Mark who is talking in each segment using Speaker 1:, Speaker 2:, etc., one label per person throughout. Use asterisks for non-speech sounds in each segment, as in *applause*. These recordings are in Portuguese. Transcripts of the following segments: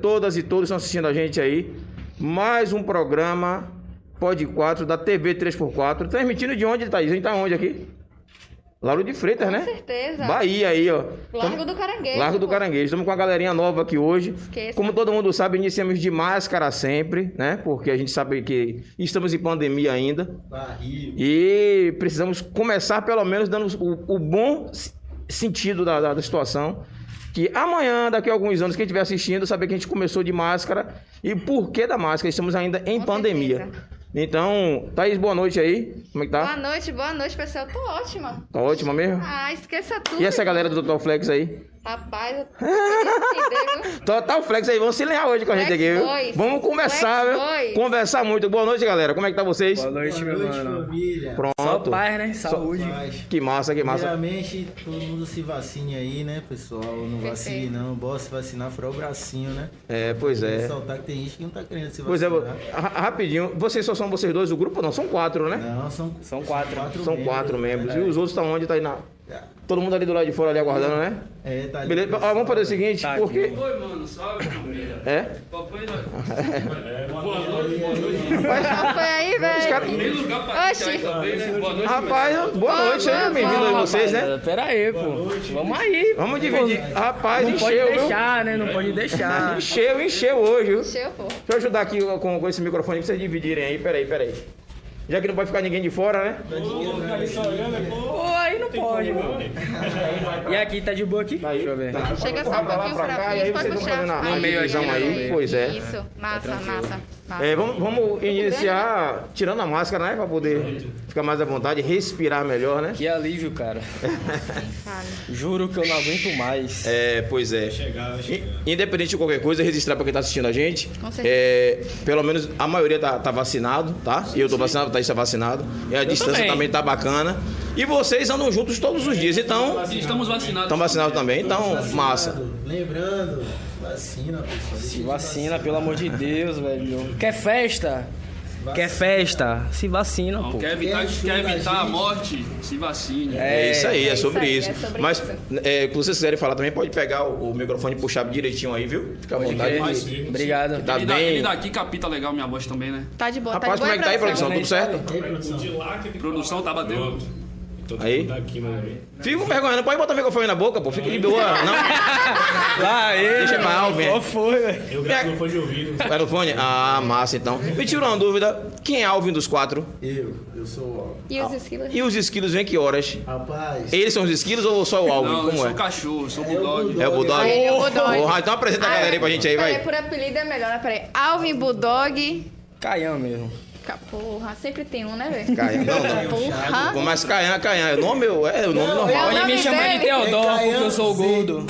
Speaker 1: todas e todos que estão assistindo a gente aí. Mais um programa Pod 4 da TV 3x4. Transmitindo de onde, Thaís? A gente tá onde aqui? Lauro de Freitas,
Speaker 2: Com
Speaker 1: né?
Speaker 2: certeza.
Speaker 1: Bahia aí, ó.
Speaker 2: Largo do Caranguejo.
Speaker 1: Largo do
Speaker 2: pô.
Speaker 1: Caranguejo. Estamos com a galerinha nova aqui hoje.
Speaker 2: Esqueça.
Speaker 1: Como todo mundo sabe, iniciamos de máscara sempre, né? Porque a gente sabe que estamos em pandemia ainda.
Speaker 3: Barril.
Speaker 1: E precisamos começar, pelo menos, dando o, o bom s- sentido da, da- da situação. Que amanhã, daqui a alguns anos, quem estiver assistindo, saber que a gente começou de máscara e por que da máscara. Estamos ainda em
Speaker 2: Com
Speaker 1: pandemia.
Speaker 2: certeza.
Speaker 1: Então, Thaís, boa noite aí. Como é que
Speaker 2: Boa
Speaker 1: tá?
Speaker 2: noite, boa noite, pessoal. Tô ótima.
Speaker 1: Tá ótima mesmo?
Speaker 2: Ah, esqueça tudo.
Speaker 1: E essa galera do Total Flex aí?
Speaker 2: Rapaz, eu tô entender, viu?
Speaker 1: Total Flex aí, vamos se lenhar hoje com a gente
Speaker 2: Flex
Speaker 1: aqui, viu?
Speaker 2: boys.
Speaker 1: Vamos conversar,
Speaker 2: Flex
Speaker 1: viu?
Speaker 2: boys.
Speaker 1: Conversar muito. Boa noite, galera. Como é que tá vocês?
Speaker 4: Boa noite,
Speaker 3: Boa
Speaker 4: meu
Speaker 3: noite,
Speaker 4: mano.
Speaker 3: família.
Speaker 4: Só
Speaker 1: Pronto.
Speaker 4: paz, né? Saúde.
Speaker 3: Paz.
Speaker 1: Que massa, que massa.
Speaker 3: Primeiramente, todo mundo se vacine aí, né, pessoal? Não vacile
Speaker 2: Perfeito.
Speaker 3: não. Bora se vacinar, furar o bracinho, né?
Speaker 1: É, pois é.
Speaker 3: Ressaltar que tem gente que não tá querendo se
Speaker 1: Pois é,
Speaker 3: vacinar.
Speaker 1: vo-
Speaker 4: né?
Speaker 1: ra- rapidinho. Vocês só são vocês dois do grupo? Não, são quatro, né?
Speaker 3: Não, são, né,
Speaker 4: São quatro. né? É.
Speaker 1: são quatro membros. E os outros estão onde? Tá aí na... Todo mundo ali do lado de fora ali aguardando, né?
Speaker 3: É, tá ali,
Speaker 1: Beleza? Ó,
Speaker 3: pessoal.
Speaker 1: vamos fazer o seguinte,
Speaker 4: Tá
Speaker 1: porque...
Speaker 4: aqui.
Speaker 5: Oi, mano, salve família.
Speaker 1: É?
Speaker 5: Papai é, Boa noite, boa noite.
Speaker 2: Só foi aí,
Speaker 1: Os
Speaker 2: velho.
Speaker 1: caras-
Speaker 5: Tem lugar pra gente aí
Speaker 2: Oxi.
Speaker 5: também, né? Boa noite.
Speaker 1: Rapaz, boa
Speaker 2: Boa
Speaker 1: noite, sejam
Speaker 2: noite,
Speaker 1: bem-vindos aí
Speaker 2: boa
Speaker 1: vocês, né?
Speaker 4: Rapaziada, Pera aí, pô. Vamos aí.
Speaker 1: Vamos
Speaker 4: pô.
Speaker 1: dividir. Rapaz,
Speaker 4: Não pode
Speaker 1: encheu, viu?
Speaker 4: deixar, né? Não pode deixar.
Speaker 1: Encheu, encheu hoje, viu?
Speaker 2: Encheu, pô.
Speaker 1: Deixa eu ajudar aqui com, com esse microfone pra vocês dividirem aí. Peraí, peraí. Já que não pode ficar ninguém de fora, né?
Speaker 4: Pô, aí não pode, pô. E aqui, tá de boa aqui?
Speaker 1: Tá aí.
Speaker 4: Deixa eu ver.
Speaker 1: Tá.
Speaker 2: Chega só um
Speaker 1: Pra lá,
Speaker 2: pouquinho
Speaker 1: pra
Speaker 2: pra
Speaker 1: cá, e aí
Speaker 2: frente. Pode
Speaker 1: vocês vão
Speaker 2: puxar.
Speaker 1: fazendo a-
Speaker 2: Aí,
Speaker 4: No meio aí,
Speaker 2: isso,
Speaker 4: no meio.
Speaker 1: Pois é.
Speaker 2: Isso. Massa, massa, massa.
Speaker 1: É, vamos,
Speaker 2: Tá
Speaker 1: vamos iniciar tirando a máscara, né? Pra poder ficar mais à vontade, respirar melhor, né?
Speaker 4: Que alívio, cara.
Speaker 2: Fale.
Speaker 4: Juro que eu não aguento mais.
Speaker 1: É, pois é. In- Independente de qualquer coisa, registrar pra quem tá assistindo a gente.
Speaker 2: Com certeza.
Speaker 1: É, pelo menos a maioria tá, tá vacinado, tá? Eu tô vacinado, o Thaís tá vacinado. E a distância também.
Speaker 4: também.
Speaker 1: tá bacana. E vocês andam juntos todos os dias, então.
Speaker 5: Estamos vacinados.
Speaker 1: Estão vacinados também, então, massa.
Speaker 3: Lembrando, vacina, pessoal.
Speaker 4: Se vacina, pelo amor de Deus, velho. Quer festa? Quer festa? Se vacina, pô.
Speaker 5: Quer evitar, quer evitar a morte? Se vacine.
Speaker 1: É, isso aí, é,
Speaker 2: isso
Speaker 1: sobre
Speaker 2: aí,
Speaker 1: isso.
Speaker 2: é sobre
Speaker 1: Mas,
Speaker 2: isso.
Speaker 1: é, se vocês quiserem falar também, pode pegar o, o microfone e puxar direitinho aí, viu? Fica à
Speaker 4: Pode
Speaker 1: vontade.
Speaker 4: crer. Obrigado.
Speaker 1: Tá
Speaker 5: ele, dá,
Speaker 1: bem.
Speaker 5: ele daqui capita legal minha voz também, né?
Speaker 2: Tá de boa,
Speaker 1: Rapaz,
Speaker 2: tá
Speaker 1: como
Speaker 2: de boa
Speaker 1: é que tá aí, produção?
Speaker 4: produção?
Speaker 1: Tudo certo?
Speaker 5: Produção tá batendo.
Speaker 2: né?
Speaker 1: Aí.
Speaker 6: Tá
Speaker 1: Fica com vergonha, não pode botar o microfone na boca, pô. Fica de boa, não.
Speaker 4: Lá, ele.
Speaker 1: Deixa pra Alvin.
Speaker 4: Qual foi, velho?
Speaker 1: Eu gravo fone de ouvido. Era o fone? Ah, massa então. Me tirou uma dúvida: quem é Alvin dos quatro?
Speaker 3: Eu, eu sou o Alves.
Speaker 2: E os esquilos?
Speaker 1: E os esquilos vêm que horas?
Speaker 3: Rapaz,
Speaker 1: Eles são os esquilos ou só o Alvin?
Speaker 5: Não, eu
Speaker 1: Como
Speaker 5: sou
Speaker 1: é?
Speaker 5: cachorro, sou
Speaker 3: bulldog.
Speaker 5: bulldog.
Speaker 1: É o Bulldog?
Speaker 2: Ele é o Bulldog.
Speaker 1: Porra, então apresenta a galera aí pra gente aí,
Speaker 2: Peraí,
Speaker 1: vai.
Speaker 2: por apelido é melhor, né? Peraí. Alvin Bulldog.
Speaker 4: Caião mesmo.
Speaker 2: Ca- Porra, sempre tem um, né, velho?
Speaker 1: Caian, não, não.
Speaker 2: Porra.
Speaker 1: Bom, mas Caian, Caian, é o nome, eu- é o nome
Speaker 2: é o
Speaker 1: normal.
Speaker 4: Pode
Speaker 2: nome
Speaker 4: me chamar
Speaker 2: dele.
Speaker 4: de Teodoro,
Speaker 3: É
Speaker 4: porque eu sou o
Speaker 3: Caião, sim.
Speaker 4: gordo.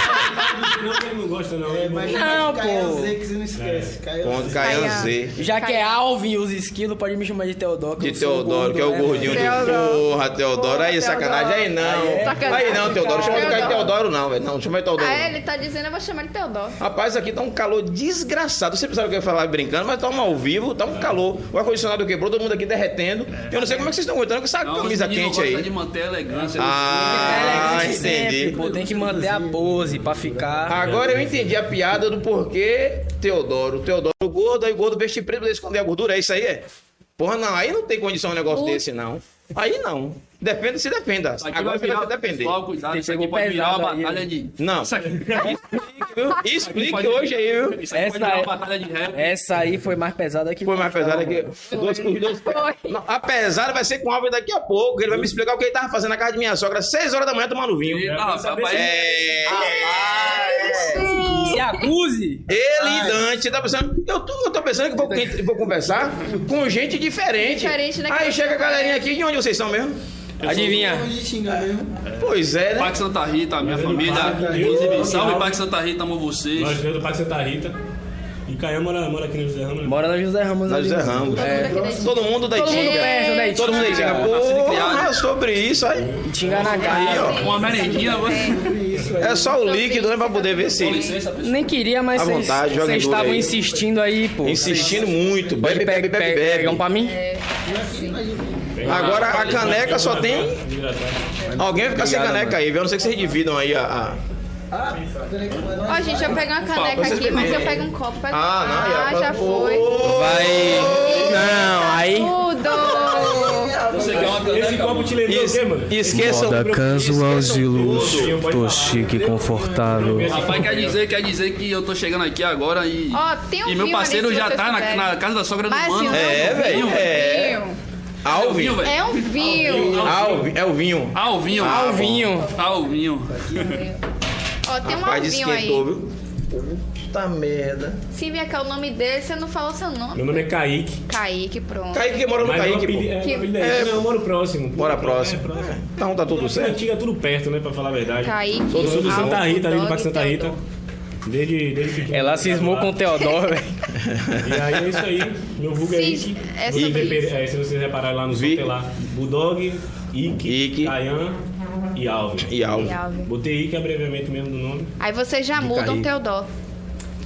Speaker 3: é,
Speaker 6: né?
Speaker 3: mas
Speaker 4: Não,
Speaker 3: Caio
Speaker 4: pô. É.
Speaker 3: Z que você não esquece. Caio
Speaker 1: Ponto,
Speaker 3: Z.
Speaker 1: Caian
Speaker 2: Caian.
Speaker 1: Z.
Speaker 4: Já que é
Speaker 2: Caião.
Speaker 4: Alvin e os esquilos, pode me chamar de Teodoro.
Speaker 1: De
Speaker 4: que eu sou
Speaker 1: Teodoro,
Speaker 4: gordo,
Speaker 1: que é o
Speaker 4: né,
Speaker 1: gordinho de
Speaker 2: Teodoro.
Speaker 1: porra, Teodoro. Aí,
Speaker 2: Porra,
Speaker 1: sacanagem. Aí
Speaker 2: é.
Speaker 1: não. Aí
Speaker 2: Sacanagem,
Speaker 1: não, Teodoro. Chama de cara de
Speaker 2: Teodoro.
Speaker 1: Teodoro, não, velho. Não, chama de Teodoro.
Speaker 2: Ah, é,
Speaker 1: não.
Speaker 2: ele tá dizendo, eu vou chamar de Teodoro.
Speaker 1: Rapaz, aqui tá um calor desgraçado. Você sabe o que eu ia falar brincando, mas toma ao vivo, tá um calor. O ar-condicionado quebrou, todo mundo aqui derretendo. Eu não sei como é que vocês estão aguentando com essa
Speaker 5: Não,
Speaker 1: camisa
Speaker 5: os meninos
Speaker 1: quente
Speaker 5: gostam de né?
Speaker 1: aí.
Speaker 5: manter a elegância. né?
Speaker 1: Ah,
Speaker 4: Ah,
Speaker 1: entendi.
Speaker 4: sempre, pô, tem que manter a pose pra ficar.
Speaker 1: Agora eu entendi a piada do porquê Teodoro. Teodoro gordo, aí gordo veste preto pra esconder a gordura. É isso aí, é? Porra, não, aí não tem condição um negócio
Speaker 2: Putz.
Speaker 1: desse, não. Aí não. Defenda se defenda.
Speaker 5: Isso aqui
Speaker 1: Agora
Speaker 5: vai
Speaker 1: você
Speaker 5: virar
Speaker 1: vai se defender.
Speaker 5: pessoal, cuidado, isso aqui
Speaker 4: Pegou
Speaker 5: pode virar uma
Speaker 4: pesado aí,
Speaker 5: batalha
Speaker 4: hein?
Speaker 5: de.
Speaker 1: Não.
Speaker 5: Isso aqui,
Speaker 1: Viu? Explique
Speaker 5: pode-
Speaker 1: hoje aí, viu?
Speaker 5: isso aqui
Speaker 4: Essa
Speaker 5: pode virar
Speaker 4: é-
Speaker 5: uma batalha de rap.
Speaker 4: Essa aí foi mais pesada que.
Speaker 1: Foi mais pesado que dois, os dois.
Speaker 2: Foi.
Speaker 1: Não, a pesada vai ser com o Alves daqui a pouco. Ele vai me explicar o que ele tava fazendo na casa de minha sogra, 6 horas da manhã tomando vinho.
Speaker 5: Eita, Ah, rapaz.
Speaker 1: É.
Speaker 4: Se acuse!
Speaker 1: Ele e Dante, tá pensando. Eu tô, eu tô pensando que vou, que vou conversar com gente diferente.
Speaker 2: Diferente né? daquela-
Speaker 1: Aí chega a galerinha aqui, de onde vocês são mesmo?
Speaker 4: Adivinha?
Speaker 1: um
Speaker 3: Vamos um de xingar mesmo.
Speaker 1: Pois é, né?
Speaker 5: Parque Santa Rita, minha família.
Speaker 3: Parque.
Speaker 5: Inclusive, salve Parque Santa Rita, amo vocês.
Speaker 6: Nós viemos do Parque Santa tá, Rita. E Caio mora, mora aqui no José Ramos. né?
Speaker 4: Bora na José Ramos.
Speaker 1: Na
Speaker 4: ali,
Speaker 1: José
Speaker 4: mano.
Speaker 1: Ramos.
Speaker 4: É.
Speaker 2: Todo mundo aqui
Speaker 1: Todo mundo da
Speaker 4: Todo mundo
Speaker 1: Itinga.
Speaker 4: perto,
Speaker 2: é
Speaker 4: né?
Speaker 1: Todo mundo da Itinga.
Speaker 4: Itinga.
Speaker 5: né?
Speaker 1: Porra, é sobre isso aí.
Speaker 4: Itinga na
Speaker 1: Aí,
Speaker 4: cara.
Speaker 1: ó.
Speaker 5: Uma merendinha, mano.
Speaker 1: É só o líquido, né? Pra poder ver
Speaker 5: Com
Speaker 1: se.
Speaker 5: licença, pessoal.
Speaker 4: Nem queria, mas
Speaker 1: À
Speaker 4: vocês
Speaker 1: vontade, joga em
Speaker 4: vocês
Speaker 1: tudo
Speaker 4: estavam
Speaker 1: aí.
Speaker 4: insistindo aí, pô.
Speaker 1: Insistindo muito. Bebe, bebe,
Speaker 4: Pega-
Speaker 1: bebe,
Speaker 4: pega- um
Speaker 1: bebe.
Speaker 4: Pegam pra mim?
Speaker 1: Agora a caneca só tem
Speaker 6: Desidratado.
Speaker 1: Alguém vai ficar sem caneca aí, viu? A não ser que vocês dividam aí a, a-
Speaker 2: Ó, gente, eu pego uma caneca
Speaker 1: Vocês
Speaker 2: aqui, mas eu
Speaker 1: bebem.
Speaker 2: pego um copo. Pego...
Speaker 1: Ah, não, e agora-
Speaker 2: já foi.
Speaker 4: Vai. Não, aí.
Speaker 2: Tudo!
Speaker 5: Você quer uma
Speaker 6: Esse
Speaker 5: caneca?
Speaker 6: copo te lembrou o quê, mano?
Speaker 1: Esqueçam.
Speaker 7: Moda casual de luxo,
Speaker 6: Sim,
Speaker 7: tô
Speaker 6: pode falar.
Speaker 7: chique e confortável.
Speaker 6: assim,
Speaker 5: Rapaz, quer dizer, quer dizer que eu tô chegando aqui agora e.
Speaker 2: Ó, tem um
Speaker 5: e meu
Speaker 2: vinho ali,
Speaker 5: parceiro
Speaker 2: se
Speaker 5: já
Speaker 2: você
Speaker 5: tá na,
Speaker 2: quiser.
Speaker 5: na casa da sogra do
Speaker 2: Mas assim,
Speaker 5: mano.
Speaker 2: não
Speaker 1: É, velho,
Speaker 2: vinho,
Speaker 1: é. Tá
Speaker 2: vinho.
Speaker 1: Alvin.
Speaker 5: Alvinho, velho.
Speaker 2: É um vinho.
Speaker 1: Alvin. É o vinho.
Speaker 5: Alvinho.
Speaker 4: Alvinho.
Speaker 5: Alvinho.
Speaker 2: Ó, tem um
Speaker 1: Rapaz,
Speaker 2: alvinho
Speaker 1: esquentou,
Speaker 2: aí.
Speaker 1: viu? Puta merda.
Speaker 2: Se vier cá o nome dele, você não falou seu nome.
Speaker 6: Meu nome é Kaique.
Speaker 2: Kaique, pronto.
Speaker 1: Kaique que mora no
Speaker 6: Mas
Speaker 1: Kaique,
Speaker 6: eu apeli-
Speaker 1: pô.
Speaker 6: é,
Speaker 2: Que-
Speaker 6: apelido é esse. Não, eu moro próximo.
Speaker 1: Mora
Speaker 6: É,
Speaker 1: próximo.
Speaker 6: é próximo.
Speaker 1: Então tá tudo
Speaker 6: Tudo
Speaker 1: certo.
Speaker 6: antiga, tudo perto, né? Pra falar a verdade.
Speaker 2: Kaique.
Speaker 6: Eu sou do Santa
Speaker 2: Alvin,
Speaker 6: Rita, ali do
Speaker 2: Dog,
Speaker 6: Parque Santa Rita.
Speaker 2: Teodoro.
Speaker 6: Desde, desde pequeno.
Speaker 4: Ela cismou com o Teodoro, velho.
Speaker 6: E aí é isso aí. Meu vulgo é
Speaker 2: Cis-
Speaker 6: Ike.
Speaker 2: é
Speaker 6: Vocês
Speaker 2: sobre
Speaker 6: reper-
Speaker 2: isso.
Speaker 6: é, se vocês repararem lá no
Speaker 1: Vi.
Speaker 6: Zoom, tem lá Bulldog, Ike,
Speaker 1: Ike.
Speaker 6: Dayan e Alves.
Speaker 1: E Alvin.
Speaker 2: E Alvin.
Speaker 6: Botei Ike, abreviamento mesmo do nome.
Speaker 2: Aí vocês já
Speaker 1: De
Speaker 2: mudam
Speaker 1: Kaique.
Speaker 2: o Teodoro.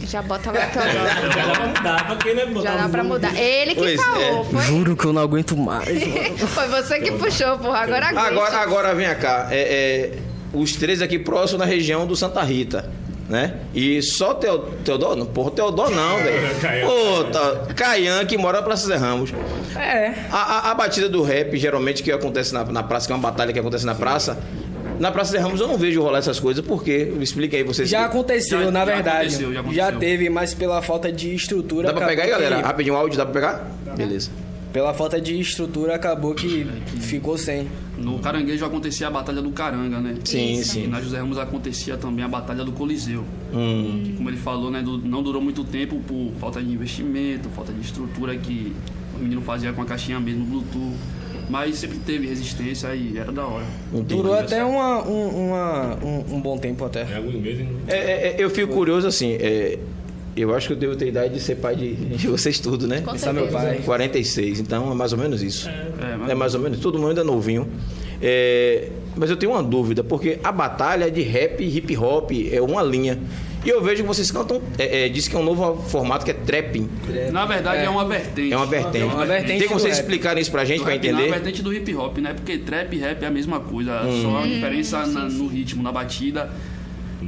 Speaker 2: Já bota lá o
Speaker 1: *laughs*
Speaker 2: Teodoro.
Speaker 6: Já dá pra mudar, pra quê, né? Botar
Speaker 2: Já
Speaker 6: um
Speaker 2: dá pra
Speaker 6: vulgo.
Speaker 2: mudar. Ele que
Speaker 1: Pois
Speaker 2: falou,
Speaker 1: é.
Speaker 2: foi?
Speaker 4: Juro que eu não aguento mais.
Speaker 2: *laughs* Foi você que puxou, porra. Agora aguenta.
Speaker 1: Agora, agora vem cá. É, é, os três aqui próximos na região do Santa Rita. Né? E só Teo- Teodoro? Não, porra, Teodoro não, velho.
Speaker 6: *laughs* Caian.
Speaker 1: Ô, tá- Caian, que mora na Praça Zé Ramos.
Speaker 4: É.
Speaker 1: A, a- a batida do rap, geralmente, que acontece na, na praça, que é uma batalha que acontece na praça. Na Praça Zé Ramos eu não vejo rolar essas coisas, porque. Explica aí vocês.
Speaker 4: Já aconteceu,
Speaker 5: Já-
Speaker 4: na
Speaker 5: já
Speaker 4: verdade.
Speaker 5: aconteceu, já aconteceu.
Speaker 4: teve, mas pela falta de estrutura.
Speaker 1: Dá pra
Speaker 4: acabou
Speaker 1: pegar aí, galera?
Speaker 4: que-
Speaker 1: Rapidinho, o áudio dá pra pegar? Beleza.
Speaker 4: Pela falta de estrutura, acabou que ficou sem.
Speaker 5: No Caranguejo acontecia a Batalha do Caranga, né?
Speaker 1: Sim,
Speaker 5: E
Speaker 1: sim.
Speaker 5: na José Ramos acontecia também a Batalha do Coliseu.
Speaker 1: Hum.
Speaker 5: Que, como ele falou, né, du- não durou muito tempo por falta de investimento, falta de estrutura que o menino fazia com a caixinha mesmo, Bluetooth. Mas sempre teve resistência e era da hora.
Speaker 4: Durou até uma, um, uma- um, um bom tempo até.
Speaker 6: É alguns meses, né?
Speaker 1: É, é, é, eu fico curioso assim. é, eu acho que eu devo ter idade de ser pai de, de vocês tudo, né?
Speaker 2: Com
Speaker 4: Esse é meu
Speaker 2: certeza.
Speaker 4: pai.
Speaker 1: 46, então é mais ou menos isso.
Speaker 5: É, mas
Speaker 1: É mais ou menos, todo mundo é novinho. É, mas eu tenho uma dúvida, porque a batalha de rap e hip hop é uma linha. E eu vejo que vocês cantam, é, é, diz que é um novo formato que é trapping.
Speaker 5: Na verdade é, uma vertente.
Speaker 1: É uma vertente.
Speaker 4: uma vertente
Speaker 1: Tem como
Speaker 4: do
Speaker 1: vocês
Speaker 4: rap.
Speaker 1: explicarem isso pra gente,
Speaker 5: Do
Speaker 1: pra
Speaker 5: rap, Na
Speaker 1: entender? Hum.
Speaker 5: vertente do hip hop, né? Porque trap e rap é a mesma coisa, só a diferença na- no ritmo, na batida.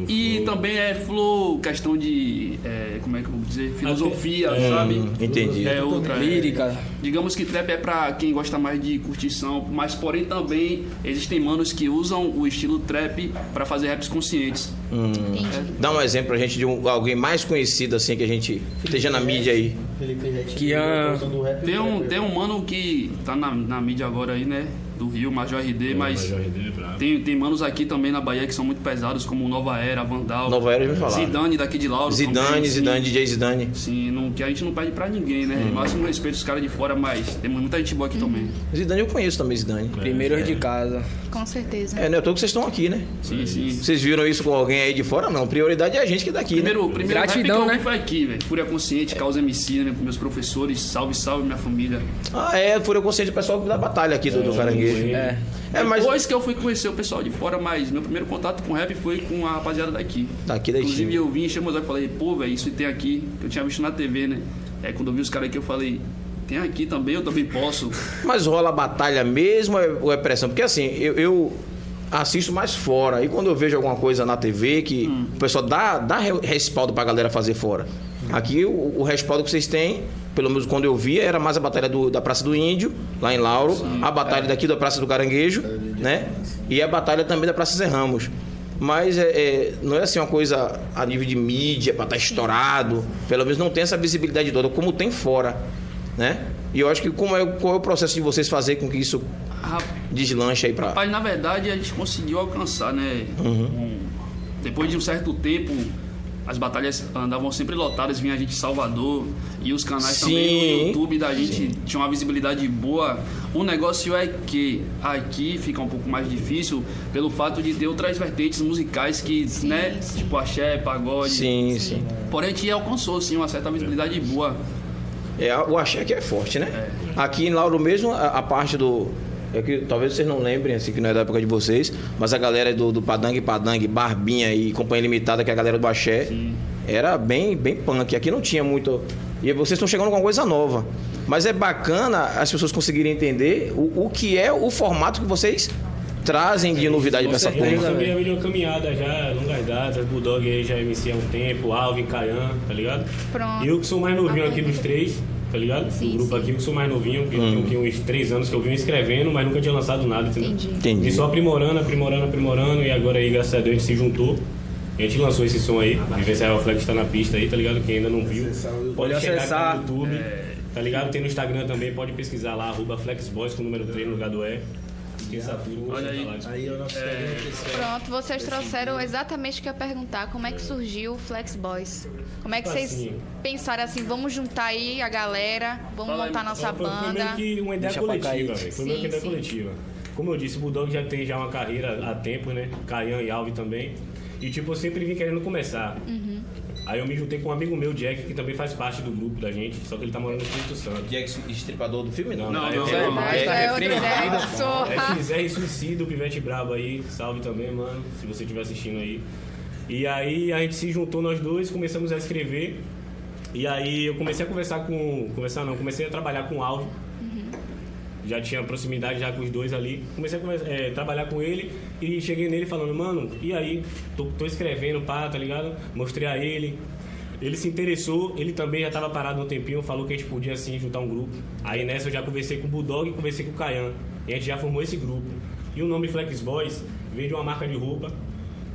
Speaker 5: E também é flow, questão de. é, como é que eu vou dizer? Filosofia, sabe?
Speaker 1: Hum, entendi.
Speaker 5: É outra. é-
Speaker 4: Lírica.
Speaker 5: digamos que trap é pra quem gosta mais de curtição, mas porém também existem manos que usam o estilo trap pra fazer raps conscientes.
Speaker 2: Entendi.
Speaker 1: Dá um exemplo pra gente de um- alguém mais conhecido assim que a gente esteja na mídia aí.
Speaker 3: Felipe Jet.
Speaker 4: Kian.
Speaker 5: Tem um, tem um mano que tá na, na mídia agora aí, né? Do Rio, Major
Speaker 1: É,
Speaker 5: RD, mas.
Speaker 6: Major RD, é brabo.
Speaker 5: Tem, tem manos aqui também na Bahia que são muito pesados, como Nova Era, Vandal.
Speaker 1: Nova Era, já me falaram.
Speaker 5: Zidane daqui de Lauro. também,
Speaker 1: Zidane,
Speaker 5: sim.
Speaker 1: Zidane, DJ Zidane.
Speaker 5: Sim, não, que a gente não perde pra ninguém, né? Máximo respeito os caras de fora, mas tem muita gente boa aqui também.
Speaker 1: Zidane eu conheço também, Zidane.
Speaker 4: Primeiros de casa.
Speaker 2: Com certeza.
Speaker 1: É, não é à toa que vocês estão aqui, né?
Speaker 5: Sim, sim.
Speaker 1: Vocês viram isso com alguém aí de fora? Não, prioridade é a gente que tá aqui, né?
Speaker 5: Primeiro, primeiro
Speaker 4: Gratidão,
Speaker 5: rap que eu
Speaker 4: né?
Speaker 5: ouvi foi aqui, velho. Fúria Consciente, Causa MC, né? Meus professores, salve, salve minha família.
Speaker 1: Ah, é, foi o conselho do pessoal da batalha aqui do, do Caranguejo.
Speaker 6: É.
Speaker 4: É.
Speaker 1: É, mas
Speaker 5: Depois que eu fui conhecer o pessoal de fora, mas meu primeiro contato com rap foi com a rapaziada daqui.
Speaker 1: Daqui Tá da
Speaker 5: Inclusive
Speaker 1: esquina.
Speaker 5: eu vim, chamei os olhos e falei, pô, velho, isso tem aqui, que eu tinha visto na TV, né? Aí quando eu vi os caras aqui, eu falei, tem aqui também, eu também posso. *laughs*
Speaker 1: Mas rola batalha mesmo é- ou é pressão? Porque assim, eu, eu assisto mais fora. E quando eu vejo alguma coisa na TV que o pessoal dá, dá re- respaldo pra galera fazer fora. Aqui o, o respaldo que vocês têm, pelo menos quando eu via, era mais a batalha do- da Praça do Índio, lá em Lauro, a batalha daqui da Praça do Caranguejo, né? E a batalha também da Praça Zé Ramos. Mas é- é, não é assim uma coisa a nível de mídia, pra estar estourado. Pelo menos não tem essa visibilidade toda, como tem fora né? E eu acho que como é, qual é o processo de vocês fazer com que isso
Speaker 5: Rapaz,
Speaker 1: deslanche aí pra...
Speaker 5: na verdade a gente conseguiu alcançar, né?
Speaker 1: Uhum.
Speaker 5: Um- depois de um certo tempo, as batalhas andavam sempre lotadas, vinha a gente de Salvador e os canais também
Speaker 1: Sim.
Speaker 5: no YouTube da gente tinha uma visibilidade boa. O negócio é que aqui fica um pouco mais difícil pelo fato de ter outras vertentes musicais que, né? Tipo axé, pagode.
Speaker 1: Sim, sim.
Speaker 5: Porém, a gente alcançou sim uma certa visibilidade boa.
Speaker 1: É, o axé que é forte, né? Aqui em Lauro mesmo, a, a parte do... É que, talvez vocês não lembrem, assim, que não é da época de vocês, mas a galera é do, do Padangue Padangue, Barbinha e Companhia Limitada, que é a galera do axé, era bem, bem punk. Aqui não tinha muito... E vocês estão chegando com uma coisa nova. Mas é bacana as pessoas conseguirem entender o, o que é o formato que vocês trazem de novidade pra essa
Speaker 6: Eu
Speaker 1: turma.
Speaker 6: também já vejo uma caminhada já, longas datas, Bulldog aí já MC há um tempo, Alvin, Kayan, tá ligado?
Speaker 2: Pronto.
Speaker 6: Eu que sou mais novinho aqui dos três, tá ligado?
Speaker 2: Sim,
Speaker 6: o grupo
Speaker 2: sim.
Speaker 6: aqui eu que sou mais novinho, porque
Speaker 1: Hum.
Speaker 6: eu tenho aqui uns três anos que eu vim escrevendo, mas nunca tinha lançado nada, entendeu?
Speaker 2: Entendi.
Speaker 1: Entendi.
Speaker 6: E só aprimorando, aprimorando, aprimorando, e agora aí, graças a Deus, a gente se juntou. A gente lançou esse som aí, Vivencial Flex tá na pista aí, tá ligado? Quem ainda não viu, pode
Speaker 4: Pode
Speaker 6: chegar
Speaker 4: acessar.
Speaker 6: tá no YouTube, tá ligado? Tem no Instagram também, pode pesquisar lá, arroba Flexboys com o número 3 no lugar do E. Esqueça tudo,
Speaker 5: Olha
Speaker 6: tá
Speaker 5: aí.
Speaker 6: lá.
Speaker 3: Aí é o nosso carinho pessoal.
Speaker 2: Pronto, vocês trouxeram exatamente o que eu ia perguntar. Como é que surgiu o Flex Boys? Como é que vocês
Speaker 6: Assim.
Speaker 2: pensaram assim, vamos juntar aí a galera, vamos
Speaker 5: Fala aí,
Speaker 2: montar nossa
Speaker 6: Foi- Foi meio
Speaker 2: banda?
Speaker 6: que uma ideia
Speaker 4: Deixa pra
Speaker 6: coletiva,
Speaker 4: cair.
Speaker 6: velho. Foi meio
Speaker 2: Sim,
Speaker 6: que ideia
Speaker 2: sim.
Speaker 6: coletiva. Como eu disse, o Bulldog já tem já uma carreira há tempo, né? Caian e Alves também. E tipo, eu sempre vim querendo começar.
Speaker 2: Uhum.
Speaker 6: Aí eu me juntei com um amigo meu, Jack, que também faz parte do grupo da gente, só que ele tá morando no Espírito Santo.
Speaker 1: Jackson, estripador do filme,
Speaker 6: Não,
Speaker 5: Não,
Speaker 6: é
Speaker 5: não,
Speaker 6: Jack-
Speaker 5: não.
Speaker 2: Mas
Speaker 5: Tá
Speaker 2: é outra ideia.
Speaker 6: É
Speaker 2: Sorra.
Speaker 6: XR Suicida, o Pivete Brabo aí. Salve também, mano, se você estiver assistindo aí. E aí a gente se juntou nós dois, começamos a escrever. E aí eu comecei a conversar com. Conversar não, comecei a trabalhar com o Alvo. Já tinha proximidade já com os dois ali. Comecei a conversa- eh, trabalhar com ele e cheguei nele falando, mano, e aí? Tô, tô escrevendo, pá, tá ligado? Mostrei a ele. Ele se interessou, ele também já tava parado um tempinho, falou que a gente podia assim juntar um grupo. Aí nessa eu já conversei com o Bulldog e conversei com o Kayan. E a gente já formou esse grupo. E o nome Flex Boys veio de uma marca de roupa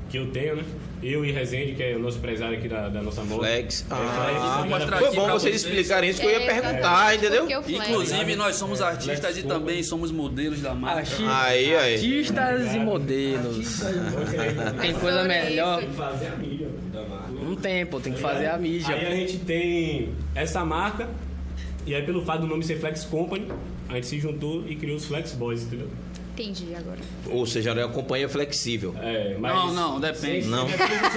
Speaker 6: que eu tenho, né? Eu e Rezende, que é o nosso empresário aqui da, da nossa moda.
Speaker 1: Flex.
Speaker 6: É,
Speaker 1: Ah,
Speaker 6: Flex,
Speaker 5: mostrar
Speaker 6: ligado?
Speaker 5: aqui
Speaker 1: foi bom
Speaker 5: pra
Speaker 1: vocês
Speaker 5: vocês.
Speaker 1: explicarem isso que eu ia
Speaker 2: É,
Speaker 1: perguntar,
Speaker 2: exatamente,
Speaker 1: entendeu?
Speaker 2: porque o Flex-
Speaker 5: Inclusive, nós somos artistas e também somos modelos da marca.
Speaker 4: Arti-
Speaker 1: Aí, aí.
Speaker 4: Artistas e modelos. Tem coisa
Speaker 2: sobre
Speaker 4: melhor?
Speaker 2: isso.
Speaker 6: fazer a milha da marca.
Speaker 4: Não tem, pô. Tem que fazer a
Speaker 6: Aí a
Speaker 4: mídia.
Speaker 6: gente tem essa marca, e aí pelo fato do nome ser Flex Company, a gente se juntou e criou os Flex Boys, entendeu?
Speaker 2: Entendi agora.
Speaker 1: Ou seja, era uma companhia flexível.
Speaker 6: É, mas...
Speaker 5: Não, não, depende.
Speaker 1: Não.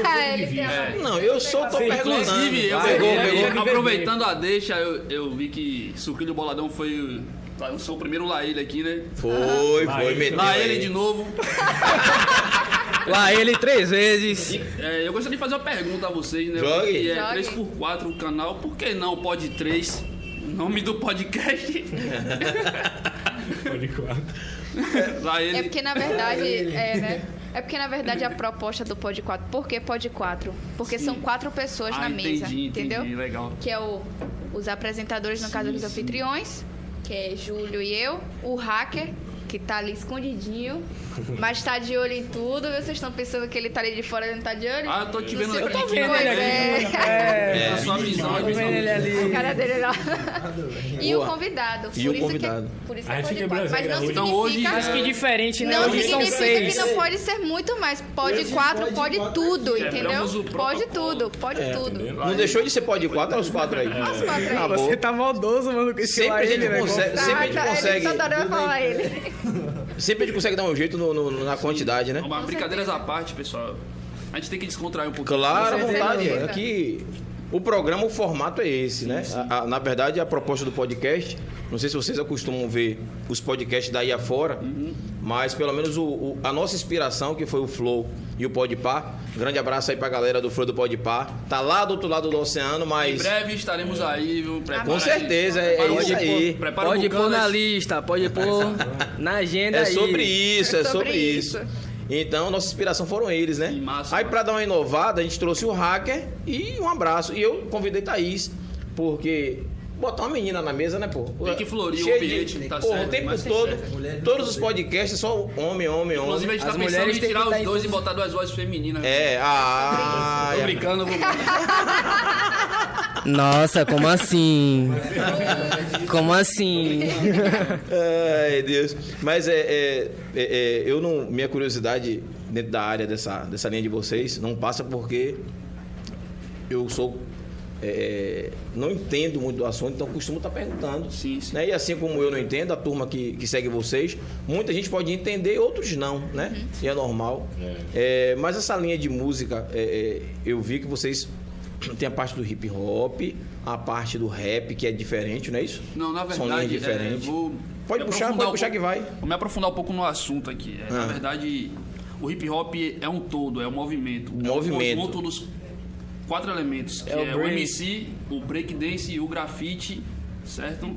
Speaker 2: Ah, Ele tem uma-
Speaker 1: Não, eu só tô perguntando.
Speaker 5: É. Inclusive, eu
Speaker 1: Pegou,
Speaker 5: eu-
Speaker 1: Ah, pegou.
Speaker 5: eu- aproveitando a deixa, eu, eu vi que Sucrilho Boladão foi o- o seu primeiro Laíle aqui, né?
Speaker 1: Foi,
Speaker 6: Lá
Speaker 1: foi,
Speaker 6: ele.
Speaker 1: meteu.
Speaker 5: Lá ele
Speaker 1: aí.
Speaker 5: de novo.
Speaker 4: Lá ele três vezes.
Speaker 5: É, eu gostaria de fazer uma pergunta a vocês, né?
Speaker 1: Jogue.
Speaker 5: Que é
Speaker 2: Jogue.
Speaker 5: 3x4 o canal, por que não pode 3? Nome do podcast.
Speaker 6: *laughs* Pode claro.
Speaker 5: Lá ele.
Speaker 2: É porque na verdade, é, né? É porque na verdade a proposta do Pod 4, por que Pod 4? Porque são quatro pessoas
Speaker 5: Ah,
Speaker 2: na
Speaker 5: entendi,
Speaker 2: mesa,
Speaker 5: entendi,
Speaker 2: entendeu?
Speaker 5: legal.
Speaker 2: Que é o os apresentadores, no caso, os anfitriões, que é Júlio e eu, o hacker, que tá ali
Speaker 1: *laughs*
Speaker 2: escondidinho, mas tá de olho em tudo. Vocês estão pensando que ele tá ali de fora e ele não tá de olho? tá
Speaker 5: Ah, eu tô te
Speaker 2: Não
Speaker 5: vendo
Speaker 2: sei
Speaker 5: aqui.
Speaker 2: o que
Speaker 5: Eu tô
Speaker 2: que
Speaker 5: vendo
Speaker 2: foi,
Speaker 5: ele
Speaker 2: *laughs*
Speaker 5: aqui.
Speaker 4: É.
Speaker 5: A sua visão, a
Speaker 4: Tô
Speaker 5: visão.
Speaker 4: vendo ele
Speaker 2: né?
Speaker 4: é
Speaker 2: A
Speaker 4: ali.
Speaker 2: cara dele lá. E o
Speaker 1: É. Boa.
Speaker 2: convidado.
Speaker 1: E
Speaker 2: por
Speaker 1: o
Speaker 2: isso
Speaker 1: convidado.
Speaker 2: Que, por isso
Speaker 6: A
Speaker 2: que é
Speaker 6: gente
Speaker 2: Pod
Speaker 6: quebrou
Speaker 2: 4.
Speaker 6: as
Speaker 2: Mas não
Speaker 6: regras
Speaker 2: significa...
Speaker 6: hoje.
Speaker 5: Então,
Speaker 4: Mas
Speaker 5: hoje-
Speaker 4: que diferente, né?
Speaker 2: Não
Speaker 4: Hoje são
Speaker 2: significa que
Speaker 4: seis.
Speaker 2: não pode ser muito mais. Pode
Speaker 3: Hoje
Speaker 2: quatro,
Speaker 3: pode
Speaker 2: pode
Speaker 3: quatro.
Speaker 2: tudo, entendeu?
Speaker 5: Quebramos o
Speaker 2: Pode
Speaker 5: protocolo.
Speaker 2: tudo, pode
Speaker 1: É,
Speaker 2: tudo.
Speaker 1: Não deixou de ser pode quatro, olha os quatro aí.
Speaker 2: os quatro aí.
Speaker 1: Acabou.
Speaker 4: Você tá maldoso, mano, com esse
Speaker 1: Sempre a
Speaker 4: lá
Speaker 1: gente
Speaker 4: ele, né?
Speaker 1: consegue, sempre a gente
Speaker 2: Ah, tá,
Speaker 1: consegue,
Speaker 2: Ele só adorou falar ele.
Speaker 1: sempre a gente consegue dar um jeito no- no- na quantidade, né?
Speaker 5: Uma brincadeiras à parte, pessoal. A gente tem que descontrair um pouquinho.
Speaker 1: Claro, à
Speaker 2: Com certeza.
Speaker 1: vontade. Aqui, o programa, o formato é esse, né? A- a- na verdade, a proposta do podcast, não sei se vocês acostumam ver os podcasts daí afora, mas pelo menos o- o- a nossa inspiração, que foi o Flow e o Podpar, grande abraço aí pra galera do Flow e do Podpar, tá lá do outro lado do oceano,
Speaker 5: Em
Speaker 1: mas...
Speaker 5: breve estaremos aí, viu? Prepara
Speaker 1: Com
Speaker 5: aí.
Speaker 1: certeza, é, é
Speaker 5: Prepara o
Speaker 1: isso
Speaker 5: bucana,
Speaker 1: aí.
Speaker 5: Prepara um
Speaker 4: Pode
Speaker 5: o
Speaker 4: pôr na
Speaker 5: bucanas.
Speaker 4: lista, pode pôr na agenda
Speaker 1: É
Speaker 4: aí.
Speaker 1: sobre isso, é, sobre, isso.
Speaker 2: isso.
Speaker 1: Então, nossa inspiração foram eles, né?
Speaker 5: Sim, massa,
Speaker 1: Aí,
Speaker 5: massa.
Speaker 1: pra dar uma inovada, a gente trouxe o hacker e um abraço. E eu convidei Thaís, porque botar uma menina na mesa, né, pô?
Speaker 5: Tem que florir o
Speaker 1: Cheio
Speaker 5: ambiente, tá
Speaker 1: Porra,
Speaker 5: certo,
Speaker 1: o tempo
Speaker 5: mas tá
Speaker 1: todo,
Speaker 5: certo.
Speaker 3: Mulher não
Speaker 1: todos os podcasts, só homem, homem,
Speaker 5: Inclusive, a
Speaker 1: homem.
Speaker 5: gente tá
Speaker 4: As
Speaker 5: pensando
Speaker 4: mulheres têm
Speaker 5: em
Speaker 4: que
Speaker 5: tirar
Speaker 4: estar
Speaker 5: os
Speaker 4: em
Speaker 5: dois e
Speaker 4: posição.
Speaker 5: botar duas vozes femininas. né?
Speaker 1: É, ah...
Speaker 5: Tô
Speaker 1: é.
Speaker 5: brincando, vou.
Speaker 4: Nossa, como *laughs* assim? Como assim?
Speaker 1: Ai, Deus. Mas é, é, é, é, eu não. Minha curiosidade dentro da área dessa, dessa linha de vocês não passa porque eu sou. é, é, não entendo muito do assunto, então costumo estar perguntando.
Speaker 5: Sim, sim.
Speaker 1: né? E assim como eu não entendo, a turma que, que segue vocês, muita gente pode entender, outros não, né?
Speaker 5: Uhum.
Speaker 1: E é normal. É, mas essa linha de música, é, é, eu vi que vocês *clears throat* têm a parte do hip hop, a parte do rap, que é diferente, não é isso?
Speaker 5: Não, na
Speaker 1: São linhas
Speaker 5: verdade, é,
Speaker 1: diferentes.
Speaker 5: vou
Speaker 1: Pode
Speaker 5: me
Speaker 1: puxar,
Speaker 5: aprofundar
Speaker 1: pode
Speaker 5: um
Speaker 1: puxar que
Speaker 5: pouco-
Speaker 1: vai.
Speaker 5: Vou me aprofundar um pouco no assunto aqui. É,
Speaker 1: Ah.
Speaker 5: Na verdade, o hip hop é um todo, é um movimento. É
Speaker 1: Movimento.
Speaker 5: um conjunto dos quatro elementos, que
Speaker 4: É o
Speaker 5: é, o
Speaker 4: break.
Speaker 5: MC, o breakdance, o grafite, certo?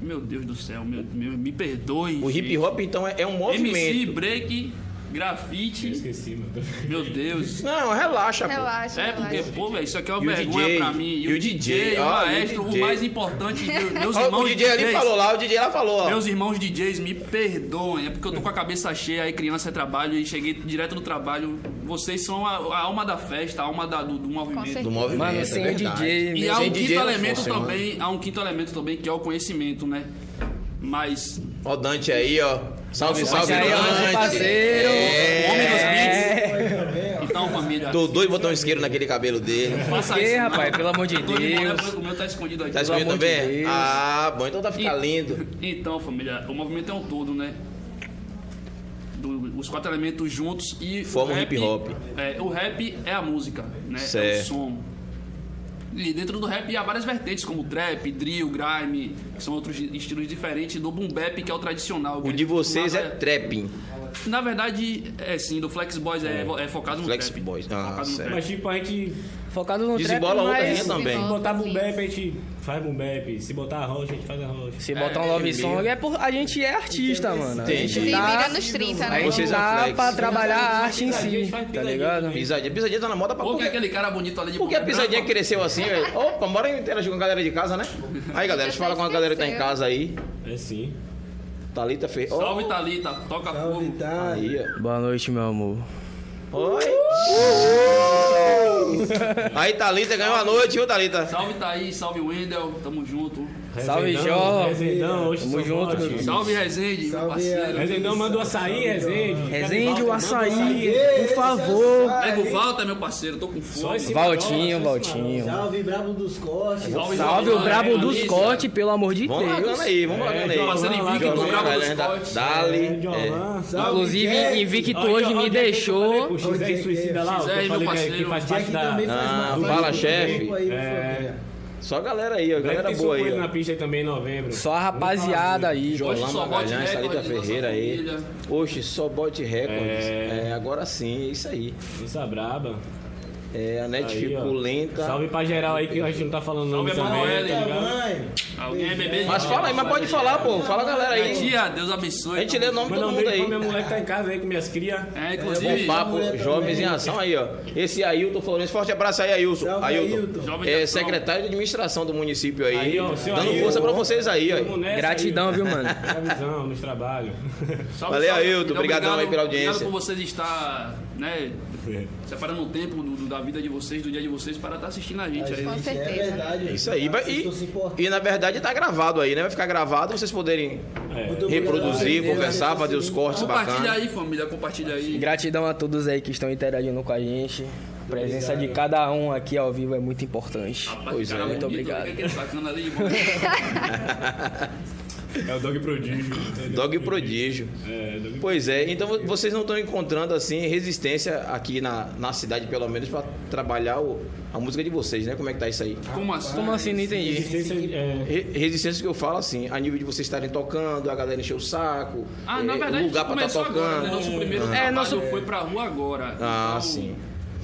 Speaker 5: Meu Deus do céu, meu, meu- me perdoe.
Speaker 1: O hip hop, então, é, é um
Speaker 5: gente. MC,
Speaker 1: movimento.
Speaker 5: break, grafite.
Speaker 6: Esqueci, mano.
Speaker 5: Meu Deus.
Speaker 1: Não, relaxa, pô.
Speaker 2: Relaxa,
Speaker 5: É,
Speaker 1: *laughs*
Speaker 5: porque,
Speaker 2: relaxa.
Speaker 5: pô, velho, isso aqui é
Speaker 1: E o
Speaker 5: uma vergonha
Speaker 1: DJ,
Speaker 5: pra mim.
Speaker 1: e o DJ, ah, e
Speaker 5: o
Speaker 1: o
Speaker 5: maestro, o,
Speaker 1: DJ.
Speaker 5: mais importante, meu- meus
Speaker 1: Ó,
Speaker 5: irmãos
Speaker 1: o DJ ali
Speaker 5: DJs,
Speaker 1: falou lá, o DJ lá falou, ó.
Speaker 5: Meus irmãos DJs, me perdoem, é porque eu tô com a cabeça cheia, aí criança é trabalho, e cheguei direto do trabalho. Vocês são a, a alma da festa, a alma da- do, do movimento.
Speaker 1: Do movimento,
Speaker 4: Mano,
Speaker 1: é
Speaker 4: sem
Speaker 1: verdade.
Speaker 4: DJ,
Speaker 5: E
Speaker 4: meu.
Speaker 5: há um
Speaker 1: Sem
Speaker 5: quinto
Speaker 1: DJ não
Speaker 5: elemento
Speaker 1: funciona.
Speaker 5: também, há um quinto elemento também, que é o conhecimento, né? Mas
Speaker 1: Ó o Dante aí, ó. Salve, salve,
Speaker 4: parceiro, nosso
Speaker 1: Dante.
Speaker 4: parceiro.
Speaker 5: o homem dos
Speaker 4: É.
Speaker 5: beats. Então, família,
Speaker 1: Tô doido botar um isqueiro naquele cabelo dele.
Speaker 5: faça
Speaker 4: Que,
Speaker 5: isso.
Speaker 4: rapaz, pelo amor de
Speaker 5: Eu tô de bola,
Speaker 4: Deus.
Speaker 5: O meu tá escondido aqui.
Speaker 1: Tá escolhendo
Speaker 4: amor de
Speaker 1: também?
Speaker 4: Deus.
Speaker 1: ah, bom, então tá ficando
Speaker 5: E-
Speaker 1: lindo.
Speaker 5: Então, família, o movimento é um todo, né? Do- os quatro elementos juntos e. o
Speaker 1: Forma um
Speaker 5: rap-
Speaker 1: hip-hop.
Speaker 5: É, o rap é a música, né? É
Speaker 1: Certo.
Speaker 5: o som. E dentro do rap há várias vertentes, como trap, drill, grime, que são outros di- estilos diferentes do boom bap, que é o tradicional. que
Speaker 1: O
Speaker 5: a
Speaker 1: de
Speaker 5: gente
Speaker 1: vocês é
Speaker 5: costumava-
Speaker 1: trapping.
Speaker 5: Na verdade, é sim, do Flex Boys é, é focado no
Speaker 1: Flex
Speaker 5: trap.
Speaker 1: Boys, ah,
Speaker 5: focado no
Speaker 1: certo.
Speaker 5: trap.
Speaker 6: Mas tipo, a gente
Speaker 4: É. Focado no trap,
Speaker 1: Desembola outra
Speaker 4: mas...
Speaker 5: é
Speaker 1: renda também.
Speaker 6: se
Speaker 2: Volta,
Speaker 6: botar boom
Speaker 2: sim.
Speaker 6: bap, a gente faz boom bap. Se botar a rocha, a gente faz a rocha.
Speaker 4: Se botar um love song, é por... a gente é artista, mano. A
Speaker 1: Entendi.
Speaker 4: gente
Speaker 2: Se
Speaker 4: dá...
Speaker 2: liga nos 30,
Speaker 4: A
Speaker 2: né?
Speaker 1: Vocês
Speaker 4: gente
Speaker 1: é
Speaker 4: dá
Speaker 1: flex.
Speaker 4: pra trabalhar a arte em si, tá ligado?
Speaker 1: Pisadinha. Pisadinha tá na moda pra
Speaker 5: Ou que é
Speaker 1: qualquer
Speaker 5: aquele cara bonito ali de
Speaker 1: Por que a
Speaker 5: boca
Speaker 1: pisadinha
Speaker 5: branca?
Speaker 1: cresceu assim? velho? Opa, bora interagir com a galera de casa, né? Aí, galera, deixa eu falar com a galera que tá em casa aí.
Speaker 6: É sim.
Speaker 1: Thalita fez. ó,
Speaker 5: Salve, Thalita, toca
Speaker 3: Salve,
Speaker 5: fogo.
Speaker 3: tá?
Speaker 1: aí, ó.
Speaker 4: Boa noite, meu amor.
Speaker 1: Oi. Aí, Thalita ganhou a noite, viu, Thalita?
Speaker 5: Salve, Thaís, salve, Wendel, tamo junto.
Speaker 4: Salve,
Speaker 6: Rezendão,
Speaker 4: Jó.
Speaker 6: Rezendão, hoje
Speaker 4: Tamo
Speaker 6: são
Speaker 4: junto,
Speaker 6: forte.
Speaker 4: meu filho.
Speaker 5: Salve, Rezende, meu
Speaker 3: Salve,
Speaker 5: parceiro.
Speaker 6: Rezendão, manda o açaí, Rezende.
Speaker 4: Resende o
Speaker 6: Manda
Speaker 4: açaí, por favor.
Speaker 5: Pega o Walter, meu parceiro, tô com
Speaker 6: Só
Speaker 5: fome.
Speaker 6: esse
Speaker 4: Valtinho,
Speaker 6: valor, só esse
Speaker 4: Valtinho.
Speaker 3: Salve, brabo dos cortes.
Speaker 4: Salve o
Speaker 5: Valtinho,
Speaker 4: brabo dos
Speaker 5: Valícia.
Speaker 4: corte, pelo amor de
Speaker 1: Vamos
Speaker 4: Deus.
Speaker 1: largando aí, vamos
Speaker 6: É,
Speaker 1: largando aí.
Speaker 5: Parceiro
Speaker 6: Jolan,
Speaker 5: invicto, o
Speaker 6: Jolan,
Speaker 5: brabo dos
Speaker 1: Galera da-
Speaker 5: cortes.
Speaker 1: Dali. é,
Speaker 6: valor. Jolan, salve.
Speaker 4: Inclusive, Invicto
Speaker 6: Ó,
Speaker 4: hoje
Speaker 6: ó,
Speaker 4: me
Speaker 6: Jack, que eu falei
Speaker 4: deixou.
Speaker 6: com o X10 Suicida lá, ó, que
Speaker 5: X10,
Speaker 6: eu
Speaker 5: meu
Speaker 6: falei que é- que
Speaker 5: parceiro.
Speaker 6: faz parte
Speaker 3: Jack
Speaker 6: da...
Speaker 3: também faz
Speaker 1: Ah,
Speaker 3: mal.
Speaker 1: fala,
Speaker 3: faz um
Speaker 1: chefe.
Speaker 3: tempo aí, por
Speaker 6: É.
Speaker 3: favor.
Speaker 1: Só a galera aí, ó.
Speaker 6: Breve
Speaker 1: Galera
Speaker 6: tem
Speaker 1: boa
Speaker 6: surpresa
Speaker 1: aí,
Speaker 6: na
Speaker 1: ó.
Speaker 6: pista aí também em novembro.
Speaker 4: Só a rapaziada aí.
Speaker 5: Hoje
Speaker 1: Jolan
Speaker 5: só bote
Speaker 1: Magalhães,
Speaker 5: recorde,
Speaker 1: Thalita
Speaker 5: nossa
Speaker 1: Ferreira aí.
Speaker 5: família.
Speaker 1: Oxe, só bote recordes.
Speaker 6: É.
Speaker 1: É, agora sim, é isso aí.
Speaker 6: Nossa braba.
Speaker 1: É, a net
Speaker 6: Aí, ó.
Speaker 1: ficou lenta.
Speaker 6: Salve pra geral aí que a gente não tá falando
Speaker 5: Salve,
Speaker 6: nome também.
Speaker 5: Emanuele.
Speaker 6: tá ligado?
Speaker 3: Mãe,
Speaker 5: Alguém é
Speaker 6: né?
Speaker 5: bebê?
Speaker 1: Mas fala aí, mas pode falar, pô. Fala a galera aí.
Speaker 5: Tia, Deus
Speaker 1: A
Speaker 5: abençoe.
Speaker 1: gente lê o nome de
Speaker 6: Manda
Speaker 1: todo
Speaker 6: um
Speaker 1: mundo
Speaker 6: beijo pra
Speaker 1: aí.
Speaker 6: minha mulher que tá em casa aí com minhas crias.
Speaker 5: É,
Speaker 1: Bom
Speaker 5: inclusive,
Speaker 1: papo,
Speaker 3: Mulher
Speaker 1: jovens em
Speaker 3: também.
Speaker 1: ação aí, ó. Esse Ailton Florencio, forte abraço aí, Ailton.
Speaker 3: Salve, Ailton.
Speaker 1: Ailton.
Speaker 5: Jovem de
Speaker 1: É
Speaker 5: ação.
Speaker 1: secretário de administração do município aí.
Speaker 6: Aí, ó, seu
Speaker 1: dando
Speaker 6: Ailton.
Speaker 1: força pra vocês aí, ó.
Speaker 6: Tamo nessa aí,
Speaker 4: Gratidão, viu, mano?
Speaker 6: velho. Gratidão nos trabalhos. *laughs*
Speaker 5: salve,
Speaker 1: Valeu,
Speaker 5: salve.
Speaker 1: Ailton, obrigadão aí pela audiência.
Speaker 5: então, Obrigado por vocês estar, né,
Speaker 6: É.
Speaker 5: separando o tempo do- do- da vida de vocês, do dia de vocês, para estar assistindo a gente aí.
Speaker 2: Com
Speaker 3: gente,
Speaker 2: certeza.
Speaker 3: É verdade.
Speaker 1: É isso aí. Vai-
Speaker 3: Vocês
Speaker 1: E,
Speaker 3: estão se importando.
Speaker 1: e na verdade tá gravado aí, né? Vai ficar gravado vocês poderem
Speaker 6: É.
Speaker 3: Muito obrigado.
Speaker 1: reproduzir,
Speaker 3: Valeu,
Speaker 1: conversar,
Speaker 3: valeu,
Speaker 1: fazer os
Speaker 3: vocês.
Speaker 1: cortes
Speaker 5: Compartilha
Speaker 1: bacanas.
Speaker 5: aí, família, compartilha aí.
Speaker 4: Gratidão a todos aí que estão interagindo com a gente. A presença de cada um aqui ao vivo é muito importante.
Speaker 5: Rapaz,
Speaker 1: Pois
Speaker 5: cara
Speaker 1: é.
Speaker 5: bonito,
Speaker 4: Muito obrigado.
Speaker 5: olha aquele sacana tá ali,
Speaker 1: *laughs*
Speaker 5: mano.
Speaker 6: É o Dog Prodígio.
Speaker 1: Dog prodígio.
Speaker 6: É, Dog
Speaker 1: Pois é, então vo- vocês não estão encontrando assim resistência aqui na, na cidade, pelo menos, pra trabalhar o- a música de vocês, né? Como é que tá isso aí?
Speaker 5: Como assim?
Speaker 4: Como assim, não entendi?
Speaker 6: Resistência, é,
Speaker 1: Re- Resistência que eu falo assim, a nível de vocês estarem tocando, a galera encher o saco,
Speaker 5: Ah, na
Speaker 1: eh,
Speaker 5: verdade,
Speaker 1: lugar pra estar
Speaker 5: começou
Speaker 1: tocando.
Speaker 5: agora, né? Nosso primeiro
Speaker 4: É,
Speaker 5: trabalho
Speaker 4: nosso-
Speaker 5: foi pra rua agora. Então,
Speaker 1: Ah, sim.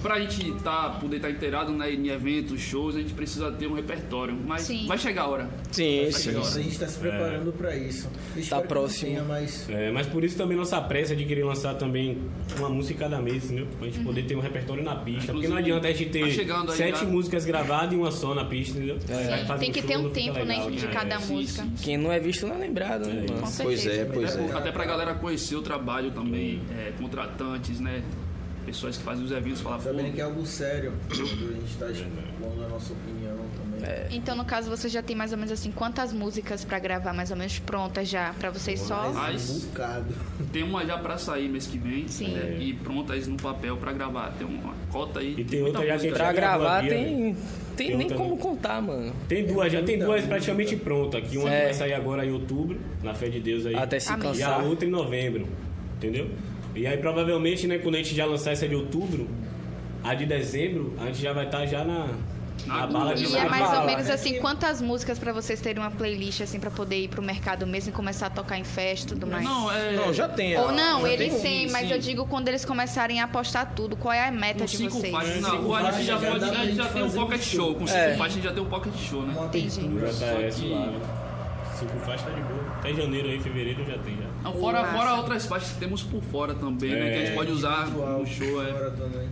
Speaker 5: Pra gente tá, poder estar inteirado né, em eventos, shows, a gente precisa ter um repertório. Mas
Speaker 2: Sim.
Speaker 5: vai chegar a hora.
Speaker 1: Sim, sim.
Speaker 3: A gente tá se preparando pra isso.
Speaker 1: Tá
Speaker 3: Espero que
Speaker 4: próximo.
Speaker 3: não Tenha, mas...
Speaker 6: é, mas por isso também nossa pressa de querer lançar também uma música cada mês, entendeu? Pra gente poder ter um repertório na pista. Porque não adianta a gente
Speaker 5: Tá
Speaker 6: ter
Speaker 5: chegando aí,
Speaker 6: sete
Speaker 5: já.
Speaker 6: músicas gravadas e uma só na pista, entendeu?
Speaker 4: É.
Speaker 6: Aí faz
Speaker 2: Tem que ter
Speaker 6: show,
Speaker 2: um
Speaker 6: fica
Speaker 2: tempo, né,
Speaker 6: legal,
Speaker 2: de cada
Speaker 5: sim,
Speaker 2: música.
Speaker 5: sim.
Speaker 4: Quem não é visto não é lembrado, né, mano?
Speaker 2: Com
Speaker 1: Pois é,
Speaker 2: certeza.
Speaker 1: pois é.
Speaker 5: Até pra galera conhecer o trabalho também, é, contratantes, né? Pessoas que fazem os eventos, falar, pô,
Speaker 3: Sabendo que é algo sério. quando A gente tá expondo a nossa opinião também.
Speaker 1: É.
Speaker 2: Então, no caso, você já tem mais ou menos assim, quantas músicas pra gravar, mais ou menos prontas já, pra vocês só?
Speaker 5: Mas-
Speaker 3: Um bocado.
Speaker 5: tem uma já pra sair mês que vem.
Speaker 2: Sim.
Speaker 5: né, E prontas no papel pra gravar. Tem uma cota aí.
Speaker 6: E tem outra já que
Speaker 4: Pra
Speaker 6: já
Speaker 4: gravar
Speaker 6: gravou a Bia, né?
Speaker 4: tem, tem
Speaker 6: Eu
Speaker 4: nem
Speaker 6: também.
Speaker 4: como contar, mano.
Speaker 6: Tem duas, já tem duas praticamente prontas. Aqui uma
Speaker 4: É.
Speaker 6: que vai sair agora em outubro, na fé de Deus aí.
Speaker 4: Até se
Speaker 2: Amém.
Speaker 6: E a
Speaker 4: cansar.
Speaker 6: outra em novembro, entendeu? E aí provavelmente, né, quando a gente já lançar essa de outubro, a de dezembro, a gente já vai estar já na, na
Speaker 5: Na
Speaker 6: bala de
Speaker 2: E
Speaker 4: Pra
Speaker 2: é
Speaker 6: novo.
Speaker 2: mais ou
Speaker 4: falar,
Speaker 2: menos
Speaker 4: né?
Speaker 2: assim, quantas músicas pra vocês terem uma playlist assim pra poder ir pro mercado mesmo e começar a tocar em festa e tudo mais?
Speaker 5: Não, é. um,
Speaker 1: Não, já tem.
Speaker 2: Ou
Speaker 1: a-
Speaker 2: não,
Speaker 1: já
Speaker 2: eles
Speaker 1: tem.
Speaker 2: têm, mas
Speaker 5: sim.
Speaker 2: eu digo quando eles começarem a apostar tudo, qual é a meta
Speaker 5: Com
Speaker 2: de
Speaker 5: Então, cinco
Speaker 2: vocês?
Speaker 5: faixas na rua, a gente já,
Speaker 3: Já
Speaker 5: pode,
Speaker 3: dá pra
Speaker 5: a gente já
Speaker 3: gente
Speaker 5: tem um
Speaker 3: fazer um
Speaker 5: pocket
Speaker 3: show.
Speaker 5: show. Com cinco
Speaker 4: É.
Speaker 5: faixas a gente já tem um pocket show, né?
Speaker 3: Uma
Speaker 2: Entendi.
Speaker 3: abertura.
Speaker 6: Já tá essa lá, né? Cinco faixas tá de boa. Até janeiro aí, fevereiro já tem já.
Speaker 5: Não, fora,
Speaker 2: Massa.
Speaker 5: fora outras faixas que temos por fora também, né? Que a gente pode usar no show. É.
Speaker 3: Agora também.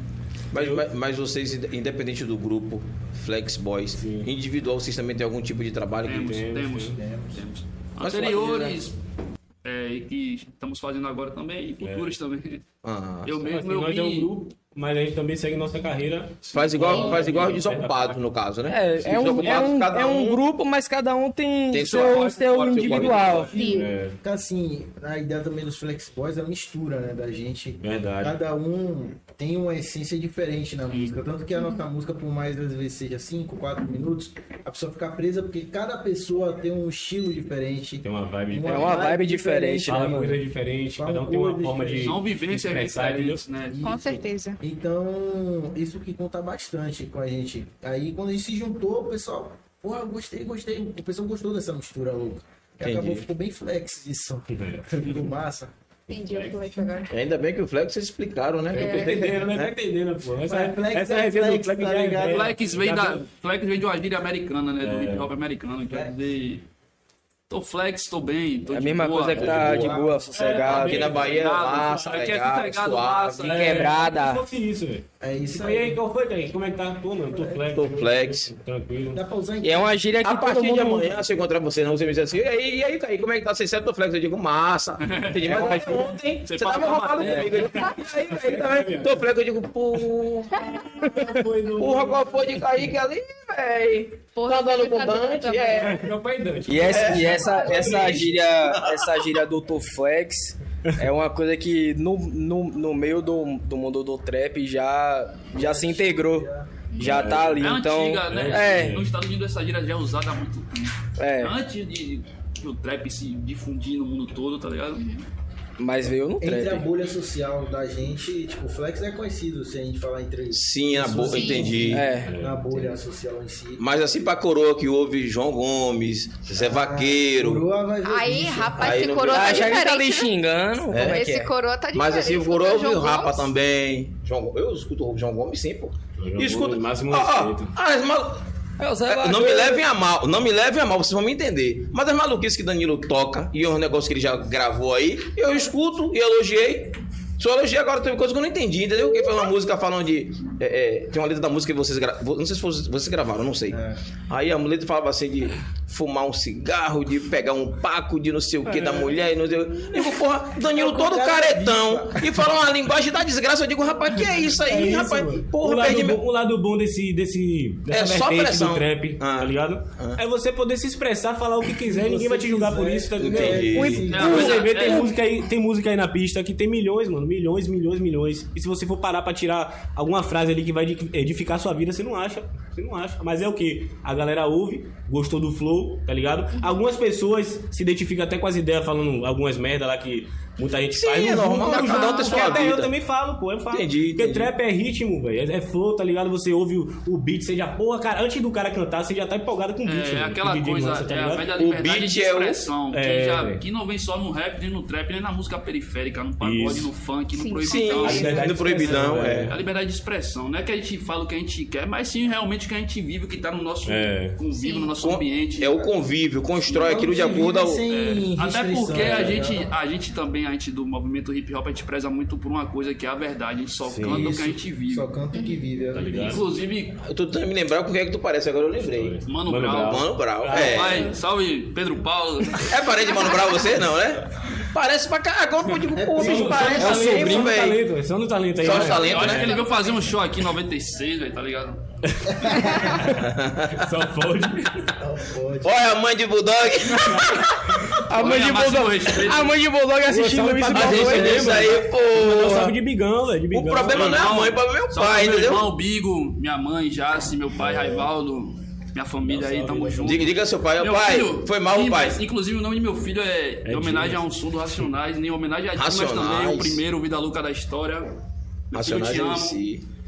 Speaker 1: Mas, mas, mas vocês, inde- independente do grupo, Flex Boys, individual, vocês também têm algum tipo de trabalho?
Speaker 5: Temos,
Speaker 1: Que...
Speaker 5: temos,
Speaker 3: temos.
Speaker 5: temos. Anteriores é, e que estamos fazendo agora também, e futuros também.
Speaker 1: Ah,
Speaker 5: Eu mesmo, eu
Speaker 6: nós é um
Speaker 5: vi...
Speaker 6: grupo, mas a gente também segue nossa carreira.
Speaker 1: faz igual, faz igual aos desocupados, no caso, né? Os
Speaker 4: É, é, um, é,
Speaker 1: desocupados,
Speaker 4: um,
Speaker 1: cada
Speaker 4: é um grupo, mas cada um tem,
Speaker 1: Tem sua
Speaker 4: seu,
Speaker 1: parte,
Speaker 4: seu
Speaker 1: fora, seu
Speaker 4: individual.
Speaker 6: É,
Speaker 3: Então, assim, a ideia também dos Flex Boys é a mistura, né? Da gente.
Speaker 6: Verdade.
Speaker 3: Cada um tem uma essência diferente na música. Tanto que a
Speaker 6: Uhum.
Speaker 3: nossa música, por mais às vezes seja 5, 4 minutos, a pessoa fica presa porque cada pessoa tem um estilo diferente.
Speaker 6: Tem uma vibe Ah,
Speaker 3: uma
Speaker 6: diferente.
Speaker 4: É uma vibe diferente, né,
Speaker 6: Fala
Speaker 4: mano?
Speaker 6: coisa diferente,
Speaker 3: Fala
Speaker 6: cada um tem uma
Speaker 3: coisa
Speaker 6: forma de.
Speaker 3: diferente.
Speaker 5: São vivências
Speaker 6: expressar, entendeu?
Speaker 5: diferentes, né?
Speaker 3: E-
Speaker 2: Com certeza.
Speaker 3: Então, isso que conta bastante com a gente. Aí, quando a gente se juntou, o pessoal, pô, eu gostei, gostei. O pessoal gostou dessa mistura louca. E
Speaker 1: Entendi.
Speaker 3: acabou, ficou bem flex isso.
Speaker 6: É.
Speaker 3: *laughs* Ficou massa.
Speaker 2: Entendi o que vai agora.
Speaker 1: Ainda bem que o Flex vocês explicaram, né?
Speaker 6: Tô entendendo, né? Tá entendendo, pô. Essa,
Speaker 3: Mas É. Flex
Speaker 6: essa
Speaker 3: é
Speaker 6: resenha
Speaker 3: Flex,
Speaker 6: do Flex
Speaker 3: tá
Speaker 6: já é
Speaker 3: ligado?
Speaker 6: velha.
Speaker 5: Flex vem,
Speaker 6: Já
Speaker 5: da, Flex vem de uma gíria americana, né? Do hip hop americano. Quer dizer, tô flex, tô bem, tô
Speaker 4: É a
Speaker 5: de
Speaker 4: mesma
Speaker 5: boa.
Speaker 4: coisa que tá de boa, sossegado.
Speaker 1: Aqui na Bahia,
Speaker 5: Nada,
Speaker 1: massa,
Speaker 5: aqui é
Speaker 1: legal,
Speaker 5: sossegado,
Speaker 1: suave,
Speaker 5: massa,
Speaker 1: de
Speaker 5: é.
Speaker 4: quebrada.
Speaker 6: Se fosse isso, velho.
Speaker 3: É isso
Speaker 6: E
Speaker 3: aí.
Speaker 6: aí, qual foi, Kaique? Como é que tá? Pô, mano, tô flex.
Speaker 1: Tô flex.
Speaker 6: Tranquilo. *laughs*
Speaker 3: Dá pra usar em
Speaker 4: E é uma gíria que
Speaker 1: A
Speaker 4: todo
Speaker 1: partir de
Speaker 4: mundo...
Speaker 1: amanhã, se eu encontrar vocês, não, você me diz assim, e aí, e aí, Kaique, como é que tá? Vocês certo Flex? Eu digo, massa. Entendi, mas ontem, ontem, você
Speaker 5: Você
Speaker 1: tava
Speaker 5: passa pra
Speaker 1: roubado comigo. Eu digo, E aí, Kaique, tá vendo? Tô Flex, eu digo, porra, porra, qual foi de Kaique ali, véi?
Speaker 2: Porra,
Speaker 1: Tá dando
Speaker 2: você
Speaker 1: com
Speaker 2: tá dando
Speaker 1: Dante,
Speaker 2: também.
Speaker 1: é.
Speaker 6: Meu pai Dante.
Speaker 4: E essa, e essa, essa gíria, essa gíria do Flex é uma coisa que no, no, no meio do, do mundo do trap já, já se integrou. Já tá ali,
Speaker 5: É
Speaker 4: então.
Speaker 5: antiga, né?
Speaker 4: É,
Speaker 5: No Estados Unidos essa gíria já é usada há muito tempo.
Speaker 4: É.
Speaker 5: Antes de que o trap se difundir no mundo todo, tá ligado?
Speaker 4: mas veio no
Speaker 3: Entre a
Speaker 4: trap. É.
Speaker 3: bolha social da gente, tipo, o Flex é conhecido se a gente falar entre
Speaker 1: Sim, na boa,
Speaker 3: Sim.
Speaker 1: entendi.
Speaker 4: É.
Speaker 3: na bolha social em si.
Speaker 1: Mas assim, pra coroa que houve João Gomes, Zé Vaqueiro.
Speaker 3: Coroa vai ver
Speaker 2: Aí,
Speaker 3: isso.
Speaker 2: rapaz,
Speaker 1: Aí
Speaker 2: esse
Speaker 1: não-
Speaker 2: coroa
Speaker 4: Ah,
Speaker 2: tá
Speaker 4: já que tá ali
Speaker 2: diferente. né?
Speaker 4: xingando, como é que
Speaker 2: Esse
Speaker 4: é?
Speaker 2: coroa tá diferente.
Speaker 1: Mas assim,
Speaker 2: do
Speaker 1: coroa
Speaker 2: João
Speaker 1: houve o Rapa
Speaker 2: Gomes.
Speaker 1: também. João- eu escuto o João Gomes sim, pô.
Speaker 6: João Gomes,
Speaker 1: Escuta.
Speaker 6: máximo
Speaker 1: Ó, ó,
Speaker 6: respeito.
Speaker 1: as malu-
Speaker 4: É o Zé
Speaker 1: É, Não
Speaker 4: Vaqueiro.
Speaker 1: me levem a mal, não me levem a mal, vocês vão me entender. Mas as maluquices que Danilo toca e os negócios que ele já gravou aí, eu escuto e elogiei. Só elogiei agora, teve coisa que eu não entendi, entendeu? Porque foi uma música falando de. é, é, tem uma letra da música que vocês gravaram. Não sei se vocês- vocês gravaram, não sei.
Speaker 6: É.
Speaker 1: Aí a letra falava assim de fumar um cigarro, de pegar um paco, de não sei o que
Speaker 6: É.
Speaker 1: da mulher e não sei o que. Digo, porra, Danilo todo caretão e fala uma linguagem da desgraça. Eu digo, rapaz, que é isso aí,
Speaker 6: isso,
Speaker 1: rapaz?
Speaker 6: mano.
Speaker 1: Porra,
Speaker 6: o lado,
Speaker 1: perdi meu.
Speaker 6: bom, o lado bom desse, desse dessa
Speaker 1: É só
Speaker 6: vertente
Speaker 1: pressão.
Speaker 6: do trap,
Speaker 1: Ah.
Speaker 6: tá ligado? É você poder se expressar, falar o que quiser, ninguém vai te julgar por isso, tá ligado?
Speaker 1: Entendi.
Speaker 6: O
Speaker 5: É, mas
Speaker 6: Você
Speaker 5: é-
Speaker 6: vê, tem,
Speaker 5: é-
Speaker 6: música aí, tem música aí na pista que tem milhões, mano. Milhões, milhões, milhões. E se você for parar pra tirar alguma frase ali que vai edi- edificar sua vida, você não acha. Você não acha. Mas é o que? A galera ouve, gostou do flow, tá ligado? Algumas pessoas se identificam até com as ideias, falando algumas merda lá que muita gente
Speaker 1: Sim,
Speaker 6: faz.
Speaker 1: é
Speaker 6: Não julga,
Speaker 1: normal,
Speaker 6: não
Speaker 1: cada um
Speaker 6: julga,
Speaker 1: tem sua
Speaker 6: porque Até eu
Speaker 1: vida.
Speaker 6: também falo, pô. Eu falo.
Speaker 1: Entendi,
Speaker 6: Porque
Speaker 1: entendi.
Speaker 6: trap é ritmo, velho. É, é flow, tá ligado? Você ouve o, o beat, você já, porra, cara, antes do cara cantar, você já tá empolgado com o beat.
Speaker 5: É
Speaker 6: velho,
Speaker 5: aquela
Speaker 6: de DJ
Speaker 5: coisa,
Speaker 6: Mansa, tá
Speaker 5: é a
Speaker 6: ligado?
Speaker 5: velha
Speaker 1: O
Speaker 5: liberdade
Speaker 1: beat
Speaker 5: de
Speaker 1: é o-
Speaker 5: expressão. que,
Speaker 6: É,
Speaker 5: já-
Speaker 6: velho.
Speaker 5: que não vem só no rap, nem no trap, nem na música periférica, no pagode,
Speaker 6: Isso. é.
Speaker 5: no funk, no
Speaker 2: Sim.
Speaker 5: proibidão.
Speaker 6: A liberdade
Speaker 1: No
Speaker 6: de
Speaker 1: proibidão,
Speaker 6: expressão,
Speaker 1: é.
Speaker 5: A liberdade de expressão. Não é que a gente fala o que a gente quer, mas sim realmente o que a gente vive, o que tá no nosso
Speaker 6: É.
Speaker 5: convívio,
Speaker 2: Sim.
Speaker 5: no nosso
Speaker 1: Con-
Speaker 5: ambiente.
Speaker 1: É o convívio, constrói aquilo de
Speaker 3: Vive
Speaker 1: acordo é. ao.
Speaker 3: sem
Speaker 5: Até
Speaker 3: restrição,
Speaker 5: porque
Speaker 3: tá
Speaker 5: a
Speaker 3: ligado?
Speaker 5: gente, a gente também, a gente do movimento hip hop, a gente preza muito por uma coisa que é a verdade, a gente só canta o que a gente vive.
Speaker 3: Só canta o que vive.
Speaker 6: Tá
Speaker 3: *laughs*
Speaker 6: ligado?
Speaker 5: Inclusive,
Speaker 1: Eu tô tentando me lembrar com quem é que tu parece, agora eu lembrei.
Speaker 5: Mano,
Speaker 6: Mano
Speaker 5: Brown.
Speaker 6: Brown.
Speaker 1: Mano Brau. É.
Speaker 5: Vai, salve Pedro
Speaker 1: *laughs*
Speaker 5: Paulo.
Speaker 1: É parente de Mano Brau você, não, né? Parece pra cá. Agora eu digo, pô,
Speaker 3: primo,
Speaker 1: bicho, parece
Speaker 6: É o
Speaker 1: mesmo,
Speaker 6: sobrinho do
Speaker 1: velho.
Speaker 6: talento, velho. Só no talento aí.
Speaker 1: Só os
Speaker 6: velho.
Speaker 5: Eu
Speaker 1: talentos,
Speaker 5: acho que ele
Speaker 1: né?
Speaker 5: veio fazer um show aqui em 96, velho, tá ligado?
Speaker 6: Só pode.
Speaker 1: Olha a mãe de Bulldog.
Speaker 4: A mãe de
Speaker 5: Olha, máximo
Speaker 4: Bulldog,
Speaker 5: respeito.
Speaker 4: a mãe de Bulldog assistindo
Speaker 6: Gostava
Speaker 4: isso
Speaker 6: pra
Speaker 1: *laughs* A
Speaker 4: pra
Speaker 1: gente
Speaker 4: dois.
Speaker 1: desse aí,
Speaker 6: Eu salve
Speaker 1: pô.
Speaker 6: de bigão, velho. De
Speaker 1: O
Speaker 6: bigão.
Speaker 1: problema não é a mãe, o problema é o pai,
Speaker 5: meu
Speaker 1: entendeu?
Speaker 5: irmão, Bigo, minha mãe, Jace, meu pai, Raivaldo, minha família aí, tamo junto.
Speaker 1: Diga, diga ao seu pai, ó,
Speaker 5: Meu
Speaker 1: pai,
Speaker 5: filho, assim,
Speaker 1: foi mal o pai.
Speaker 5: Dimas, Inclusive, o nome de meu filho é, em homenagem a um som do Racionais, nem homenagem a Dimas
Speaker 1: Racionais.
Speaker 5: também, o primeiro Vida Louca da história. Meu filho, eu
Speaker 1: Racionais
Speaker 5: te amo.
Speaker 1: MC.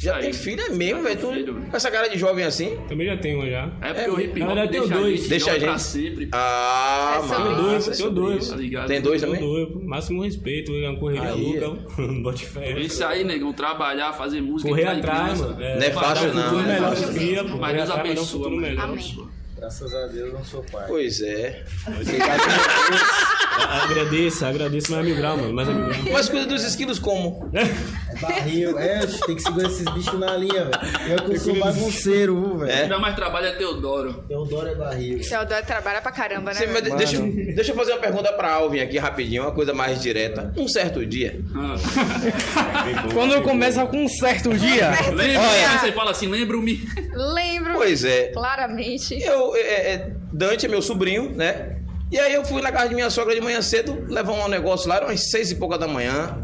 Speaker 1: Já
Speaker 5: Aí.
Speaker 1: tem filho é mesmo, velho. Tu- Com essa cara de jovem assim.
Speaker 6: Também já tem um já.
Speaker 5: É porque o hip
Speaker 6: Na
Speaker 5: hop
Speaker 6: verdade, tem
Speaker 5: deixa
Speaker 6: dois.
Speaker 5: a gente,
Speaker 1: Deixa a
Speaker 5: jovem pra
Speaker 1: gente-
Speaker 5: sempre.
Speaker 1: Ah,
Speaker 2: É sobre
Speaker 1: mano.
Speaker 2: isso.
Speaker 6: Tem dois, tem dois.
Speaker 5: Tá ligado?
Speaker 1: Tem dois
Speaker 6: Eu
Speaker 1: também?
Speaker 6: dou, eu- máximo respeito, é uma correria
Speaker 1: Aí.
Speaker 6: *laughs* louca. um Bote fé.
Speaker 5: É Isso aí, negão, trabalhar, fazer música.
Speaker 6: Correr
Speaker 5: entrar em
Speaker 6: atrás,
Speaker 5: criança.
Speaker 6: mano. É.
Speaker 1: Não é fácil,
Speaker 5: Dar um
Speaker 1: não.
Speaker 5: futuro
Speaker 6: Melhor
Speaker 5: melhor.
Speaker 6: cria, pô.
Speaker 5: Mas
Speaker 6: Correr
Speaker 5: Deus
Speaker 6: atrás, mas dá um
Speaker 5: abençoa,
Speaker 6: futuro
Speaker 5: mano.
Speaker 6: melhor.
Speaker 5: Deus abençoa.
Speaker 3: Graças a Deus não sou pai.
Speaker 1: Pois é.
Speaker 6: Agradeço, agradeço mais a mil grau, mano. Mais a mil grau.
Speaker 1: Mas cuida dos esquilos como?
Speaker 3: É barril, é, tem que segurar esses bichos na linha, velho. Eu que eu sou bagunceiro, viu, velho.
Speaker 5: Quem dá mais trabalho é Teodoro.
Speaker 3: Teodoro é barril.
Speaker 2: Teodoro trabalha pra caramba, né?
Speaker 1: Você- mas
Speaker 2: velho?
Speaker 1: de- deixa, eu- deixa eu fazer uma pergunta pra Alvin aqui rapidinho, uma coisa mais direta. Um certo dia.
Speaker 5: Ah.
Speaker 1: *laughs*
Speaker 4: Quando começa com um certo dia.
Speaker 5: Lembra?
Speaker 2: Olha.
Speaker 5: Você fala assim, lembro-me.
Speaker 2: Lembro
Speaker 1: Pois é.
Speaker 2: claramente.
Speaker 1: Eu, é, é, Dante é meu sobrinho, né? E aí eu fui na casa de minha sogra de manhã cedo, levar um negócio lá, eram umas seis e pouca da manhã.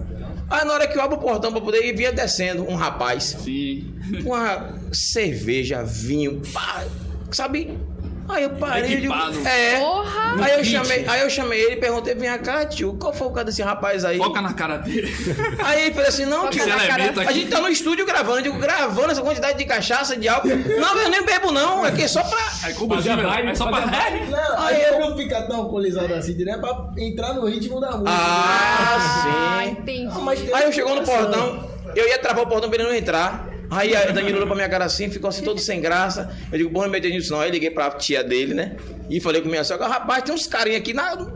Speaker 1: Aí na hora que eu abro o portão pra poder ir, vinha descendo um rapaz.
Speaker 5: Sim.
Speaker 1: com uma cerveja, vinho, pá, sabe? Aí eu parei de.
Speaker 5: Equipado.
Speaker 1: É.
Speaker 2: Porra!
Speaker 1: Aí eu, chamei, aí eu chamei ele e perguntei, vem cá, tio, qual foi o caso desse rapaz aí?
Speaker 5: Foca na cara
Speaker 6: *laughs*
Speaker 5: dele.
Speaker 1: Aí ele falou assim, não,
Speaker 2: Foca
Speaker 1: tio.
Speaker 5: Esse
Speaker 2: na cara.
Speaker 5: elemento
Speaker 1: A gente
Speaker 5: aqui.
Speaker 1: tá no estúdio gravando, eu digo, gravando essa quantidade de cachaça, de álcool. Não, eu nem bebo, não. É que é só pra.
Speaker 5: É combustível,
Speaker 6: Fazer
Speaker 5: é só pra... É.
Speaker 3: Não,
Speaker 1: Aí
Speaker 3: aí
Speaker 1: eu-
Speaker 3: eu não fica tão alcoolizado assim, direto pra entrar no ritmo da música.
Speaker 1: Ah,
Speaker 2: Ah,
Speaker 1: sim.
Speaker 2: entendi.
Speaker 3: Ah, mas tem-
Speaker 1: Aí eu chegou no portão, eu ia travar o portão pra ele não entrar. Aí a Danilo olhou pra minha cara assim, ficou assim todo sem graça. Eu digo, porra, não mete nisso não. Aí liguei pra tia dele, né? E falei com minha sogra, rapaz, tem uns carinha aqui na. Porra,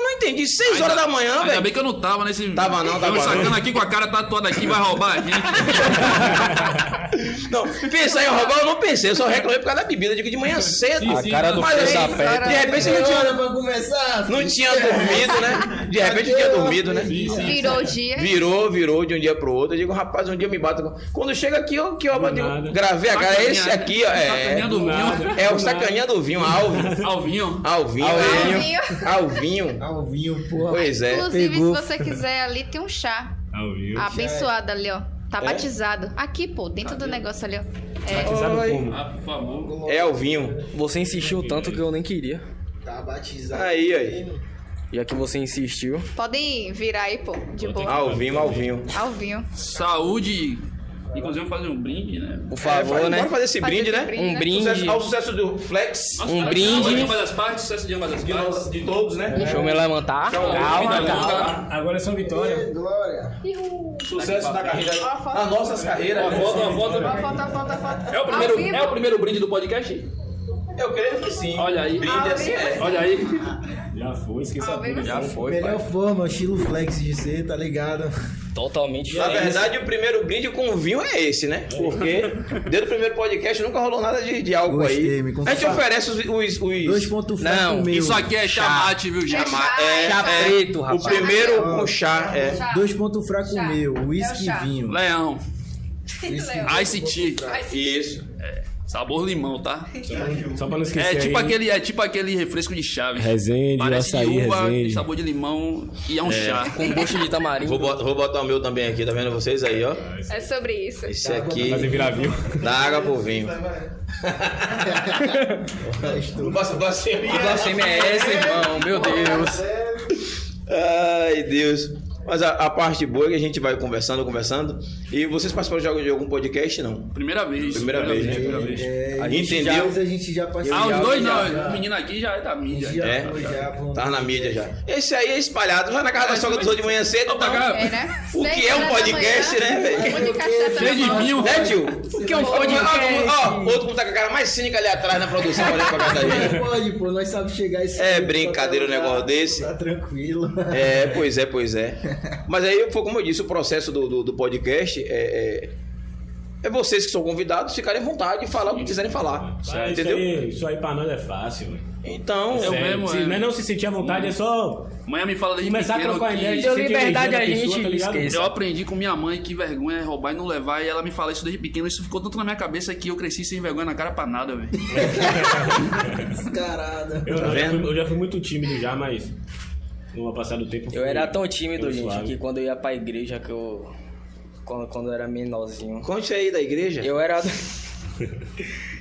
Speaker 1: não entendi. Seis horas da manhã,
Speaker 5: Ainda
Speaker 1: velho.
Speaker 5: bem que eu não tava nesse...
Speaker 1: Tava não, tava
Speaker 5: Tava
Speaker 1: não.
Speaker 5: sacando aqui com a cara tatuada aqui, vai roubar a gente.
Speaker 1: Não, pensar em roubar, eu não pensei, eu só reclamei por causa da bebida. Eu digo, de manhã cedo.
Speaker 5: A cara
Speaker 1: do
Speaker 2: filho da
Speaker 1: De
Speaker 2: peste.
Speaker 1: repente você não
Speaker 3: Demora
Speaker 1: tinha,
Speaker 3: pra começar.
Speaker 1: não
Speaker 3: filho.
Speaker 1: tinha dormido, né? De repente tinha dormido, né?
Speaker 2: Virou o
Speaker 3: é
Speaker 2: dia.
Speaker 1: Virou, virou de um dia pro outro. Eu digo, rapaz, um dia me bato. Quando chega aqui, eu, que eu,
Speaker 6: Do
Speaker 1: eu digo,
Speaker 6: nada.
Speaker 1: gravei a cara,
Speaker 5: Sacaninha,
Speaker 1: *laughs* esse
Speaker 5: né?
Speaker 1: aqui, ó. É,
Speaker 5: Sacaninha do
Speaker 6: nada.
Speaker 5: vinho.
Speaker 1: é o
Speaker 6: Do
Speaker 1: sacaninha do vinho, Alvin.
Speaker 5: Alvinho.
Speaker 1: Alvinho.
Speaker 2: Alvinho.
Speaker 1: Alvinho.
Speaker 3: Alvinho, porra.
Speaker 1: Pois é.
Speaker 2: *laughs* Inclusive,
Speaker 3: pegou.
Speaker 2: se você quiser, ali tem um chá
Speaker 6: Ao vivo.
Speaker 2: abençoado ali, ó. Tá
Speaker 1: um É? Tá
Speaker 2: batizado. Aqui, pô, dentro do negócio ali, ó. É,
Speaker 6: Você sabe
Speaker 1: Oi.
Speaker 6: como?
Speaker 5: Ah, por favor.
Speaker 1: É Alvinho.
Speaker 4: Você insistiu tanto que eu nem queria.
Speaker 3: Tá batizado.
Speaker 1: Aí, aí.
Speaker 4: Já que você insistiu.
Speaker 2: podem virar aí, pô, de boa.
Speaker 1: Alvinho, Alvinho.
Speaker 2: Alvinho.
Speaker 5: Saúde. Inclusive, vamos fazer um brinde, né?
Speaker 4: Por
Speaker 1: É,
Speaker 4: favor,
Speaker 1: faz-
Speaker 4: né?
Speaker 1: Bora fazer esse
Speaker 2: Fazer
Speaker 1: brinde,
Speaker 2: esse
Speaker 1: né?
Speaker 2: brinde,
Speaker 4: Um
Speaker 2: né?
Speaker 4: brinde.
Speaker 1: Sucesso- ao sucesso do Flex.
Speaker 5: Nossa,
Speaker 4: Um
Speaker 5: cara,
Speaker 4: brinde.
Speaker 5: saúde De ambas as partes, sucesso de ambas as partes.
Speaker 1: De todos, né?
Speaker 4: Deixa eu me levantar. Calma,
Speaker 5: Vida
Speaker 4: calma.
Speaker 5: longa.
Speaker 6: Agora é São Vitória.
Speaker 3: Glória.
Speaker 1: Sucesso da carreira. Nas nossas carreiras. né?
Speaker 2: Ó, Falta, falta, falta.
Speaker 5: É o, primeiro,
Speaker 2: Ao vivo.
Speaker 5: é o primeiro brinde do podcast?
Speaker 1: Eu creio que sim.
Speaker 5: Olha aí.
Speaker 1: Brinde assim é.
Speaker 5: Olha aí.
Speaker 6: Já foi, esqueci a
Speaker 2: Ao vivo.
Speaker 6: tudo.
Speaker 5: Já foi,
Speaker 3: Melhor
Speaker 5: pai.
Speaker 3: forma, estilo flex de ser, tá ligado?
Speaker 4: Totalmente
Speaker 5: é
Speaker 1: Na
Speaker 4: feliz.
Speaker 1: verdade, o primeiro brinde com vinho é esse, né? Porque desde o primeiro podcast nunca rolou nada de, de álcool
Speaker 3: Gostei,
Speaker 1: aí.
Speaker 3: me
Speaker 1: A gente
Speaker 3: conquista.
Speaker 1: oferece os. os,
Speaker 3: Dois
Speaker 1: os
Speaker 3: pontos
Speaker 4: Não,
Speaker 3: fracos meu.
Speaker 5: Isso aqui é chamate, viu, gente?
Speaker 2: Chá,
Speaker 1: é,
Speaker 4: Chá
Speaker 1: é,
Speaker 4: preto,
Speaker 1: o
Speaker 4: rapaz.
Speaker 1: primeiro
Speaker 3: Ah.
Speaker 1: com chá. É.
Speaker 2: Chá.
Speaker 3: Dois pontos fracos
Speaker 2: Chá.
Speaker 3: meu. Whisky
Speaker 2: É o
Speaker 3: e
Speaker 2: chá.
Speaker 3: vinho.
Speaker 5: Leão.
Speaker 2: Léo.
Speaker 5: Ice tea.
Speaker 1: Isso.
Speaker 5: Sabor limão, tá?
Speaker 6: Só pra não
Speaker 5: É
Speaker 6: esquecer.
Speaker 5: tipo,
Speaker 6: aí,
Speaker 5: aquele, é tipo aquele refresco de chave.
Speaker 6: Resende,
Speaker 5: Parece
Speaker 6: açaí,
Speaker 5: de uva,
Speaker 6: resende.
Speaker 5: tem sabor de limão e é um chá.
Speaker 4: Com gosto de
Speaker 1: Vou
Speaker 4: tamarindo.
Speaker 1: botar, vou botar o meu também aqui, tá vendo vocês aí, ó?
Speaker 2: É sobre isso.
Speaker 1: Esse
Speaker 3: Tá,
Speaker 1: aqui.
Speaker 6: Fazer virar vinho.
Speaker 1: Da água pro vinho.
Speaker 3: Estou-
Speaker 1: Passa- passa-
Speaker 4: Igual CMS, irmão. Meu Deus.
Speaker 1: Ai, Deus. Mas a, a parte boa é que a gente vai conversando, conversando. E vocês participaram de algum, de algum podcast, não?
Speaker 5: Primeira vez.
Speaker 1: Primeira vez, né?
Speaker 5: Primeira vez.
Speaker 3: É,
Speaker 1: A
Speaker 3: a
Speaker 1: gente
Speaker 3: gente
Speaker 1: entendeu?
Speaker 3: já, mas a gente já passou.
Speaker 5: Ah, os
Speaker 3: já,
Speaker 5: dois
Speaker 3: já,
Speaker 5: não.
Speaker 3: já.
Speaker 5: O menino aqui já é da mídia.
Speaker 3: Já
Speaker 1: É?
Speaker 3: foi, já, pô.
Speaker 1: Tá na mídia
Speaker 3: *laughs*
Speaker 1: já. Esse aí é espalhado. Vai na casa da sogra dos outros de manhã cedo.
Speaker 5: Opa,
Speaker 1: então,
Speaker 5: cara.
Speaker 2: É, né?
Speaker 1: O
Speaker 2: Seis
Speaker 1: que é um
Speaker 2: horas da
Speaker 1: podcast,
Speaker 2: manhã,
Speaker 1: né, velho?
Speaker 2: um monte de café da
Speaker 5: Cheio de
Speaker 2: manhã.
Speaker 5: vinho.
Speaker 1: Né, tio?
Speaker 3: O que é um
Speaker 1: podcast? Ó, outro que tá com a cara mais cínica ali atrás na produção, olhando pra tá casa da gente.
Speaker 3: Não É, pode, pô, nós sabemos chegar esse.
Speaker 1: É brincadeira um negócio desse.
Speaker 3: Tá tranquilo.
Speaker 1: É, pois é, pois é. Mas aí foi como eu disse, o processo do, do, do podcast é, é, é vocês que são convidados ficarem à vontade e falar o que quiserem falar.
Speaker 6: Ah, isso,
Speaker 1: entendeu?
Speaker 6: aí, isso aí pra nós é fácil, velho.
Speaker 1: Então,
Speaker 5: Eu
Speaker 6: Sério,
Speaker 5: mesmo,
Speaker 6: se,
Speaker 5: é.
Speaker 6: Não é não se sentir à vontade, é só
Speaker 5: Amanhã me fala desde
Speaker 6: começar a
Speaker 5: pequeno
Speaker 6: trocar ideia.
Speaker 5: que-
Speaker 6: de
Speaker 4: Deu
Speaker 6: sentir
Speaker 4: liberdade
Speaker 6: energia
Speaker 4: a
Speaker 6: da
Speaker 4: gente,
Speaker 6: pessoa, tá ligado?
Speaker 4: esqueça.
Speaker 5: Eu aprendi com minha mãe que vergonha é roubar e não levar, e ela me fala isso desde pequeno. Isso ficou tanto na minha cabeça que eu cresci sem vergonha na cara pra nada, velho.
Speaker 3: *laughs* Descarada.
Speaker 6: Eu,
Speaker 1: Tá
Speaker 6: eu já
Speaker 1: vendo?
Speaker 6: fui, eu já fui muito tímido já, mas no passar do tempo.
Speaker 4: Eu
Speaker 6: fui-
Speaker 4: era tão tímido,
Speaker 6: fui
Speaker 4: gente,
Speaker 6: suave.
Speaker 4: que quando eu ia pra igreja, que eu. Quando, quando eu era menorzinho.
Speaker 1: conte aí da igreja.
Speaker 4: Eu
Speaker 3: *laughs*
Speaker 4: era.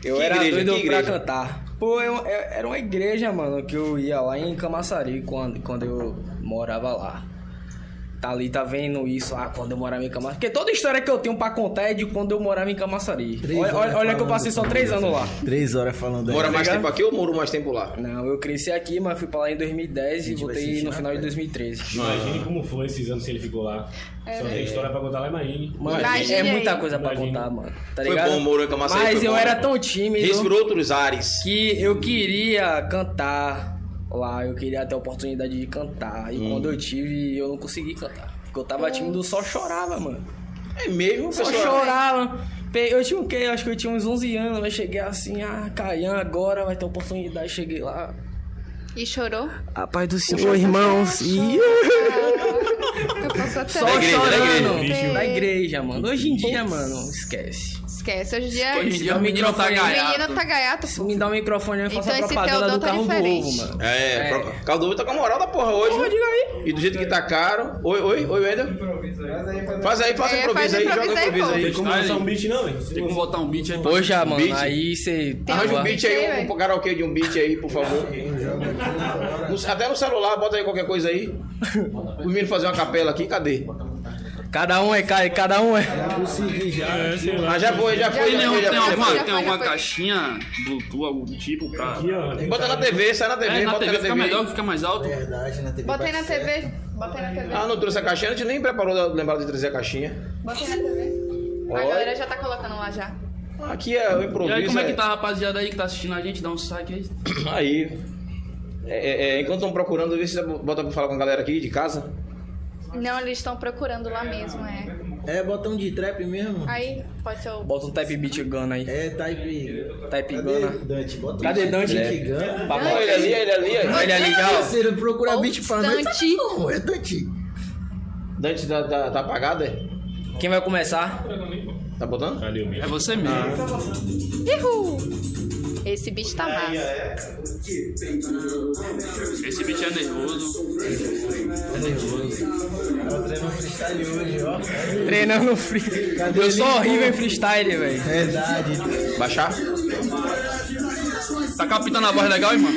Speaker 4: eu
Speaker 1: Que
Speaker 4: era
Speaker 1: igreja?
Speaker 4: doido
Speaker 1: Que
Speaker 4: pra
Speaker 1: igreja?
Speaker 4: cantar. Pô, eu, eu- era uma igreja, mano, que eu ia lá em Camaçari quando, quando eu morava lá. tá ali, tá vendo isso, ah, quando eu morava em Camaçari. Porque toda história que eu tenho pra contar é de quando eu morava em Camaçari.
Speaker 3: Três
Speaker 4: Olha,
Speaker 3: horas
Speaker 4: olha, olha que eu
Speaker 3: falando
Speaker 4: passei só
Speaker 3: sobre
Speaker 4: três
Speaker 3: isso.
Speaker 4: anos lá.
Speaker 3: Três horas falando aí.
Speaker 1: Mora mais
Speaker 4: ligado?
Speaker 1: tempo aqui ou moro mais tempo lá?
Speaker 4: Não, eu cresci aqui, mas fui pra lá em 2010 e
Speaker 3: Gente, vai
Speaker 4: voltei
Speaker 3: sentir
Speaker 4: no
Speaker 3: na
Speaker 4: final de
Speaker 3: pele.
Speaker 4: 2013.
Speaker 6: Imagine como foi esses anos que ele ficou lá. Só tem história pra contar lá, imagine.
Speaker 4: Mano,
Speaker 2: Imagina
Speaker 4: é muita
Speaker 2: aí.
Speaker 4: coisa pra
Speaker 6: Imagina.
Speaker 4: contar, mano. Tá
Speaker 1: Foi
Speaker 4: ligado?
Speaker 1: bom, morou em Camaçari,
Speaker 4: Mas
Speaker 1: foi
Speaker 4: eu
Speaker 1: bom.
Speaker 4: era tão tímido.
Speaker 1: Respirou outros ares.
Speaker 4: que eu queria cantar lá, eu queria ter a oportunidade de cantar. E quando eu tive, eu não consegui cantar. Porque eu tava tímido, eu só chorava, mano.
Speaker 1: É mesmo,
Speaker 4: Só
Speaker 1: pessoal.
Speaker 4: chorava. Pe- Eu tinha o quê? Eu Acho que eu tinha uns 11 anos. Eu cheguei assim, ah, Caian, agora vai ter oportunidade. Cheguei lá. tá
Speaker 2: E chorou?
Speaker 4: A paz do Senhor, irmãos. E
Speaker 2: Eu posso até.
Speaker 4: só
Speaker 1: Da igreja, da
Speaker 4: Tá chorando.
Speaker 6: igreja.
Speaker 4: Da igreja, mano. Hoje em dia, mano, esquece.
Speaker 2: Esquece, hoje em dia.
Speaker 5: Hoje em dia o
Speaker 4: menino
Speaker 5: menino tá
Speaker 4: foi-
Speaker 2: O
Speaker 5: gaiato.
Speaker 2: menino tá gaiato,
Speaker 4: Se
Speaker 2: pô.
Speaker 4: me dá um microfone, eu faço
Speaker 2: Então
Speaker 4: a
Speaker 2: esse
Speaker 4: propaganda do
Speaker 2: Teodoro tá
Speaker 4: carro
Speaker 2: diferente.
Speaker 4: novo, mano.
Speaker 1: É,
Speaker 4: É.
Speaker 1: pro- Caldo tá com a moral da porra hoje.
Speaker 4: Porra, diga aí.
Speaker 1: E do jeito que tá caro. Oi, oi, oi, Wendel. Faz aí, faz
Speaker 2: É,
Speaker 1: improviso
Speaker 2: faz
Speaker 1: aí, joga
Speaker 2: improviso aí,
Speaker 1: improviso
Speaker 2: pô.
Speaker 6: Tem
Speaker 1: aí.
Speaker 6: como lançar um beat, não, velho?
Speaker 5: Tem como botar um beat aí pra
Speaker 4: Poxa, mano,
Speaker 1: Beat?
Speaker 4: aí tá você.
Speaker 1: Arranja um
Speaker 4: Boa.
Speaker 1: beat
Speaker 2: Tem,
Speaker 1: aí,
Speaker 2: velho.
Speaker 1: um, um karaokê de um beat aí, por favor. No- até no celular, bota aí qualquer coisa aí. O menino fazer uma capela aqui, cadê?
Speaker 4: Cada um é, ca- cada um é.
Speaker 3: Eu consegui já.
Speaker 6: É, sei lá.
Speaker 1: Ah, já foi, já foi.
Speaker 5: Tem,
Speaker 1: Já
Speaker 5: nenhum-
Speaker 1: foi, já
Speaker 5: tem
Speaker 1: foi, já
Speaker 5: alguma,
Speaker 1: foi.
Speaker 5: tem alguma caixinha Bluetooth, algum tipo pra.
Speaker 6: Aqui, ó.
Speaker 1: Bota na TV, sai na TV,
Speaker 5: É, na
Speaker 1: bota
Speaker 5: TV
Speaker 1: na
Speaker 5: fica
Speaker 1: TV.
Speaker 5: melhor, fica mais alto.
Speaker 3: Verdade, na TV.
Speaker 2: Bota aí na
Speaker 3: bate certo.
Speaker 2: TV. Bota aí na TV.
Speaker 1: Ah, não trouxe a caixinha, a gente nem preparou lembrar de trazer a caixinha.
Speaker 2: Bota aí na TV. A
Speaker 1: Olha.
Speaker 2: galera já tá colocando lá já.
Speaker 1: Aqui é o
Speaker 5: E
Speaker 1: improviso.
Speaker 5: aí, como é
Speaker 1: é-
Speaker 5: que tá a rapaziada aí que tá assistindo a gente? Dá um saque aí.
Speaker 1: *clears throat* Aí. É, é, é, enquanto estão procurando, vê se dá- bota pra falar com a galera aqui de casa.
Speaker 2: Não, eles estão procurando lá mesmo, é.
Speaker 3: É, botão de trap mesmo.
Speaker 2: Aí, pode ser o.
Speaker 4: Bota um type beat gun aí.
Speaker 3: É, type.
Speaker 4: Type
Speaker 3: Cadê
Speaker 4: gun.
Speaker 3: Dante? Bota
Speaker 4: Cadê
Speaker 3: um
Speaker 4: Dante?
Speaker 3: type gun.
Speaker 4: Pra
Speaker 1: Olha ele ali, ele ali. ó.
Speaker 4: Olha ali, já. ó.
Speaker 3: Parceiro, procura
Speaker 2: Ô,
Speaker 3: beat pra nós.
Speaker 2: Dante.
Speaker 3: Não, é Dante.
Speaker 1: Dante tá, tá, tá apagado, é?
Speaker 4: Quem vai começar?
Speaker 1: Tá botando?
Speaker 6: Valeu, bicho.
Speaker 5: É você mesmo.
Speaker 1: Ah.
Speaker 2: Ihu! Esse bicho tá massa.
Speaker 5: Esse beat é nervoso. É nervoso.
Speaker 4: Treinando free. Eu sou horrível em freestyle, velho.
Speaker 3: É. Verdade.
Speaker 1: Baixar?
Speaker 5: Tá captando a voz legal, irmão?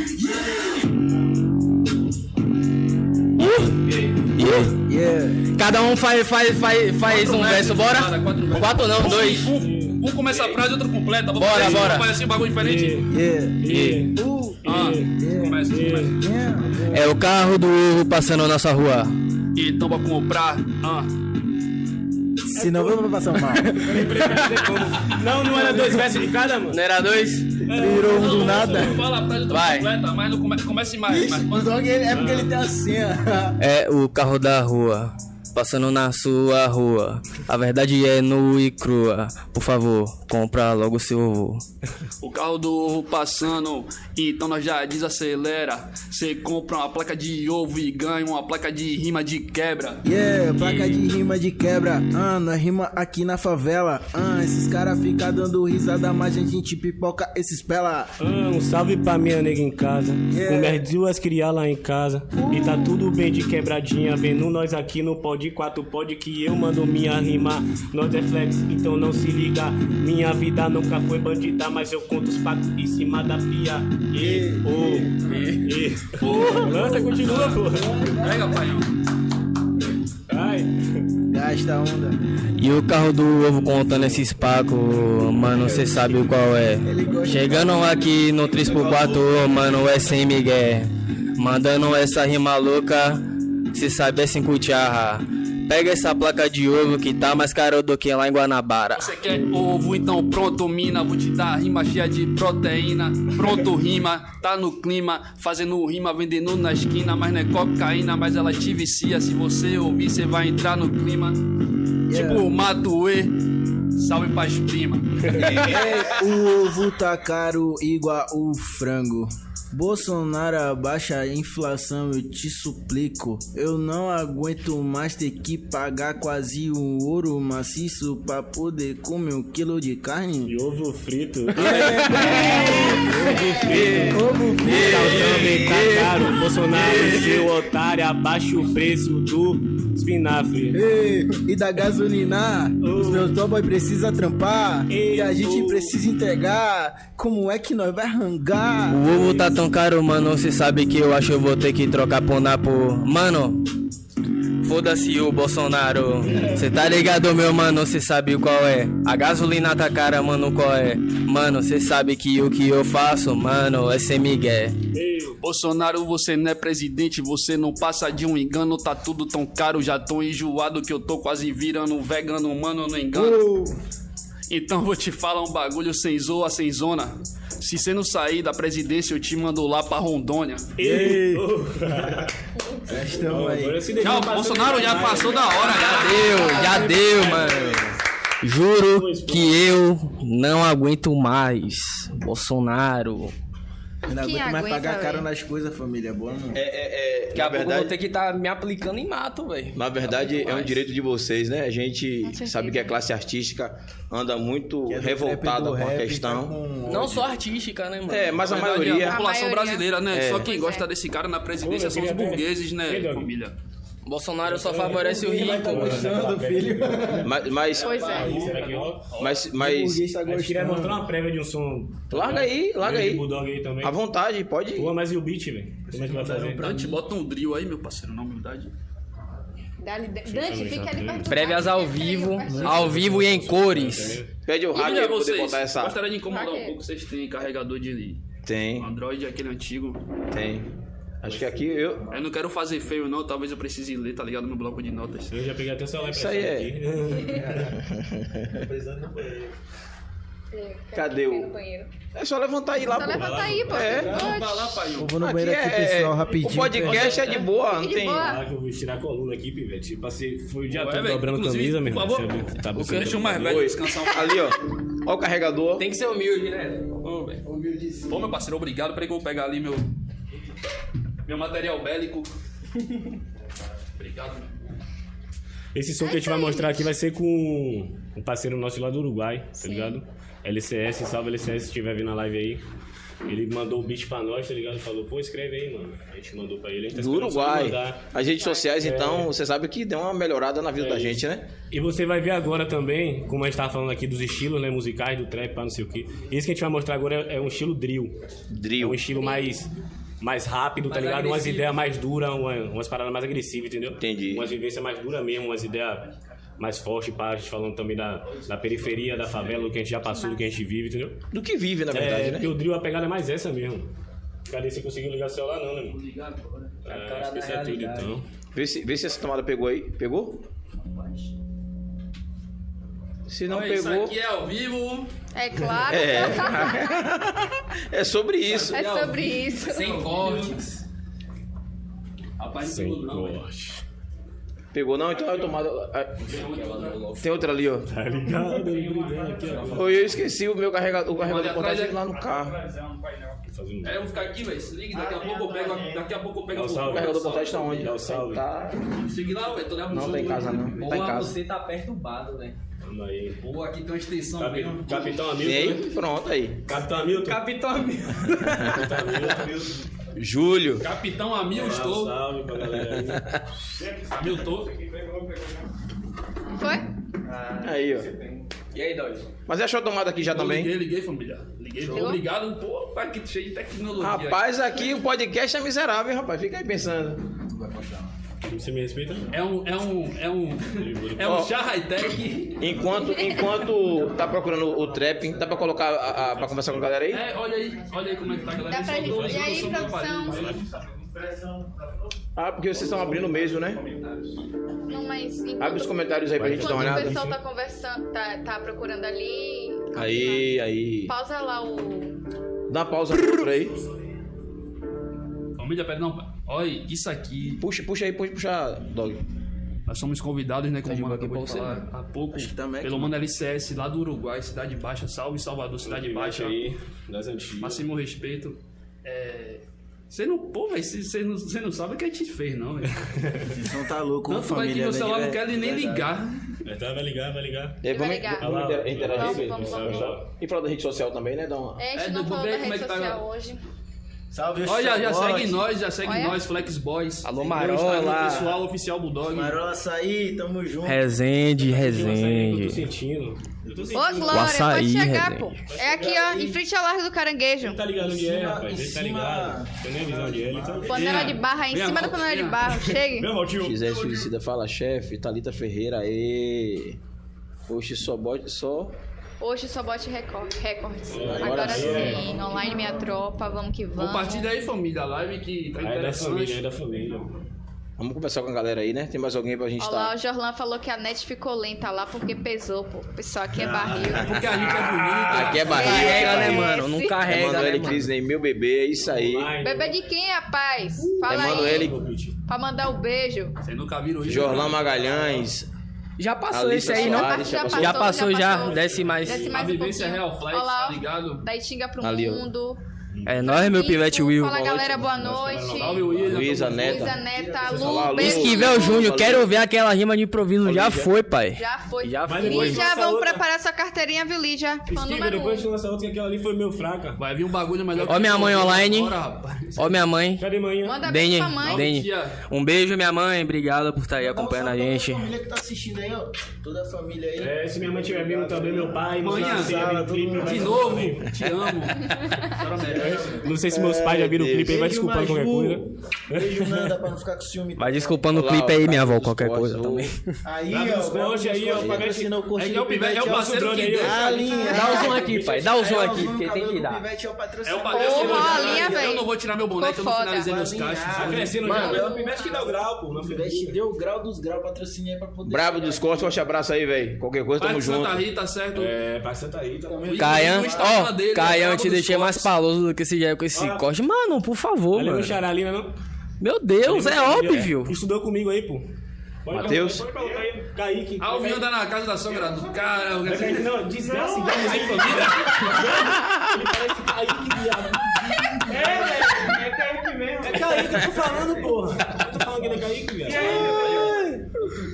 Speaker 3: Yeah.
Speaker 4: Cada um faz, faz, faz, faz um verso, bora?
Speaker 5: Cada quatro versos.
Speaker 4: Quatro não,
Speaker 5: Um-
Speaker 4: dois.
Speaker 5: Um, um começa a frase, outro completa.
Speaker 4: Bora,
Speaker 5: Vocês
Speaker 4: bora.
Speaker 5: Faz assim um bagulho diferente.
Speaker 3: Yeah.
Speaker 6: E,
Speaker 3: Uh,
Speaker 5: Ah, começa, começa.
Speaker 3: yeah.
Speaker 4: É o carro do ovo passando na sua rua.
Speaker 5: Então pra comprar. Ah.
Speaker 3: Senão vamos passar mal.
Speaker 6: Não, não era dois versos de cada, mano.
Speaker 4: Não era dois?
Speaker 3: *laughs* Virou um do nada.
Speaker 5: Fala a frase, outra
Speaker 4: Vai.
Speaker 5: completa, mas não come- comece mais. Mas quando
Speaker 3: Só que ele- é porque ele tem assim, ó.
Speaker 4: É o carro da rua, passando na sua rua. A verdade é nua e crua. Por favor, compra logo seu ovo.
Speaker 5: O carro do ovo passando, então nós já desacelera. Você compra uma placa de ovo e ganha uma placa de rima de quebra.
Speaker 3: *laughs* Yeah, placa de rima de quebra. Ah, nós rima aqui na favela. Ah, esses caras ficam dando risada, mas a gente pipoca esses pela.
Speaker 6: Ah, um salve pra minha nega em casa.
Speaker 3: Yeah.
Speaker 6: Com minhas duas criar lá em casa. E tá tudo bem de quebradinha. Vendo nós aqui no pod 4 pod que eu mando minha rima. Nós é flex, então não se liga. Minha vida nunca foi bandida, mas eu conto os pacos em cima da pia. E, oh, e, *laughs* oh. Lança, continua, pô.
Speaker 5: Pega, paião.
Speaker 6: Ai.
Speaker 3: Gasta onda.
Speaker 4: E o carro do ovo contando esses paco, mano, cê sabe qual é. Chegando aqui no 3x4, mano, é sem migué. Mandando essa rima louca, cê sabe é sem cutiarra. Pega essa placa de ovo que tá mais caro do que lá em Guanabara.
Speaker 5: Você quer ovo, então pronto, mina. Vou te dar rima cheia de proteína. Pronto, rima, tá no clima. Fazendo rima, vendendo na esquina. Mas não é cocaína, mas ela te vicia. Se você ouvir, você vai entrar no clima. Tipo, Matuê. Salve pras primas.
Speaker 3: Ei, o ovo tá caro igual o frango. Bolsonaro abaixa a inflação, eu te suplico. Eu não aguento mais ter que pagar quase um ouro maciço pra poder comer um quilo de carne.
Speaker 6: E ovo frito.
Speaker 3: Ovo
Speaker 6: também tá caro. Bolsonaro, seu otário, abaixa o preço do espinafre.
Speaker 3: Ei, e da gasolina. Os meus cowboy precisa trampar. E a gente precisa entregar. Como é que nós vai rangar?
Speaker 4: O ovo tá tão caro, mano, cê sabe que eu acho que eu vou ter que trocar por napo. Mano, Foda-se o Bolsonaro. Cê tá ligado, meu mano, cê sabe qual é. A gasolina tá cara, mano, qual é. Mano, cê sabe que o que eu faço, mano, é sem migué.
Speaker 5: Bolsonaro, você não é presidente, você não passa de um engano, tá tudo tão caro, já tô enjoado que eu tô quase virando vegano, mano, não engano. Então vou te falar um bagulho sem zoa, sem zona. Se você não sair da presidência, eu te mando lá pra Rondônia.
Speaker 3: Estamos aí.
Speaker 6: Agora se deixar
Speaker 5: Tchau,
Speaker 6: passar
Speaker 5: Bolsonaro já
Speaker 6: demais,
Speaker 5: passou da hora, já deu.
Speaker 4: Deu, já deu, mano. Juro que eu não aguento mais. Bolsonaro.
Speaker 3: Eu não
Speaker 2: Quem
Speaker 3: aguento mais
Speaker 2: aguenta,
Speaker 3: pagar caro
Speaker 2: velho?
Speaker 3: nas coisas, família. Bora não.
Speaker 8: É, é, é,
Speaker 4: Daqui
Speaker 8: na
Speaker 4: a pouco eu vou
Speaker 8: verdade,
Speaker 4: ter que estar me aplicando em mato, velho.
Speaker 8: na verdade é um direito de vocês, né? A gente
Speaker 2: certeza.
Speaker 8: sabe que a classe artística anda muito
Speaker 3: Que é do
Speaker 8: revoltada
Speaker 3: trap, do
Speaker 8: com a
Speaker 3: rap, tá
Speaker 8: questão.
Speaker 3: com-
Speaker 4: Não só artística, né, mano?
Speaker 8: É, mas a
Speaker 5: Na verdade, A
Speaker 8: maioria.
Speaker 5: população
Speaker 2: A maioria.
Speaker 5: brasileira, né?
Speaker 8: É.
Speaker 5: Só quem
Speaker 2: Pois
Speaker 5: gosta
Speaker 2: é.
Speaker 5: desse cara na presidência
Speaker 6: Pô,
Speaker 5: são os
Speaker 6: eu queria ver.
Speaker 5: burgueses,
Speaker 6: Ei,
Speaker 5: né,
Speaker 6: Doug.
Speaker 5: família?
Speaker 4: Bolsonaro só favorece o rico.
Speaker 3: Puxando, filho.
Speaker 8: Mas, mas,
Speaker 2: Pois é.
Speaker 6: Será que rola?
Speaker 8: mas,
Speaker 3: O
Speaker 8: mas
Speaker 3: burguês tá
Speaker 6: Aí eu queria
Speaker 3: gostando.
Speaker 6: botar uma prévia de um som.
Speaker 1: Larga aí, larga
Speaker 6: Grande
Speaker 1: aí.
Speaker 6: Bulldog aí também.
Speaker 1: À vontade, pode ir.
Speaker 6: Pô, mas e o beat, velho? Como é que vai fazer?
Speaker 5: Dante, bota um drill aí, meu parceiro, na humildade.
Speaker 2: Dá-lhe- Dante, fica ali perto. do
Speaker 4: Prévias
Speaker 2: Dante,
Speaker 4: ao
Speaker 2: fica ali,
Speaker 4: vivo,
Speaker 2: perto do Dante.
Speaker 4: ao vivo e em cores.
Speaker 1: Pede o
Speaker 5: E
Speaker 1: hacker
Speaker 5: aí,
Speaker 1: pra poder
Speaker 5: é vocês?
Speaker 1: botar essa.
Speaker 5: Gostaria de incomodar
Speaker 2: Pra
Speaker 5: um
Speaker 2: quê?
Speaker 5: pouco, vocês têm carregador de
Speaker 8: tem,
Speaker 5: Android, aquele antigo.
Speaker 8: tem. Acho que aqui eu.
Speaker 5: Eu não quero fazer feio, não. Talvez eu precise ler, tá ligado? Meu bloco de notas.
Speaker 6: Então, Eu já peguei até o celular
Speaker 8: Isso aí
Speaker 6: é.
Speaker 8: Cadê
Speaker 2: Fui no
Speaker 8: o.
Speaker 2: banheiro.
Speaker 1: É só levantar aí lá,
Speaker 2: Só
Speaker 1: pô.
Speaker 2: levanta aí, pô.
Speaker 1: É.
Speaker 2: Oxe.
Speaker 5: Vai lá, pai.
Speaker 3: Eu vou no
Speaker 1: Aqui é,
Speaker 3: banheiro aqui, pessoal, rapidinho.
Speaker 1: O podcast é de boa, não
Speaker 2: De
Speaker 1: tem.
Speaker 2: boa.
Speaker 6: Caraca, eu vou tirar a coluna aqui, pivete. Passei, foi o dia
Speaker 5: Ué,
Speaker 6: todo
Speaker 5: velho,
Speaker 6: dobrando
Speaker 5: inclusive,
Speaker 6: camisa, meu
Speaker 5: por
Speaker 6: irmão.
Speaker 5: favor.
Speaker 6: Você Tá
Speaker 5: O cancho mais velho
Speaker 8: Oi.
Speaker 5: descansar um pouco.
Speaker 8: Ali, ó. Ó o carregador.
Speaker 4: Tem que ser humilde, né?
Speaker 5: Ô, velho. Pô, meu parceiro, obrigado. Peraí que eu vou pegar ali meu. Meu material bélico. obrigado, meu.
Speaker 6: Esse som que a gente vai mostrar aqui vai ser com um parceiro nosso lá do Uruguai, tá ligado? LCS, salve LCS se estiver vindo na live aí. Ele mandou o beat pra nós, tá ligado? Falou, pô, escreve aí, mano. A gente mandou pra ele, a gente tá
Speaker 1: Do
Speaker 6: esperando só ele
Speaker 1: Uruguai.
Speaker 6: mandar.
Speaker 1: As redes sociais, então, você sabe que deu uma melhorada na vida da gente, né?
Speaker 6: E você vai ver agora também, como a gente tava falando aqui dos estilos, né, musicais, do trap, pá, não sei o quê. Esse que a gente vai mostrar agora é, é um estilo drill. É
Speaker 1: Drill.
Speaker 6: um estilo mais, mais rápido, tá
Speaker 4: Mais
Speaker 6: ligado? Umas
Speaker 4: agressivo.
Speaker 6: ideias mais duras, uma- umas paradas mais agressivas, entendeu?
Speaker 1: Entendi.
Speaker 6: Umas vivências mais duras mesmo, umas ideias mais fortes, pá, a gente falando também da, da periferia, da favela, do que a gente já passou, do que a gente vive, entendeu?
Speaker 1: Do que vive, na
Speaker 6: É,
Speaker 1: verdade,
Speaker 6: porque
Speaker 1: né?
Speaker 6: o drill, a pegada é mais essa mesmo. Cadê? Você conseguiu ligar o celular não, né, mano?
Speaker 5: Obrigado, bora.
Speaker 6: É, acho que isso é tudo, então.
Speaker 1: Vê se, vê se essa tomada pegou aí. Pegou? Se não
Speaker 5: Olha, Isso
Speaker 1: pegou,
Speaker 5: aqui é ao vivo.
Speaker 2: É claro.
Speaker 1: é sobre isso. *laughs*
Speaker 2: É *laughs* sobre isso.
Speaker 4: Sem cortes.
Speaker 5: Rapaz, não
Speaker 6: Sem
Speaker 5: pegou, não, velho.
Speaker 6: corte.
Speaker 1: Pegou não? Então é a tomada. ah, Tem outra ali, ó.
Speaker 6: Tá ligado? Ele brigando aqui, ó.
Speaker 1: Oi, eu esqueci o meu carregador, o carregador
Speaker 5: Olha
Speaker 1: portátil
Speaker 5: atrás,
Speaker 1: lá no carro.
Speaker 6: Fazendo um
Speaker 5: É, eu vou ficar aqui, velho. Se liga, daqui a pouco eu pego. Daqui a pouco eu pego.
Speaker 6: Dá um salve.
Speaker 1: O carregador portátil tá onde?
Speaker 6: Dá um salve.
Speaker 1: Tá.
Speaker 5: Segui lá, velho. Tô levando
Speaker 1: Não,
Speaker 5: jogo
Speaker 1: tá em casa
Speaker 5: hoje,
Speaker 1: não.
Speaker 5: velho.
Speaker 1: Tá em casa.
Speaker 4: tá perturbado, velho.
Speaker 6: Vamos aí.
Speaker 4: Ou aqui tem uma extensão
Speaker 6: Capi- Capitão
Speaker 1: E
Speaker 6: Hamilton. né?
Speaker 1: aí, pronto aí.
Speaker 6: Capitão Hamilton.
Speaker 4: Capitão amigo.
Speaker 6: Capitão
Speaker 4: *laughs*
Speaker 6: Hamilton.
Speaker 1: Júlio.
Speaker 5: Capitão Amil,
Speaker 6: Dá um
Speaker 5: estou.
Speaker 6: Salve pra galera aí.
Speaker 5: Amil, tô.
Speaker 2: Foi?
Speaker 1: Aí, ó.
Speaker 4: E aí, Dodge?
Speaker 1: Mas achou a tomada aqui já
Speaker 5: Eu
Speaker 1: também?
Speaker 5: Liguei, liguei, família. Liguei.
Speaker 2: Show.
Speaker 5: Obrigado, pô, tá aqui cheio de tecnologia.
Speaker 1: Rapaz, aqui o podcast é miserável, hein, rapaz. Fica aí pensando.
Speaker 6: Você me respeita?
Speaker 5: É um, é um, é um, é um
Speaker 1: Ó.
Speaker 5: chá high-tech.
Speaker 1: Enquanto, enquanto tá procurando o trap, dá pra colocar a, a, pra conversar com a galera aí?
Speaker 5: É, olha aí, olha aí como é que tá, galera.
Speaker 2: Dá pra
Speaker 5: Só
Speaker 2: gente-
Speaker 5: dois,
Speaker 2: e
Speaker 5: eu
Speaker 2: aí,
Speaker 5: sou meu né?
Speaker 2: produção?
Speaker 5: parente.
Speaker 1: Ah, porque vocês estão abrindo mesmo, né?
Speaker 2: Não, mas. enquanto-
Speaker 1: Abre os comentários aí pra gente dar uma
Speaker 2: Enquanto o
Speaker 1: olhada.
Speaker 2: pessoal tá conversando, tá, tá procurando ali.
Speaker 1: Aí, aí.
Speaker 2: Pausa lá o.
Speaker 1: Dá uma pausa no outro aí.
Speaker 5: Família, pera, não, pai. Olha, isso aqui,
Speaker 1: Puxa, puxa aí, puxa, puxa, dog.
Speaker 5: nós somos convidados, né, como o Mano
Speaker 4: aqui
Speaker 5: acabou de
Speaker 4: pra você,
Speaker 5: falar há pouco,
Speaker 3: Acho que tá Mac,
Speaker 5: pelo
Speaker 3: né?
Speaker 5: Mano LCS, lá do Uruguai, Cidade Baixa, salve Salvador, Cidade Tá Baixa,
Speaker 6: aí, das antigas.
Speaker 5: máximo respeito. É... Você não, pô, velho, você não, cê não sabe o que a gente fez, não, velho.
Speaker 3: Esse som tá louco,
Speaker 5: Tanto é que
Speaker 3: família.
Speaker 5: meu celular
Speaker 3: velho,
Speaker 5: não quer
Speaker 3: velho.
Speaker 5: nem ligar.
Speaker 6: É, tá, vai ligar, vai ligar.
Speaker 1: É, vamos
Speaker 2: ligar.
Speaker 1: vamos inter- interagir.
Speaker 2: Vamos, vamos, vamos.
Speaker 1: E falar da rede social também, né? Dá uma...
Speaker 2: É, a gente
Speaker 5: É,
Speaker 2: não
Speaker 5: do-
Speaker 2: falou
Speaker 5: vê
Speaker 2: da
Speaker 5: como é
Speaker 2: rede
Speaker 5: que tá
Speaker 2: social
Speaker 5: agora.
Speaker 2: hoje.
Speaker 3: Salve, os
Speaker 5: Olha, já
Speaker 3: Xabote.
Speaker 5: segue nós, já segue
Speaker 2: Olha.
Speaker 5: nós, Flex Boys.
Speaker 4: Alô,
Speaker 5: Tem o
Speaker 4: Marola.
Speaker 5: Instagram pessoal, oficial Bulldog.
Speaker 3: Marola Açaí, tamo junto.
Speaker 4: É, Resende,
Speaker 6: Eu tô
Speaker 4: resende.
Speaker 6: sentindo. Eu tô
Speaker 2: Ô,
Speaker 6: sentindo.
Speaker 2: Glória, pode
Speaker 4: açaí,
Speaker 2: chegar,
Speaker 4: Renan.
Speaker 2: pô. É aqui, ó, em frente ao Largo do Caranguejo.
Speaker 6: Ele tá ligado onde é,
Speaker 3: Em cima-
Speaker 6: rapaz. Ele tá
Speaker 3: em cima-
Speaker 6: ligado. Eu nem avisar onde é. Ele tá...
Speaker 2: Panela de barro, aí em
Speaker 5: Venha,
Speaker 2: cima da
Speaker 5: Mal,
Speaker 2: panela de
Speaker 5: venha.
Speaker 2: barro. Chegue.
Speaker 6: Meu irmão, tio.
Speaker 1: Quiser suicida, fala chefe. Thalita Ferreira, aê. Oxe, só bote, só.
Speaker 2: Hoje só bote recorde, recordes.
Speaker 6: Agora
Speaker 2: Agora
Speaker 6: sim.
Speaker 2: sim, online minha tropa, vamos que vamos.
Speaker 5: Compartilha aí, família, a live que tá
Speaker 6: Aí é da família, aí é
Speaker 5: interessante.
Speaker 6: da família.
Speaker 1: Vamos conversar com a galera aí, né? Tem mais alguém pra gente tá
Speaker 2: Olha lá,
Speaker 1: estar.
Speaker 2: o Jorlan falou que a net ficou lenta lá porque pesou, pô. O pessoal aqui é barril.
Speaker 5: Porque a gente é bonita.
Speaker 1: Aqui é barriga.
Speaker 4: Carrega, né,
Speaker 1: é barriga.
Speaker 4: mano? Não
Speaker 2: Esse-
Speaker 4: carrega, né,
Speaker 1: Emanuele
Speaker 4: mano?
Speaker 1: Crisney, meu bebê, é isso aí.
Speaker 6: Online.
Speaker 2: Bebê de quem, rapaz? Fala aí,
Speaker 1: Emanuele,
Speaker 2: pra mandar o beijo.
Speaker 5: Vocês nunca viram isso. né?
Speaker 1: Jorlan Magalhães.
Speaker 4: Já passou
Speaker 1: Alice
Speaker 4: esse aí, não?
Speaker 1: Soares.
Speaker 4: passou, já passou, já. Desce mais.
Speaker 2: Desce
Speaker 5: A
Speaker 2: mais um
Speaker 5: vivência é
Speaker 2: pouquinho.
Speaker 5: real, Flex,
Speaker 2: Olha lá,
Speaker 5: tá
Speaker 2: ó.
Speaker 5: ligado?
Speaker 2: Da Itinga pro
Speaker 1: Ali, ó.
Speaker 2: mundo.
Speaker 4: É nóis, meu pivete Will.
Speaker 2: Fala, galera, boa
Speaker 5: Salve,
Speaker 2: noite.
Speaker 5: William.
Speaker 1: Luísa Neta.
Speaker 2: Luísa Neta,
Speaker 1: Olá,
Speaker 2: Lu,
Speaker 1: Lu.
Speaker 2: beijo.
Speaker 4: Esquivel Júnior, quero ver aquela rima de improviso. Já
Speaker 1: Olívia.
Speaker 4: foi, pai.
Speaker 2: Já foi.
Speaker 4: Já
Speaker 6: Mas
Speaker 4: foi.
Speaker 6: depois
Speaker 2: Lígia,
Speaker 6: lança
Speaker 2: vamos
Speaker 6: outra.
Speaker 2: preparar sua carteirinha, viu, Lígia? Fã
Speaker 6: Esquiva,
Speaker 2: número
Speaker 6: depois
Speaker 2: um.
Speaker 6: de lançar outra, que aquela ali foi meu fraca.
Speaker 5: Vai vir um bagulho melhor
Speaker 4: Ó minha mãe online.
Speaker 5: Bora, rapaz.
Speaker 4: Ó, minha mãe.
Speaker 6: Cadê manhã?
Speaker 2: Manda beijo
Speaker 4: Dene,
Speaker 2: pra mãe.
Speaker 4: Dene.
Speaker 5: Tia.
Speaker 4: Um beijo, minha mãe. Obrigado por estar aí acompanhando a gente.
Speaker 3: Toda a família que tá assistindo aí, ó. Toda a família aí.
Speaker 6: É, se minha mãe tiver vindo também, meu pai, meu
Speaker 5: Manhã.
Speaker 6: sala, todo mundo.
Speaker 5: De novo, te amo. A senhora merece.
Speaker 6: Não sei se meus pais já viram o clipe aí, vai desculpar qualquer coisa.
Speaker 3: Beijo, Nanda, pra não ficar com ciúme.
Speaker 4: Vai desculpando o
Speaker 1: Olá,
Speaker 4: clipe aí, minha avó,
Speaker 1: Carlos
Speaker 4: qualquer
Speaker 1: Borges,
Speaker 4: coisa
Speaker 1: o-
Speaker 4: também.
Speaker 3: Aí,
Speaker 6: Grava
Speaker 3: ó.
Speaker 6: os cortes aí, ó, pra ver se-
Speaker 3: Patrocina tá o curso
Speaker 5: É que
Speaker 3: do
Speaker 5: é o pivete, é o
Speaker 3: ó, tá
Speaker 5: parceiro que
Speaker 6: drone aí,
Speaker 5: deixa.
Speaker 3: a linha.
Speaker 4: Dá o zoom aqui, pai. Dá o zoom aqui, porque tem que dar.
Speaker 3: Pivete é o
Speaker 5: É
Speaker 6: um
Speaker 5: o
Speaker 3: patrocinador.
Speaker 5: bagulho
Speaker 2: Ô,
Speaker 5: assim, mano.
Speaker 2: Bolinha,
Speaker 5: Eu
Speaker 2: velho.
Speaker 5: não vou tirar meu boneco, eu não
Speaker 2: Ficou
Speaker 5: finalizei
Speaker 2: foda.
Speaker 5: meus
Speaker 6: Tá
Speaker 5: cachos.
Speaker 6: crescendo
Speaker 3: Mano,
Speaker 6: já. O pivete que dá o grau, pô. na
Speaker 3: Pivete
Speaker 6: família.
Speaker 3: deu o grau dos graus, patrocina aí pra poder.
Speaker 1: Brabo dos cortes, forte abraço aí, velho. Qualquer coisa,
Speaker 5: Pai
Speaker 1: tamo
Speaker 5: de Santa
Speaker 1: junto.
Speaker 5: Rita, certo?
Speaker 6: É, pra Santa Rita. também.
Speaker 4: Caian,
Speaker 5: O Instagram
Speaker 4: ó,
Speaker 5: dele é
Speaker 4: Caian, eu te
Speaker 5: Brabo dos
Speaker 4: deixei mais
Speaker 5: Cortes.
Speaker 4: paloso do que esse já com esse
Speaker 6: Ó.
Speaker 4: corte. Mano, por favor,
Speaker 6: Ali no
Speaker 4: mano.
Speaker 6: Xaralina, não?
Speaker 4: Meu Deus, é óbvio.
Speaker 6: Estudou comigo aí, pô. Pode
Speaker 1: Mateus?
Speaker 6: colocar- pode colocar aí. Kaique.
Speaker 5: Alvinho anda na casa da sogra do cara. o
Speaker 6: Vai
Speaker 5: cara-
Speaker 6: cair- Não, é desgraça, igual
Speaker 5: Aí,
Speaker 6: ele
Speaker 5: família.
Speaker 6: assim. parece Kaique, viado. É, velho. É Kaique mesmo. É Kaique, eu tô falando, porra. Eu tô falando que ele é Kaique, viado.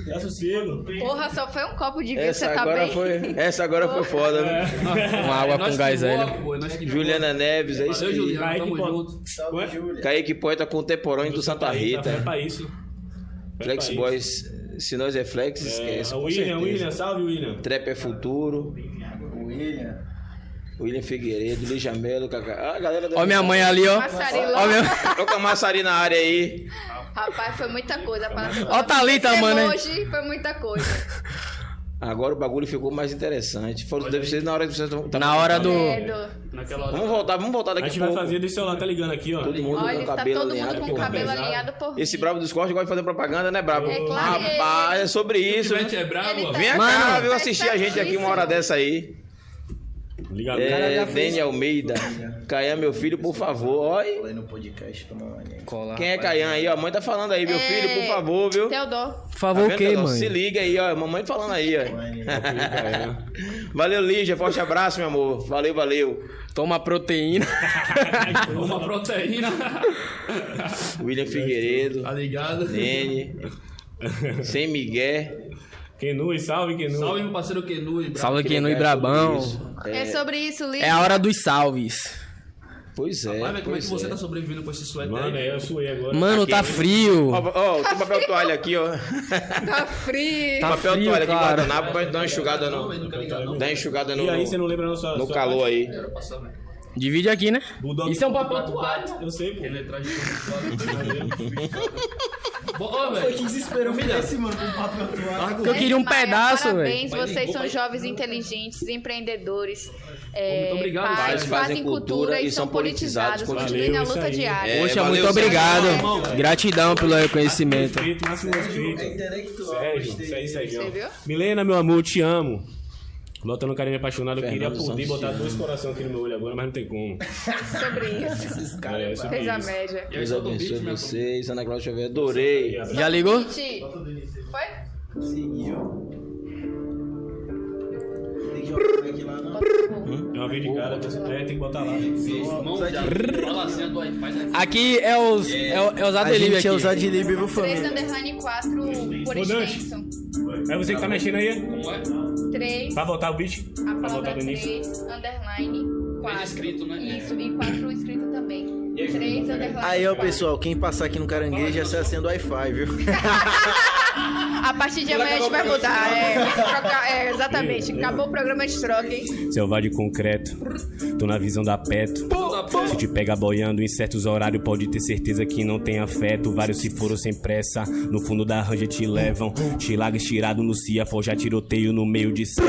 Speaker 6: É sossego.
Speaker 2: Porra, só foi um copo de vinho,
Speaker 1: Essa
Speaker 2: você tá
Speaker 1: agora
Speaker 2: bem?
Speaker 1: foi, essa agora foi foda,
Speaker 6: É.
Speaker 1: viu?
Speaker 4: *laughs* Uma água
Speaker 5: é *laughs* Nós
Speaker 4: com
Speaker 5: que
Speaker 4: gás né?
Speaker 5: voa,
Speaker 4: hélio.
Speaker 5: pô, é nós que
Speaker 1: Juliana Neves, é
Speaker 5: voa.
Speaker 1: isso
Speaker 5: Valeu,
Speaker 1: aí.
Speaker 5: Juliana. Tamo
Speaker 6: Kaique,
Speaker 5: junto.
Speaker 3: Salve,
Speaker 6: Ué?
Speaker 3: Júlia.
Speaker 1: Kaique Poeta contemporâneo do Santa
Speaker 6: É
Speaker 1: tá, Rita.
Speaker 6: pra isso.
Speaker 1: Flex Boys, se nós é Flex, esquece.
Speaker 6: É,
Speaker 1: com
Speaker 6: William,
Speaker 1: certeza.
Speaker 6: William, salve, William.
Speaker 1: Trap é futuro.
Speaker 3: William.
Speaker 1: William Figueiredo, Lígia Melo, Cacá. Ah, a galera da
Speaker 4: Ó minha mãe ali,
Speaker 2: *laughs*
Speaker 4: ó.
Speaker 2: Passarinho
Speaker 4: Ó,
Speaker 2: lá.
Speaker 4: meu...
Speaker 1: Tô com a Massari na área aí.
Speaker 2: Rapaz, foi muita coisa. É
Speaker 4: Ó tá, Thalita, mano, hein?
Speaker 2: Hoje foi muita coisa.
Speaker 1: Agora o bagulho ficou mais interessante. Foram deve ser na hora que vocês estão. tá-
Speaker 4: Na hora do.
Speaker 2: Credo.
Speaker 5: Naquela hora.
Speaker 1: Vamos voltar, vamos voltar
Speaker 6: A
Speaker 1: daqui
Speaker 6: gente
Speaker 1: a
Speaker 6: vai
Speaker 1: pouco.
Speaker 6: fazer, deixa o celular, tá ligando aqui, ó.
Speaker 1: Todo mundo
Speaker 2: Olha,
Speaker 1: com
Speaker 2: está
Speaker 1: cabelo
Speaker 2: todo mundo
Speaker 1: alinhado,
Speaker 2: com o
Speaker 1: porra.
Speaker 2: cabelo
Speaker 6: pesado.
Speaker 2: alinhado por
Speaker 1: Esse
Speaker 2: mim.
Speaker 1: brabo dos cortes gosta de fazer propaganda, né, brabo?
Speaker 2: É claro que-
Speaker 1: Rapaz, é sobre isso.
Speaker 5: O pivete
Speaker 1: né?
Speaker 5: é brabo,
Speaker 2: Ele
Speaker 5: ó.
Speaker 2: tá-
Speaker 1: Vem
Speaker 4: Mano.
Speaker 1: cá, veio assistir a gente aqui uma hora dessa aí.
Speaker 6: Ligado.
Speaker 1: É, Dani Almeida. Caian, meu filho, por favor. Olha.
Speaker 3: Falei no podcast, toma uma olhada.
Speaker 1: Quem é Caian aí? ó? A mãe tá falando aí, meu
Speaker 2: É. um-
Speaker 1: filho, por favor, viu? Tá
Speaker 2: Teodoro.
Speaker 4: Por favor,
Speaker 1: vendo,
Speaker 4: o quê,
Speaker 1: Teodoro? Se
Speaker 4: mãe?
Speaker 1: liga aí, ó. Mamãe tá falando aí, ó. Valeu, Lígia. Forte abraço, meu amor. Valeu, valeu.
Speaker 4: Toma proteína.
Speaker 5: Uma proteína.
Speaker 1: William Figueiredo,
Speaker 5: Tá ligado?
Speaker 1: Nene, Sem Miguel.
Speaker 6: Kenui, salve, Kenui.
Speaker 5: Salve, meu parceiro Kenui. brabo.
Speaker 4: Salve aqui no Ibrabão.
Speaker 2: É, sobre isso, Lígia.
Speaker 4: É a hora dos salves.
Speaker 1: Pois é.
Speaker 5: Vai, velho, como é que
Speaker 1: pois
Speaker 5: você
Speaker 1: é.
Speaker 5: tá sobrevivendo com esse suéter
Speaker 6: Mano,
Speaker 1: né?
Speaker 5: aí?
Speaker 6: é, eu suei agora.
Speaker 4: Mano, tá frio.
Speaker 1: Ó, ó, tem papel toalha aqui, ó.
Speaker 2: Tá frio.
Speaker 4: Tá
Speaker 1: papel
Speaker 4: frio,
Speaker 1: toalha aqui,
Speaker 4: cara.
Speaker 1: guardanapo, pra gente dar uma enxugada no.
Speaker 5: Não quer ligar, não.
Speaker 1: Dá uma enxugada no,
Speaker 6: E aí, você não lembra não sua...
Speaker 1: né? no
Speaker 6: sua
Speaker 1: calor aí.
Speaker 5: Quero passar, né? velho.
Speaker 4: Divide aqui, né?
Speaker 6: Bulldog-
Speaker 4: Isso é um papel toalha.
Speaker 6: Eu sei, pô.
Speaker 5: Ele é traz tá
Speaker 1: *laughs*
Speaker 5: de Ô,
Speaker 3: Que
Speaker 5: velho.
Speaker 3: desespero foi esse, mano, com papel toalha.
Speaker 4: Eu queria um
Speaker 2: Maia,
Speaker 4: pedaço, velho.
Speaker 2: Parabéns, vocês são jovens inteligentes, empreendedores. é,
Speaker 5: Muito obrigado,
Speaker 2: pais,
Speaker 5: Pais
Speaker 2: fazem,
Speaker 1: fazem
Speaker 2: cultura e são politizados.
Speaker 1: politizados.
Speaker 2: Continuem na
Speaker 6: Valeu,
Speaker 2: luta
Speaker 6: isso aí.
Speaker 2: diária.
Speaker 1: É,
Speaker 4: Poxa,
Speaker 1: valeu,
Speaker 4: muito
Speaker 1: Sérgio.
Speaker 4: obrigado.
Speaker 5: Irmão, velho.
Speaker 4: Gratidão pelo reconhecimento.
Speaker 6: Respeito, máximo
Speaker 1: é
Speaker 6: respeito.
Speaker 3: Intelectual.
Speaker 6: Sérgio, isso aí,
Speaker 2: Você
Speaker 6: Sérgio.
Speaker 2: viu?
Speaker 6: Milena, meu amor, eu te amo. Botando um carinho apaixonado, eu queria
Speaker 1: Fernando
Speaker 6: poder
Speaker 1: Santos
Speaker 6: botar
Speaker 1: te
Speaker 6: dois corações aqui no meu olho agora, mas não tem como.
Speaker 2: Sobre isso.
Speaker 3: Esses
Speaker 6: É,
Speaker 3: caras,
Speaker 6: isso
Speaker 2: Fez a
Speaker 6: mesmo.
Speaker 2: média.
Speaker 1: Deus abençoe vocês. Ana Cláudia Xavier, adorei.
Speaker 4: Já ligou?
Speaker 2: Gente, foi?
Speaker 3: Tem que jogar aqui lá, não.
Speaker 4: Hum?
Speaker 6: É uma vez de cara, é, tem que botar lá.
Speaker 5: Irmão, já. Fala assim, a do Wi-Fi, né?
Speaker 4: Aqui é os. É, o- é os
Speaker 3: A
Speaker 4: Adelib
Speaker 3: gente
Speaker 4: aqui.
Speaker 3: é usar de livre, viu,
Speaker 2: 3
Speaker 3: família?
Speaker 2: underline 4 por
Speaker 6: Ô, Dante.
Speaker 2: extenso.
Speaker 6: É você que tá mexendo aí?
Speaker 5: Como é?
Speaker 2: 3,
Speaker 6: Tá. Pra voltar o
Speaker 2: a
Speaker 6: beat? Pra voltar
Speaker 2: palavra
Speaker 6: do início?
Speaker 2: 3, underline quatro.
Speaker 5: inscrito, né?
Speaker 2: Isso, e quatro inscritos também.
Speaker 8: E aí,
Speaker 2: Três underline.
Speaker 3: Aí, ó, pessoal, quem passar aqui no Caranguejo já se acende o Wi-Fi, viu?
Speaker 2: A partir de amanhã a gente vai mudar. É, trocar- é, exatamente. Acabou o programa, a gente troca, hein?
Speaker 6: Selvagem concreto, tô na visão da peto. Se te pega boiando em certos horários, pode ter certeza que não tem afeto. Vários se foram sem pressa, no fundo da ranja te levam. Te larga estirado no CIA, forja tiroteio no meio de cem.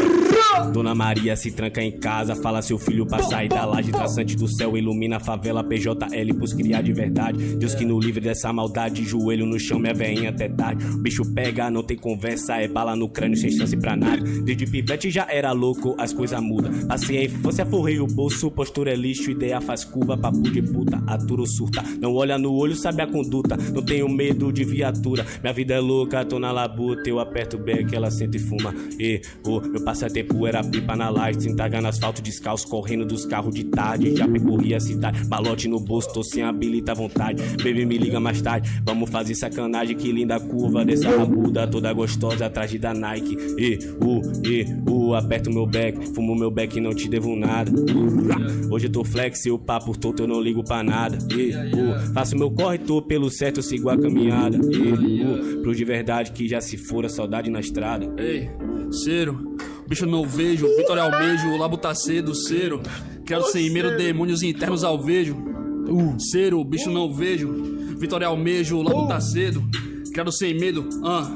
Speaker 6: Dona Maria se tranca em casa, fala seu filho pra sair da laje. Traçante do céu, ilumina a favela PJL pros criar de verdade. Deus que no livre dessa maldade, joelho no chão, minha veinha até tarde. O bicho pega, não tem conversa, é bala no crânio, sem chance pra nada. Desde pivete já era louco, as coisas mudam. Passei a infância, forrei o bolso, postura é lixo, ideia faz curva, papo de puta, atura ou surta. Não olha no olho, sabe a conduta, não tenho medo de viatura. Minha vida é louca, tô na labuta, eu aperto bem que ela sente e fuma. E, ô, meu passatempo era pipa na laje, sem tagar no asfalto descalço, correndo dos carros de tarde. Já percorri a cidade, balote no bolso, tô sem habilita à vontade. Baby, me liga mais tarde, vamos fazer sacanagem. Que linda curva dessa rabuda, toda gostosa, atrás de da Nike. E, o, e, o, aperto meu back, fumo meu back e não te devo nada. Hoje eu tô flex e o papo todo eu não ligo pra nada. E, o, faço meu corre, tô pelo certo, eu sigo a caminhada. E, o, pro de verdade que já se for a saudade na estrada.
Speaker 5: Ei, Ciro, bicho não vejo, Vitor Almejo, Labo tá cedo, Ciro. Quero sem medo, demônios internos ao vejo. Uh, Ciro, bicho não vejo, Vitor Almejo, Labo tá cedo. Quero sem medo, ah.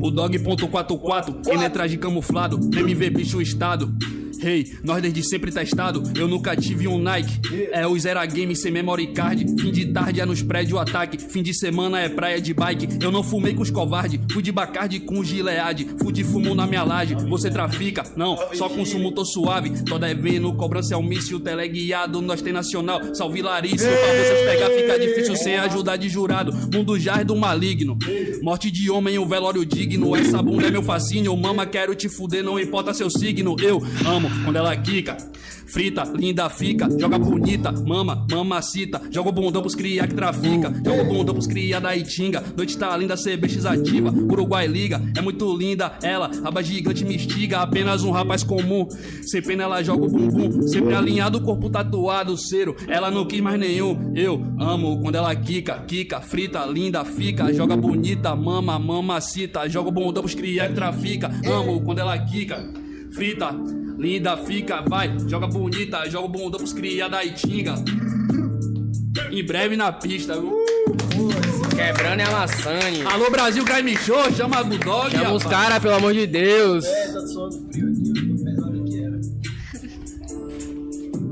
Speaker 5: O dog.44, em letras de é camuflado, MV bicho estado. Hey, nós desde sempre testado, eu nunca tive um Nike. É o Zera Game sem memory card. Fim de tarde é nos prédios ataque. Fim de semana é praia de bike. Eu não fumei com os covarde, fui de Bacardi com Gilead. Fui de fumo na minha laje. Você trafica? Não, só consumo tô suave. Tô devendo, cobrança é um míssil, teleguiado. Nós tem nacional, salve Larissa. Pra vocês pegar fica difícil sem ajudar de jurado. Mundo já é do maligno. Morte de homem, um velório digno. Essa bunda é meu fascínio. Mama, quero te fuder, não importa seu signo. Eu amo quando ela quica. Frita, linda fica, joga bonita, mama, mamacita, joga o bundão pros cria que trafica, joga o bundão pros cria da Itinga, noite tá linda, CBX ativa, Uruguai liga, é muito linda, ela, aba gigante me instiga, apenas um rapaz comum, sem pena ela joga o bumbum, sempre alinhado, corpo tatuado, cero, ela não quis mais nenhum, eu amo quando ela quica, quica, frita, linda fica, joga bonita, mama, mamacita, joga o bundão pros cria que trafica, amo quando ela quica frita, linda, fica, vai, joga bonita, joga o bundão pros cria da Itinga. Em breve na pista, viu?
Speaker 4: Quebrando é a maçã.
Speaker 5: Alô Brasil Crime Show, chama a Bulldog.
Speaker 4: Chama os
Speaker 5: rapaz.
Speaker 4: caras, pelo amor de Deus.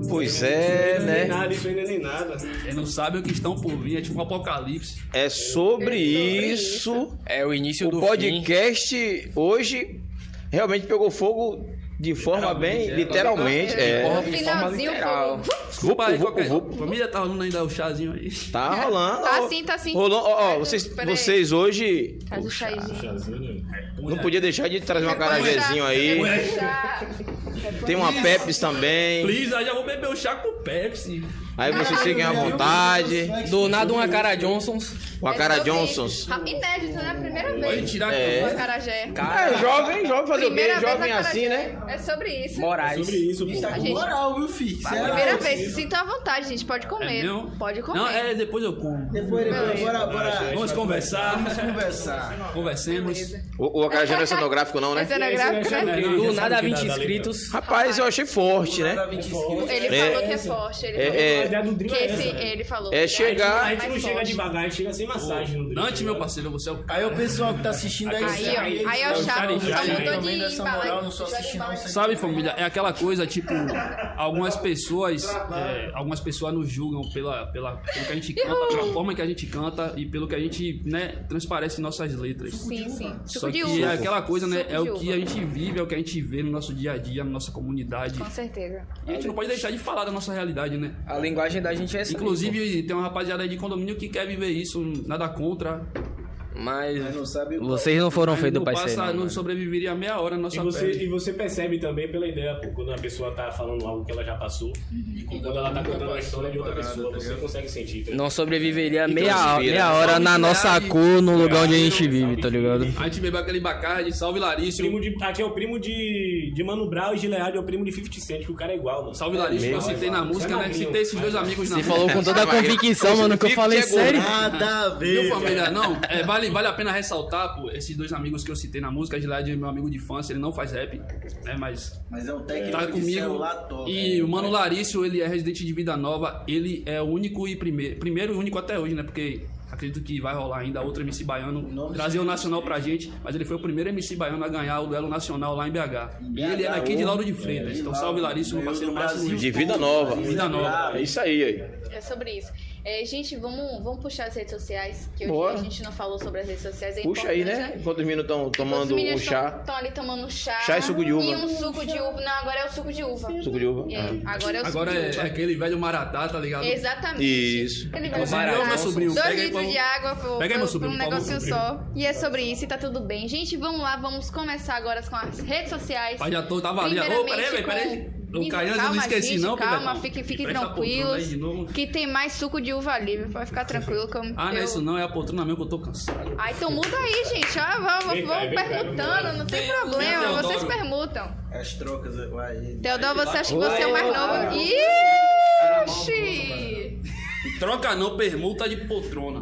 Speaker 1: Pois é, né?
Speaker 6: nada, isso ainda nem nada.
Speaker 5: Eles não sabem o que estão por vir, é tipo um apocalipse.
Speaker 1: É sobre isso.
Speaker 4: É o início
Speaker 1: O
Speaker 4: do fim.
Speaker 1: podcast hoje realmente pegou fogo de forma bem, literalmente.
Speaker 2: No
Speaker 1: É.
Speaker 2: finalzinho,
Speaker 1: literal.
Speaker 2: foi.
Speaker 5: Desculpa aí,
Speaker 1: Vupu, vupu,
Speaker 5: qualquer...
Speaker 1: vupu.
Speaker 5: família tá rolando ainda o chazinho aí.
Speaker 1: Tá rolando.
Speaker 2: Tá
Speaker 1: ó.
Speaker 2: sim, tá sim.
Speaker 1: Rolou, ó, ó,
Speaker 2: Pera-
Speaker 1: vocês,
Speaker 2: pera aí.
Speaker 1: vocês hoje
Speaker 2: Faz o chazinho.
Speaker 1: não podia deixar de trazer um acarajézinho aí. Tem uma Pepsi também.
Speaker 5: Please, aí já vou beber o chá com Pepsi.
Speaker 1: Aí vocês fiquem à vontade.
Speaker 4: Do nada uma cara Johnsons.
Speaker 1: O
Speaker 2: É
Speaker 1: Acara Johnsons.
Speaker 2: Inédito, né? Primeira
Speaker 5: Pode
Speaker 2: vez.
Speaker 5: tirar né?
Speaker 1: É.
Speaker 5: a
Speaker 2: O acarajé.
Speaker 1: É, jovem, jovem fazer o quê?
Speaker 2: Primeira vez
Speaker 1: Jovem
Speaker 2: na
Speaker 1: assim, né?
Speaker 2: É sobre isso.
Speaker 4: Moraes.
Speaker 2: A gente,
Speaker 3: Tá Moral, viu, filho? é
Speaker 2: primeira vez, sinta à vontade, gente. Pode comer.
Speaker 5: viu?
Speaker 2: Pode comer.
Speaker 5: É Não, é, depois eu como.
Speaker 3: Depois, depois, bora, bora
Speaker 5: Vamos conversar,
Speaker 3: conversar.
Speaker 5: conversemos.
Speaker 1: O, o acarajé não é cenográfico, não,
Speaker 2: É
Speaker 1: né?
Speaker 2: cenográfico, né?
Speaker 4: Do nada 20 inscritos.
Speaker 1: Rapaz, eu achei forte, né?
Speaker 2: Ele
Speaker 1: É.
Speaker 2: falou que é forte. Ele
Speaker 1: É, é.
Speaker 2: falou
Speaker 6: A ideia do Drill
Speaker 2: que
Speaker 6: é
Speaker 2: esse,
Speaker 6: essa, né?
Speaker 2: ele falou.
Speaker 1: É
Speaker 6: A
Speaker 1: chegar.
Speaker 6: gente não chega devagar, a gente chega sem massagem no tá Drill.
Speaker 5: Dante, meu parceiro, você é o
Speaker 3: Aí o pessoal que tá assistindo aí, né?
Speaker 2: Aí, ó.
Speaker 3: sabe?
Speaker 2: Aí é o chá.
Speaker 5: Cara,
Speaker 2: Só
Speaker 5: cara,
Speaker 2: mudou
Speaker 3: também
Speaker 2: de
Speaker 3: dessa
Speaker 2: embalagem.
Speaker 3: moral, não sou assistindo, não sei.
Speaker 5: Sabe, família, é aquela coisa, tipo, algumas pessoas, é, algumas pessoas nos julgam pela, pela, pelo que a gente canta, pela forma que a gente canta e pelo que a gente, né, transparece em nossas letras.
Speaker 2: Sim, sim.
Speaker 5: Só
Speaker 2: Suco de
Speaker 5: que
Speaker 2: uva.
Speaker 5: é aquela coisa, né,
Speaker 2: Suco
Speaker 5: é
Speaker 2: de
Speaker 5: o que
Speaker 2: uva.
Speaker 5: a gente vive, é o que a gente vê no nosso dia a dia, na nossa comunidade.
Speaker 2: Com certeza.
Speaker 5: E a gente não pode deixar de falar da nossa realidade, né?
Speaker 4: A linguagem da gente é essa.
Speaker 5: Inclusive, tem uma rapaziada aí de condomínio que quer viver isso, nada contra.
Speaker 4: Mas
Speaker 8: Mas não sabe qual.
Speaker 4: vocês não foram
Speaker 5: Aí
Speaker 4: feitos
Speaker 5: não
Speaker 4: pra
Speaker 5: passa-
Speaker 4: isso aí, não,
Speaker 5: Não
Speaker 4: mano.
Speaker 5: sobreviveria meia hora na nossa
Speaker 6: E você,
Speaker 5: pele.
Speaker 6: e você percebe também pela ideia, pô, quando a pessoa tá falando algo que ela já passou,
Speaker 2: Uhum.
Speaker 6: e quando ela tá contando a história de outra pessoa, você consegue sentir. tá ligado?
Speaker 4: Não sobreviveria meia,
Speaker 8: se vira,
Speaker 4: meia
Speaker 8: né?
Speaker 4: hora na
Speaker 5: Sabe,
Speaker 4: nossa
Speaker 5: sabe,
Speaker 4: cor, no lugar onde a gente
Speaker 6: sabe,
Speaker 4: vive, tá ligado?
Speaker 5: A gente bebeu aquele Bacardi, salve Larício.
Speaker 6: Primo de- aqui é o primo de, de Mano Brown e Gilead é o primo de 50 Cent, que o cara é igual, mano.
Speaker 5: Salve Larício, que eu citei na
Speaker 6: é
Speaker 5: música, né? Citei esses dois amigos na
Speaker 4: Você
Speaker 5: música.
Speaker 4: falou com toda a convicção, mano, que eu falei sério.
Speaker 3: Nada a ver.
Speaker 5: Viu, família? Não, é, vale, vale a pena ressaltar, pô, esses dois amigos que eu citei na música. Gilead é meu amigo de infância, ele não faz rap, né? Mas
Speaker 3: Mas é um técnico
Speaker 5: tá
Speaker 3: de
Speaker 5: comigo.
Speaker 3: celular top.
Speaker 5: E o Mano Larício, ele é residente de Vida Nova. Ele é o único e primeiro, primeiro e único até hoje, né? Porque acredito que vai rolar ainda outro MC baiano trazer o nacional pra gente. Mas ele foi o primeiro MC baiano a ganhar o duelo nacional lá em BH. E ele é daqui de Lauro de Freitas. Então salve Larício, meu parceiro um máximo.
Speaker 8: De vida nova.
Speaker 5: Vida Nova.
Speaker 1: Ah,
Speaker 8: É isso aí, aí.
Speaker 2: É sobre isso. É, gente, vamos, vamos puxar as redes sociais, que hoje
Speaker 1: Bora.
Speaker 2: a gente não falou sobre as redes sociais. É
Speaker 1: Puxa aí,
Speaker 2: importante,
Speaker 1: né? Enquanto os meninos estão tomando
Speaker 2: Os meninos
Speaker 1: o chá,
Speaker 2: Estão ali tomando chá.
Speaker 1: Chá e suco de uva.
Speaker 2: E um suco de uva. Não, agora é o suco de uva.
Speaker 1: suco de uva.
Speaker 2: É, agora é o
Speaker 5: Agora
Speaker 2: suco
Speaker 5: é,
Speaker 2: de
Speaker 5: é
Speaker 2: uva.
Speaker 5: aquele velho Maratá, tá ligado?
Speaker 2: Exatamente.
Speaker 1: Isso.
Speaker 2: Ele vai
Speaker 5: Ô, Maratá,
Speaker 2: levar
Speaker 5: meu sobrinho,
Speaker 2: dois
Speaker 5: pega aí,
Speaker 2: litros
Speaker 5: por
Speaker 2: de água pro,
Speaker 5: Pega
Speaker 2: pro-
Speaker 5: aí, meu
Speaker 2: pra
Speaker 5: sobrinho,
Speaker 2: um
Speaker 5: por favor,
Speaker 2: negocinho
Speaker 5: meu
Speaker 2: só. E é sobre isso e tá tudo bem. Gente, vamos lá, vamos começar agora com as redes sociais.
Speaker 5: Pai já tô, tava ali. Ô, peraí,
Speaker 2: Primeiramente
Speaker 5: velho, peraí.
Speaker 2: com-
Speaker 5: O Caian eu não
Speaker 2: Calma,
Speaker 5: esqueci,
Speaker 2: gente,
Speaker 5: não,
Speaker 2: Calma,
Speaker 5: Pedro.
Speaker 2: fiquem fiquem
Speaker 5: Presta a poltrona aí
Speaker 2: tranquilos.
Speaker 5: de novo.
Speaker 2: Que tem mais suco de uva livre. Pode ficar tranquilo. Que eu,
Speaker 5: Ah, não é
Speaker 2: eu-
Speaker 5: isso não, é a poltrona mesmo que eu tô cansado.
Speaker 2: Ah, então muda aí, gente. Ah, vamos,
Speaker 6: Vem cá,
Speaker 2: vamos
Speaker 6: vem cá,
Speaker 2: permutando, não tem
Speaker 5: vem,
Speaker 2: problema.
Speaker 5: Teodoro.
Speaker 2: Vocês permutam.
Speaker 3: As trocas. Vai.
Speaker 2: Teodoro, você acha que você é o mais novo? Ixi!
Speaker 5: Troca não, permuta de poltrona.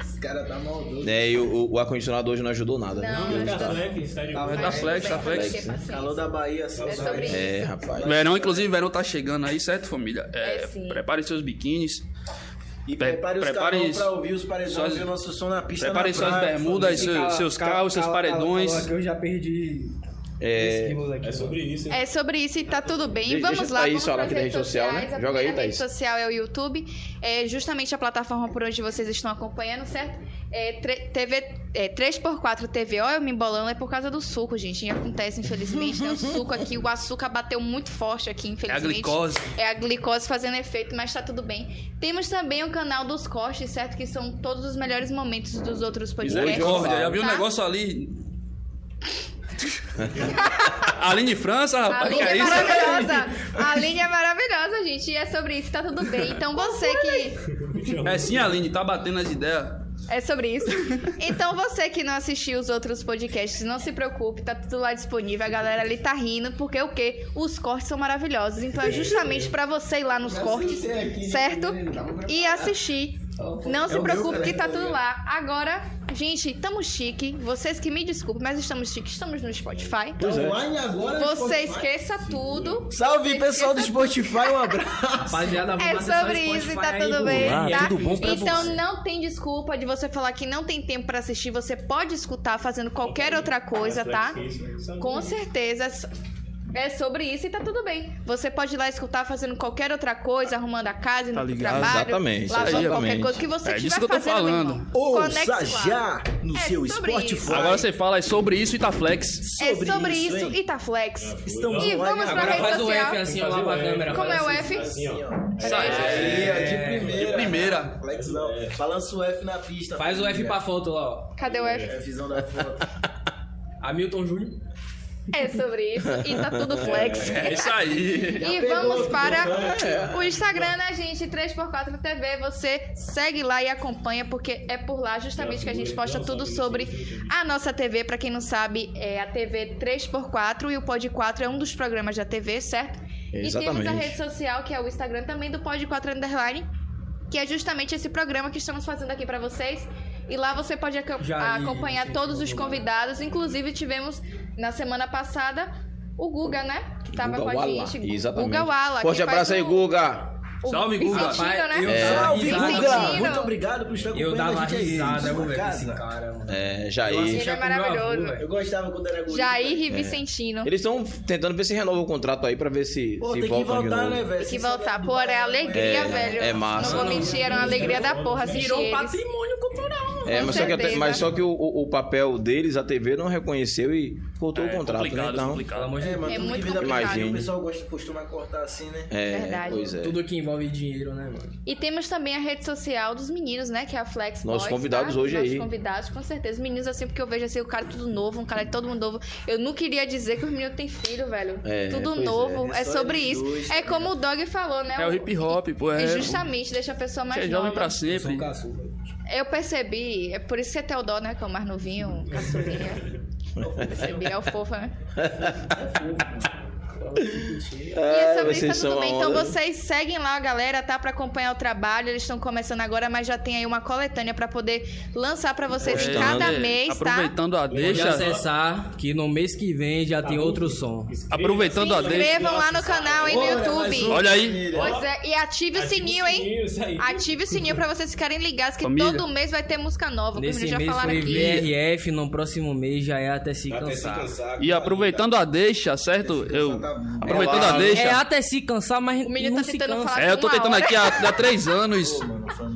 Speaker 3: Esse cara tá maldoso.
Speaker 1: É, e o, o ar-condicionado hoje não ajudou nada. né?
Speaker 2: Não, mas
Speaker 6: Tá
Speaker 2: tá-
Speaker 6: flex, está de boa.
Speaker 5: Tá flex, tá flex.
Speaker 3: Calor da Bahia, assim,
Speaker 2: É sobre
Speaker 3: saudade.
Speaker 2: isso.
Speaker 1: É, rapaz.
Speaker 5: Verão, inclusive, verão tá chegando aí, certo, família?
Speaker 2: É,
Speaker 5: É,
Speaker 2: sim.
Speaker 5: prepare seus biquínis,
Speaker 3: E
Speaker 5: Pre-
Speaker 3: prepare os
Speaker 5: prepare
Speaker 3: carros
Speaker 5: isso.
Speaker 3: pra ouvir os paredões
Speaker 5: Suas-
Speaker 3: e o nosso som na pista.
Speaker 5: prepare
Speaker 3: na
Speaker 5: suas
Speaker 3: praia,
Speaker 5: bermudas,
Speaker 3: família.
Speaker 5: seus, seus carros, seus paredões.
Speaker 7: que eu já perdi
Speaker 1: É,
Speaker 7: quilos aqui.
Speaker 6: É sobre isso, hein?
Speaker 2: É sobre isso e tá tudo bem.
Speaker 1: Deixa-
Speaker 2: vamos
Speaker 1: deixa
Speaker 2: lá,
Speaker 1: Thaís
Speaker 2: vamos
Speaker 1: falar
Speaker 2: para as
Speaker 1: aqui da
Speaker 2: redes
Speaker 1: rede social,
Speaker 2: sociais.
Speaker 1: né?
Speaker 2: A
Speaker 1: Joga aí,
Speaker 2: primeira rede
Speaker 1: Thaís.
Speaker 2: social é o YouTube. É justamente a plataforma por onde vocês estão acompanhando, certo? É, tre- TV, é, 3x4 TVO, eu me embolando, é por causa do suco, gente. Acontece, infelizmente. Tem o suco aqui, o açúcar bateu muito forte aqui,
Speaker 5: É a
Speaker 2: infelizmente.
Speaker 5: glicose.
Speaker 2: É a glicose fazendo efeito, mas tá tudo bem. Temos também o canal dos cortes, certo? Que são todos os melhores momentos dos outros podcasts.
Speaker 5: Misericórdia, já vi um
Speaker 2: tá?
Speaker 5: negócio ali. *laughs* Aline França,
Speaker 2: A
Speaker 5: rapaz, que
Speaker 2: Aline
Speaker 5: é
Speaker 2: é
Speaker 5: isso?
Speaker 2: maravilhosa. A Aline é maravilhosa, gente. E é sobre isso, tá tudo bem. Então você que.
Speaker 5: É sim, Aline, tá batendo as ideias.
Speaker 2: É sobre isso. Então você que não assistiu os outros podcasts, não se preocupe, tá tudo lá disponível. A galera ali tá rindo, porque o quê? Os cortes são maravilhosos. Então é justamente pra você ir lá nos cortes, certo? E assistir.
Speaker 3: Então,
Speaker 2: Não se preocupe que tá tudo lá. Agora, gente, estamos chique. Vocês que me desculpem, mas estamos chique. Estamos no Spotify.
Speaker 3: Online agora. no
Speaker 2: Você
Speaker 3: Spotify.
Speaker 2: esqueça tudo. *laughs*
Speaker 3: é. Salve pessoal do Spotify, um abraço.
Speaker 9: Rapaziada,
Speaker 2: É
Speaker 9: vamos acessar
Speaker 2: sobre
Speaker 9: o
Speaker 2: isso e tá
Speaker 9: Spotify aí,
Speaker 2: tudo
Speaker 9: pô.
Speaker 2: bem,
Speaker 7: lá,
Speaker 2: tá?
Speaker 7: tudo bom pra
Speaker 2: então
Speaker 7: você.
Speaker 2: não tem desculpa de você falar que não tem tempo pra assistir, você pode escutar fazendo qualquer outra coisa, tá? Com certeza. é so- É sobre isso e tá tudo bem. Você pode ir lá escutar fazendo qualquer outra coisa, arrumando a casa, indo pro
Speaker 5: Tá ligado?
Speaker 2: trabalho,
Speaker 1: Exatamente,
Speaker 2: lavando qualquer
Speaker 1: exatamente.
Speaker 2: coisa que você
Speaker 5: É disso
Speaker 2: estiver
Speaker 5: que eu tô
Speaker 2: fazendo, meu
Speaker 5: falando.
Speaker 2: irmão. *laughs* Conecte lá.
Speaker 3: Ouça já no
Speaker 2: É
Speaker 3: seu
Speaker 2: sobre isso.
Speaker 3: Spotify.
Speaker 5: Agora você fala, é sobre isso e tá flex.
Speaker 2: É sobre
Speaker 3: isso,
Speaker 2: isso,
Speaker 3: hein?
Speaker 2: e tá flex.
Speaker 3: Estamos
Speaker 2: E
Speaker 3: online
Speaker 2: vamos pra
Speaker 9: Agora
Speaker 2: rede
Speaker 9: faz o F
Speaker 2: social.
Speaker 9: assim, ó, lá pra câmera.
Speaker 2: Como
Speaker 9: faz
Speaker 2: é o
Speaker 9: assim.
Speaker 2: F?
Speaker 6: Assim, ó.
Speaker 5: Sai,
Speaker 3: É, de primeira.
Speaker 5: De primeira.
Speaker 3: Flex não. Balança o F na pista.
Speaker 9: É. Faz o F
Speaker 3: família.
Speaker 9: pra foto lá, ó.
Speaker 2: Cadê o F?
Speaker 3: É a visão da foto.
Speaker 9: Hamilton Júnior.
Speaker 2: É sobre isso e tá tudo flex.
Speaker 5: É isso aí.
Speaker 2: E vamos
Speaker 9: É.
Speaker 2: para o Instagram, né, gente? 3x4 TV. Você segue lá e acompanha, porque é por lá justamente que a gente posta tudo sobre a nossa TV. Pra quem não sabe, é a TV 3x4 e o Pod 4 é um dos programas da TV, certo? E temos a
Speaker 1: Exatamente.
Speaker 2: rede social, que é o Instagram também do Pod 4 Underline, que é justamente esse programa que estamos fazendo aqui pra vocês. E lá você pode aca-
Speaker 9: Já li,
Speaker 2: acompanhar
Speaker 9: sim,
Speaker 2: todos os
Speaker 9: sim.
Speaker 2: convidados. Inclusive, tivemos na semana passada o Guga, né? Que tava
Speaker 1: Guga
Speaker 2: com a
Speaker 1: Wala,
Speaker 2: gente.
Speaker 1: Exatamente.
Speaker 2: Guga
Speaker 1: Forte
Speaker 2: Wala. que faz um-
Speaker 1: abraço aí,
Speaker 2: o-
Speaker 1: Guga.
Speaker 2: o
Speaker 5: Salve, Guga.
Speaker 2: Vicentino,
Speaker 9: Rapaz, eu
Speaker 2: né?
Speaker 9: É. tava-
Speaker 3: Salve, Guga!
Speaker 2: Vicentino.
Speaker 3: Muito obrigado por estar
Speaker 9: Eu
Speaker 3: acompanhando
Speaker 9: dava
Speaker 3: a gente é aí.
Speaker 9: risada, eu vou ver
Speaker 3: Casa.
Speaker 9: esse cara, mano.
Speaker 1: É, Jair.
Speaker 2: Ele
Speaker 9: Assistia
Speaker 2: é
Speaker 9: com meu
Speaker 2: maravilhoso.
Speaker 9: avô, velho.
Speaker 3: Eu gostava quando era guri.
Speaker 2: Jair
Speaker 1: É.
Speaker 2: e Vicentino.
Speaker 1: Eles estão tentando ver se renova o contrato aí pra ver se,
Speaker 3: Pô,
Speaker 1: se
Speaker 3: tem que
Speaker 1: voltam de
Speaker 3: voltar,
Speaker 1: novo.
Speaker 3: né, velho?
Speaker 2: Tem que
Speaker 3: Sem saber
Speaker 2: voltar.
Speaker 3: do
Speaker 2: Pô, era
Speaker 3: Bahia,
Speaker 2: alegria,
Speaker 1: É,
Speaker 2: velho.
Speaker 1: é massa.
Speaker 2: Não vou mentir, era uma alegria da porra assistir
Speaker 9: Virou
Speaker 2: eles.
Speaker 9: patrimônio
Speaker 2: trabalho cultural, mano.
Speaker 1: É,
Speaker 2: Com
Speaker 1: mas só que, a te-
Speaker 2: certeza.
Speaker 1: mas só que o, o- o papel deles, a TV não reconheceu e cortou o contrato, né?
Speaker 5: É, complicado,
Speaker 1: Então,
Speaker 5: complicado.
Speaker 3: É, mano,
Speaker 2: É
Speaker 3: tudo que
Speaker 2: muito
Speaker 3: vem da
Speaker 1: complicado.
Speaker 3: putaria, o pessoal gosta, costuma cortar assim, né?
Speaker 1: é,
Speaker 2: Verdade.
Speaker 1: pois é.
Speaker 9: Tudo que envolve dinheiro, né, mano?
Speaker 2: E temos também a rede social dos meninos, né? Que é a Flex
Speaker 1: Nossos
Speaker 2: Boys,
Speaker 1: convidados
Speaker 2: tá?
Speaker 1: hoje
Speaker 2: Nossos
Speaker 1: aí.
Speaker 2: convidados, com certeza. Os meninos, assim, porque eu vejo assim, o cara tudo novo, um cara de todo mundo novo. Eu não queria dizer que os meninos têm filho, velho.
Speaker 1: É,
Speaker 2: tudo
Speaker 1: pois
Speaker 2: novo.
Speaker 3: é.
Speaker 2: É,
Speaker 3: É só
Speaker 2: sobre
Speaker 3: eles
Speaker 2: isso.
Speaker 3: dois,
Speaker 2: é como o Dog falou, né?
Speaker 5: né? É o hip hop, pô. É,
Speaker 2: E justamente, deixa a pessoa mais
Speaker 5: é
Speaker 2: nova.
Speaker 5: jovem pra sempre.
Speaker 9: caçula.
Speaker 2: Eu percebi, é por isso que é Teodoro, né? Que é o mais novinho, caçulinha. percebi, é o fofo, né? E é sobre isso tá tudo bem. Então vocês seguem lá a galera, tá? Pra acompanhar o trabalho. Eles estão começando agora, mas já tem aí uma coletânea pra poder lançar pra vocês
Speaker 5: É,
Speaker 2: cada
Speaker 5: é,
Speaker 2: mês, tá?
Speaker 5: Aproveitando a
Speaker 9: Pode
Speaker 5: deixa.
Speaker 9: acessar que no mês que vem já tem outro som.
Speaker 5: Aproveitando a
Speaker 2: Se
Speaker 5: deixa.
Speaker 2: inscrevam lá no canal aí no YouTube.
Speaker 5: Olha aí.
Speaker 2: Pois é, e ative o sininho, hein?
Speaker 6: Isso aí.
Speaker 2: Ative o sininho pra vocês ficarem ligados que
Speaker 5: Família.
Speaker 2: todo mês vai ter música nova, como eles
Speaker 9: Nesse
Speaker 2: já
Speaker 9: mês
Speaker 2: falaram
Speaker 9: foi
Speaker 2: aqui.
Speaker 9: VRF, no próximo mês já é até se
Speaker 6: Até se
Speaker 9: cansar.
Speaker 6: cansar.
Speaker 5: E aproveitando a deixa, certo? Eu. Aproveitando a
Speaker 9: É
Speaker 5: deixa.
Speaker 9: até se cansar, mas
Speaker 2: O menino
Speaker 9: não
Speaker 2: tá
Speaker 9: se
Speaker 2: tentando
Speaker 9: cansa.
Speaker 2: falar
Speaker 5: É, eu tô
Speaker 2: uma
Speaker 5: tentando
Speaker 2: hora.
Speaker 5: aqui há, há três anos.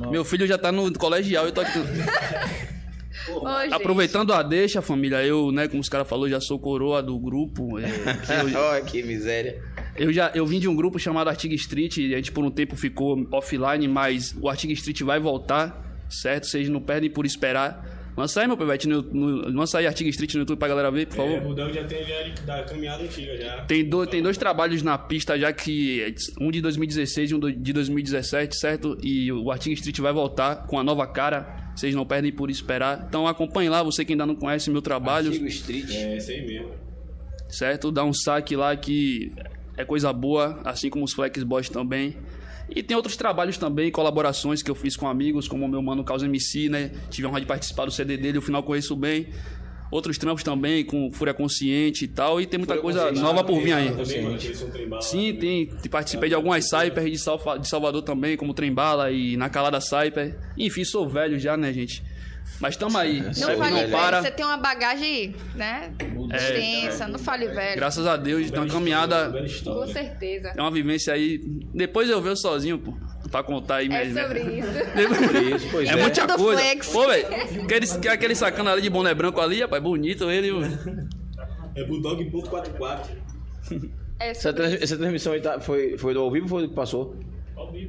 Speaker 5: Meu filho já tá no colegial, eu tô aqui.
Speaker 2: Ô, gente.
Speaker 5: Aproveitando a deixa, família, eu, né, como os caras falaram, já sou coroa do grupo. é, que
Speaker 1: *laughs* *laughs*
Speaker 5: eu-
Speaker 1: Olha que miséria.
Speaker 5: Eu já eu vim de um grupo chamado Artigo Street, e a gente por um tempo ficou offline, mas o Artigo Street vai voltar, certo? Vocês não perdem por esperar. Lança aí, meu pivete, no, no, lança aí Artigo Street no YouTube pra galera ver, por favor.
Speaker 6: É, o Dão já teve a da caminhada antiga já.
Speaker 5: Tem, do- tem dois trabalhos na pista já que. Um de 2016 e um do- de 2017, certo? E o Artigo Street vai voltar com a nova cara. Vocês não perdem por esperar. Então acompanhe lá, você que ainda não conhece meu trabalho,
Speaker 8: Antigo Street.
Speaker 6: É, isso aí mesmo.
Speaker 5: certo? Dá um saque lá que é coisa boa, assim como os Flex Boys também. E tem outros trabalhos também, colaborações que eu fiz com amigos, como o meu mano Caos MC, né? Tive a honra de participar do CD dele, o final conheço bem. Outros trampos também, com Fúria Consciente e tal. E tem muita coisa nova por vir aí.
Speaker 6: Também, mano, eles são trem bala. né?
Speaker 5: Sim, tem. te- Participei de algumas Cypher de, Salfa- de Salvador também, como Trembala e Na Calada Cypher. Enfim, sou velho já, né, gente? Mas tamo aí.
Speaker 2: Não
Speaker 5: Cypher
Speaker 2: fale
Speaker 5: não
Speaker 2: velho, você
Speaker 5: para.
Speaker 2: tem uma bagagem, né? Extensa, não fale velho.
Speaker 5: Graças a Deus, então a caminhada.
Speaker 6: Bela
Speaker 2: Com
Speaker 6: história.
Speaker 2: certeza.
Speaker 5: É uma vivência aí. Depois eu vejo sozinho, pô. Pra contar aí
Speaker 2: É
Speaker 5: mesmo. né? *laughs*
Speaker 2: sobre isso.
Speaker 5: Depois-
Speaker 1: Isso, pois
Speaker 5: É,
Speaker 1: é.
Speaker 5: muita
Speaker 2: Tudo
Speaker 5: coisa.
Speaker 2: flex.
Speaker 5: Pô, velho. Aquele, aquele sacana ali de boné branco ali, rapaz, bonito ele. o-
Speaker 6: É Bulldog.44.
Speaker 2: É
Speaker 1: Essa,
Speaker 2: sobre...
Speaker 1: trans- essa transmissão aí tá- foi, foi do ao vivo ou foi do que passou?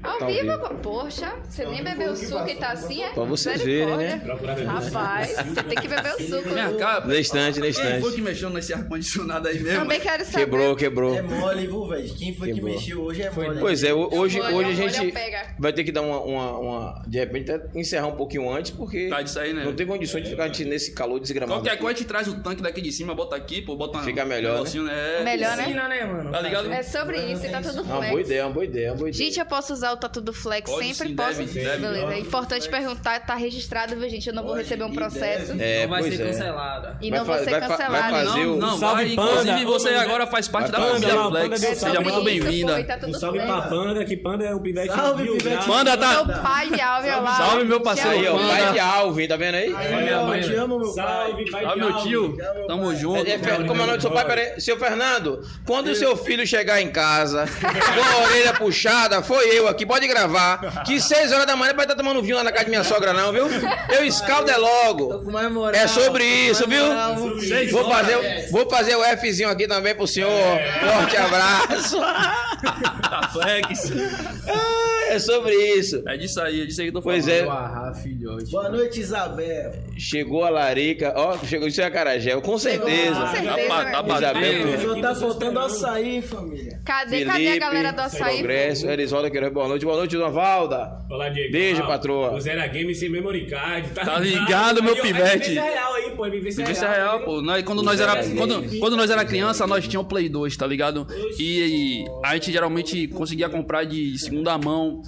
Speaker 2: Ao
Speaker 1: Tá
Speaker 2: vivo,
Speaker 1: ao
Speaker 2: poxa, você nem bebeu o suco e tá assim, é?
Speaker 1: Pra vocês
Speaker 2: Misericórdia.
Speaker 1: verem, né?
Speaker 2: Rapaz, você tem que beber o suco.
Speaker 5: Minha
Speaker 2: viu?
Speaker 5: cara.
Speaker 1: Na estante, na
Speaker 5: Quem foi
Speaker 1: estante.
Speaker 5: que mexeu nesse ar-condicionado aí mesmo?
Speaker 2: Também quero saber.
Speaker 1: Quebrou, quebrou.
Speaker 3: É mole, viu, velho? Quem foi que
Speaker 1: Quebrou.
Speaker 3: mexeu hoje é mole.
Speaker 1: Pois é, ho- hoje,
Speaker 2: Olha,
Speaker 1: hoje a
Speaker 2: olha,
Speaker 1: gente
Speaker 2: pega.
Speaker 1: vai ter que dar uma, uma, uma- De repente, até encerrar um pouquinho antes, porque
Speaker 5: Tá disso aí, né?
Speaker 1: não tem condições de ficar a gente nesse calor desgramado.
Speaker 5: Qualquer
Speaker 1: aqui.
Speaker 5: coisa, a gente traz o tanque daqui de cima, bota aqui, pô, bota
Speaker 1: Fica melhor,
Speaker 5: negocinho, né?
Speaker 2: Melhor, né?
Speaker 9: Ensina, né, mano?
Speaker 5: Tá ligado?
Speaker 2: É sobre isso, e tá tudo
Speaker 1: É Uma boa
Speaker 2: flex.
Speaker 1: ideia, uma boa ideia, uma boa ideia.
Speaker 2: Gente, eu posso usar o Tatu do Flex
Speaker 5: Pode
Speaker 2: sempre?
Speaker 5: sim,
Speaker 2: posso?
Speaker 5: deve, deve.
Speaker 2: Beleza. É importante perguntar, tá registrado, viu, gente? Eu não vou receber um processo.
Speaker 1: É,
Speaker 9: não vai
Speaker 1: pois
Speaker 9: ser
Speaker 1: é.
Speaker 9: cancelada.
Speaker 2: E
Speaker 1: Vai
Speaker 2: não
Speaker 1: fa-
Speaker 2: vou ser
Speaker 1: vai fa- vai
Speaker 2: cancelado.
Speaker 1: fazer
Speaker 5: Não,
Speaker 1: o-
Speaker 5: não,
Speaker 6: Salve,
Speaker 5: vai.
Speaker 6: Panda.
Speaker 5: Inclusive, você agora faz parte da
Speaker 1: Panda,
Speaker 5: família
Speaker 6: Panda,
Speaker 5: Flex.
Speaker 6: Panda,
Speaker 2: É
Speaker 5: Seja
Speaker 2: sobre
Speaker 5: muito
Speaker 2: isso, pô, e
Speaker 5: bem-vinda.
Speaker 2: tá tudo
Speaker 6: Um salve
Speaker 2: flex.
Speaker 6: pra Panda, que Panda é o pivete.
Speaker 3: Salve,
Speaker 6: mil
Speaker 3: pivete.
Speaker 6: graus.
Speaker 5: Panda
Speaker 2: Meu
Speaker 5: tá.
Speaker 2: pai de Alvia lá.
Speaker 5: Salve, meu
Speaker 2: Te
Speaker 5: parceiro.
Speaker 1: Aí, ó,
Speaker 2: amo.
Speaker 5: Panda.
Speaker 1: pai de Alvin, tá vendo aí?
Speaker 3: Aí,
Speaker 9: minha
Speaker 3: ó,
Speaker 9: mãe,
Speaker 3: te
Speaker 9: velho.
Speaker 3: amo, meu pai.
Speaker 6: Salve, pai
Speaker 5: Ó,
Speaker 6: de
Speaker 5: meu
Speaker 6: alvo.
Speaker 5: tio.
Speaker 3: meu
Speaker 5: Tamo
Speaker 3: pai.
Speaker 5: junto.
Speaker 1: É, é, Fer- como é o nome do seu pai? Peraí, seu Fernando, quando o seu filho chegar em casa com a orelha puxada, foi eu aqui, pode gravar, que 6 horas da manhã vai estar tomando vinho lá na casa de minha sogra não, viu? Eu escaldo é
Speaker 3: Tô com
Speaker 1: logo.
Speaker 3: mais moral.
Speaker 1: É sobre isso, viu?
Speaker 5: Seis
Speaker 1: Vou
Speaker 5: horas. É.
Speaker 1: fazer, o- vou fazer o Fzinho aqui também pro senhor. Forte abraço.
Speaker 5: Tá flex.
Speaker 1: Ah, É sobre isso.
Speaker 5: É disso aí, é disso aí que eu tô falando.
Speaker 1: Pois é,
Speaker 9: Ah, filhote.
Speaker 3: né? Boa noite, Isabel.
Speaker 1: chegou a larica, ó, chegou isso é acarajé, com certeza.
Speaker 2: Com
Speaker 5: Tá,
Speaker 2: certeza,
Speaker 5: pa-
Speaker 2: né?
Speaker 5: tá
Speaker 1: Isabel,
Speaker 5: batendo.
Speaker 3: Só tá faltando açaí, hein, família.
Speaker 2: Cadê,
Speaker 1: Felipe,
Speaker 2: cadê a galera do açaí?
Speaker 1: Progresso, Erisolda Queiroz, boa noite. Boa noite, Novalda.
Speaker 6: Olá, Diego.
Speaker 1: Beijo,
Speaker 6: Ah,
Speaker 1: patroa.
Speaker 6: O Zera Game sem memory card.
Speaker 5: Tá ligado, meu
Speaker 6: Aí, ó,
Speaker 5: pivete.
Speaker 6: é Vivência real aí, pô. é Vivência
Speaker 5: Isso é real, pô. Nós- quando, nós
Speaker 1: é
Speaker 5: era, quando, quando nós era criança, nós tínhamos Play 2, tá ligado? E, e a gente geralmente conseguia comprar de segunda mão.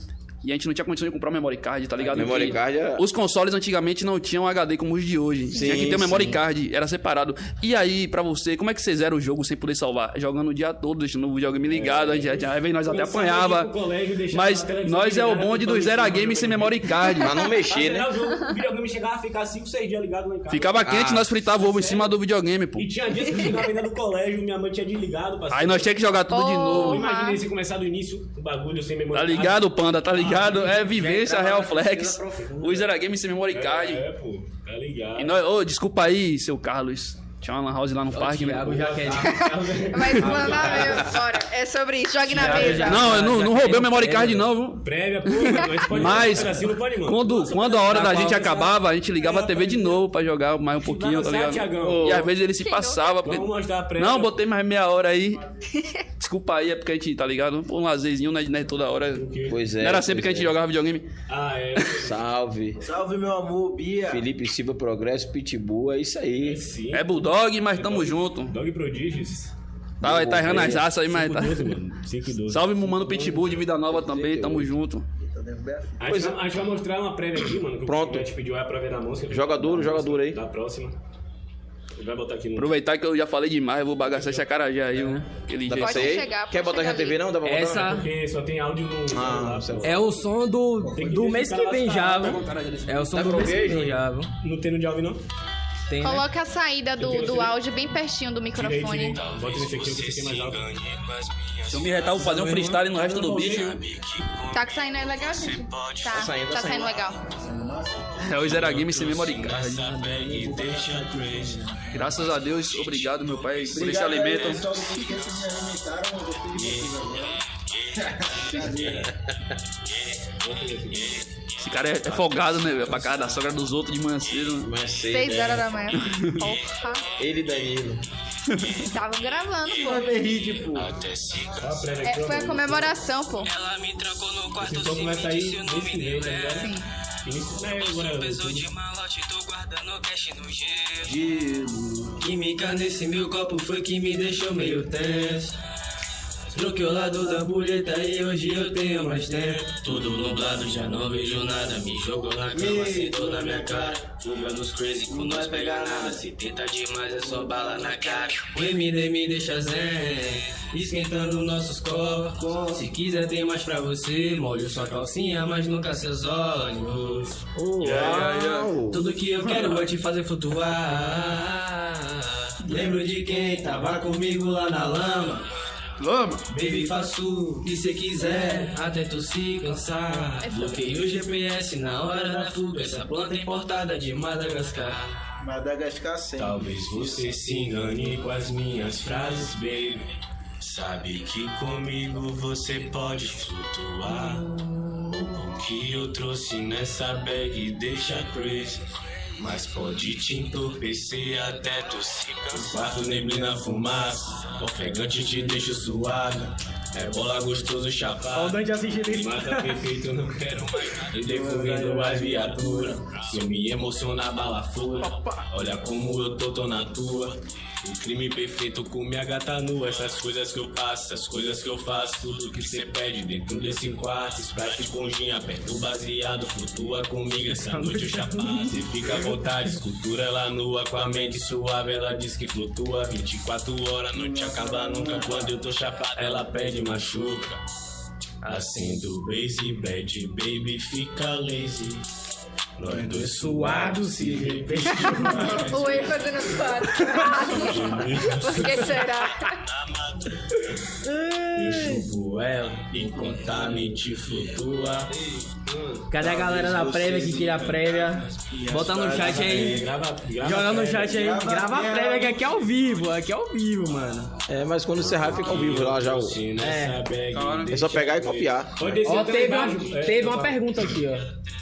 Speaker 5: E a gente não tinha condição de comprar um memory card, tá ligado?
Speaker 1: Ah, Memory
Speaker 5: Que
Speaker 1: card era-
Speaker 5: Os consoles antigamente não tinham HD como os de hoje. tinha que ter um
Speaker 1: sim.
Speaker 5: memory card, era separado. E aí, pra você, como é que você zera o jogo sem poder salvar? Jogando o dia todo, deixando o videogame
Speaker 1: É.
Speaker 5: ligado, a gente, aí nós até
Speaker 6: Cansado de ir pro
Speaker 5: apanhava.
Speaker 6: colégio e deixar
Speaker 5: Mas
Speaker 6: a televisão
Speaker 5: nós é o
Speaker 6: ligada,
Speaker 5: bonde do
Speaker 6: botando
Speaker 5: zero
Speaker 6: tudo
Speaker 5: game
Speaker 6: no
Speaker 5: sem
Speaker 6: meio.
Speaker 5: memory card.
Speaker 1: Pra não mexer, né?
Speaker 6: Zerar o jogo, Tá o videogame chegava a ficar 5, 6 dias ligado lá em casa.
Speaker 5: Ficava
Speaker 1: Ah,
Speaker 5: quente, nós fritava ovo em cima do videogame, pô.
Speaker 6: E tinha dias que eu chegava ainda do colégio, minha mãe tinha desligado, parceiro. Então,
Speaker 5: Aí nós tinha que jogar tudo de
Speaker 2: Pô,
Speaker 5: novo.
Speaker 6: Imaginei você começar do início, o bagulho sem memória.
Speaker 5: Tá ligado, panda? Tá
Speaker 6: Ah,
Speaker 5: ligado? É Vivência,
Speaker 6: tá
Speaker 5: Real Flex, o Zera Games sem memory card.
Speaker 6: É, pô, tá ligado.
Speaker 5: E nós, ô, desculpa aí, seu Carlos. Tinha uma lan house lá no parque, né?
Speaker 9: Thiago já quer.
Speaker 2: Vai explanar mesmo. Bora. É sobre isso. Jogue na mesa.
Speaker 5: Não, né? eu não, não roubei o memory card, não, viu?
Speaker 6: Prévia, pô, mas pode
Speaker 5: *laughs* Mas
Speaker 6: assim não pode, mano.
Speaker 5: quando, quando a hora da
Speaker 6: Tá,
Speaker 5: gente
Speaker 6: Paulo,
Speaker 5: acabava, a gente ligava a TV de novo pra jogar mais um pouquinho,
Speaker 6: Vai
Speaker 5: tá
Speaker 6: lançar,
Speaker 5: ligado?
Speaker 6: Thiagão.
Speaker 5: E às vezes ele se passava.
Speaker 6: Vamos
Speaker 5: porque-
Speaker 6: mostrar a prévia.
Speaker 5: Não, botei mais meia hora aí. Desculpa aí, é porque a gente, tá ligado? Pô, Um lazerzinho, né, né? Toda hora.
Speaker 8: Pois é.
Speaker 5: Não era sempre que a gente jogava videogame.
Speaker 6: Ah, é.
Speaker 8: Salve.
Speaker 3: Salve, meu amor, Bia.
Speaker 8: Felipe Silva, Progresso, Pitbull, é isso aí.
Speaker 6: Sim.
Speaker 5: É Bulldog, mas tamo junto.
Speaker 6: Dog Prodigies.
Speaker 5: Tá, tá errando as aças aí, mas tá.
Speaker 6: 512, mano. 512.
Speaker 5: Salve meu mano Pitbull de Vida Nova também, tamo junto.
Speaker 6: A gente, vai, a gente vai mostrar uma prévia aqui, mano. Que
Speaker 1: é. Pronto.
Speaker 6: O Chiclete pediu é pra ver na música.
Speaker 1: Joga duro, joga duro aí.
Speaker 6: Da próxima. Ele vai botar aqui no.
Speaker 5: Aproveitar que eu já falei demais, eu vou bagaçar esse acarajé aí, né? Aquele jeito.
Speaker 2: Pode
Speaker 1: Sei.
Speaker 2: chegar, pode
Speaker 1: Quer botar
Speaker 2: chegar
Speaker 1: na TV
Speaker 2: ali.
Speaker 1: não? Dá pra botar?
Speaker 9: Essa
Speaker 6: Porque só tem áudio no.
Speaker 1: Ah,
Speaker 6: celular,
Speaker 1: sei lá.
Speaker 6: pô.
Speaker 9: é o som do, do mês que vem já,
Speaker 6: tá
Speaker 9: viu? É o som do mês que vem já, viu?
Speaker 6: Não tem no de áudio, não?
Speaker 9: Tem, né?
Speaker 2: Coloca a saída do, do áudio bem pertinho do
Speaker 6: Tira aí, tira aí.
Speaker 2: microfone.
Speaker 6: Bota nesse aqui, que tem mais áudio.
Speaker 5: Se eu me retar, vou fazer um freestyle no resto do beat.
Speaker 2: Tá que saindo aí legal, gente? Tá, tá saindo, legal.
Speaker 5: É o Zera Game sem memory card. Graças a Deus, obrigado é meu pai por esse alimento. Esse cara é, é folgado, né? velho? Pra cara da sogra dos outros de manhã cedo. né?
Speaker 8: Mas sei,
Speaker 2: Seis
Speaker 8: né?
Speaker 2: horas da manhã. Porra.
Speaker 8: Ele e Danilo.
Speaker 2: Tava gravando, pô. É, foi a comemoração, pô.
Speaker 6: Esse som vai sair mês que vem, tá ligado?
Speaker 2: Sim.
Speaker 6: Início de maio, agora. outubro.
Speaker 9: Química nesse meu copo foi que me deixou meio tenso. Troquei o lado da bulheta e hoje eu tenho mais tempo. Tudo nublado, já não vejo nada. Me jogou na cama, sentou na minha cara. Fuga nos crazy, com nós pega nada. Se tenta demais, é só bala na cara. O MD me deixa zen, esquentando nossos corpos. Se quiser, tem mais pra você. Molho sua calcinha, mas nunca seus olhos. Tudo que eu quero é te fazer flutuar. Lembro de quem tava comigo lá na lama.
Speaker 5: Vamos!
Speaker 9: Baby, faço o que cê quiser, até tu se cansar. Bloqueei o GPS na hora da fuga. Essa planta é importada de Madagascar.
Speaker 3: Madagascar sem.
Speaker 6: Talvez você se engane com as minhas frases, baby. Sabe que comigo você pode flutuar. O que eu trouxe nessa bag deixa crazy. Mas pode te entorpecer até tu se cansar. Quarto neblina fumaça, ofegante te deixo suada. É bola gostoso chapado. Mata perfeito, não quero mais nada. E devolvendo as viaturas. Se eu me emocionar, bala fura. Olha como eu tô, tô na tua. Um crime perfeito com minha gata nua. Essas coisas que eu passo, as coisas que eu faço. Tudo que cê pede dentro desse quarto. Sprite com gin, aperto baseado. Flutua comigo, essa noite eu já passo. Cê fica à vontade, escultura ela nua. Com a mente suave, ela diz que flutua. 24 horas, não te acaba nunca. Quando eu tô chapado, ela pede machuca. Assim, Acendo Waze, bad baby, fica lazy. Nós dois suados se repetimos.
Speaker 2: O Ei fazendo quatro. Por que será?
Speaker 6: Eu chupo ela enquanto a mente flutua.
Speaker 9: Cadê a galera da prévia que queria a prévia? Bota no chat aí.
Speaker 6: É, Grava, grava
Speaker 9: Joga no
Speaker 6: pra ela.
Speaker 9: chat aí. Grava a prévia que aqui é ao vivo. Aqui é ao vivo, mano.
Speaker 1: É, mas quando encerrar fica ao vivo lá já. o-
Speaker 6: Se nessa bag
Speaker 1: É só pegar e copiar.
Speaker 6: Pode descer
Speaker 9: Ó,
Speaker 6: até
Speaker 9: teve uma,
Speaker 6: embaixo. É,
Speaker 9: teve uma pergunta aqui, ó.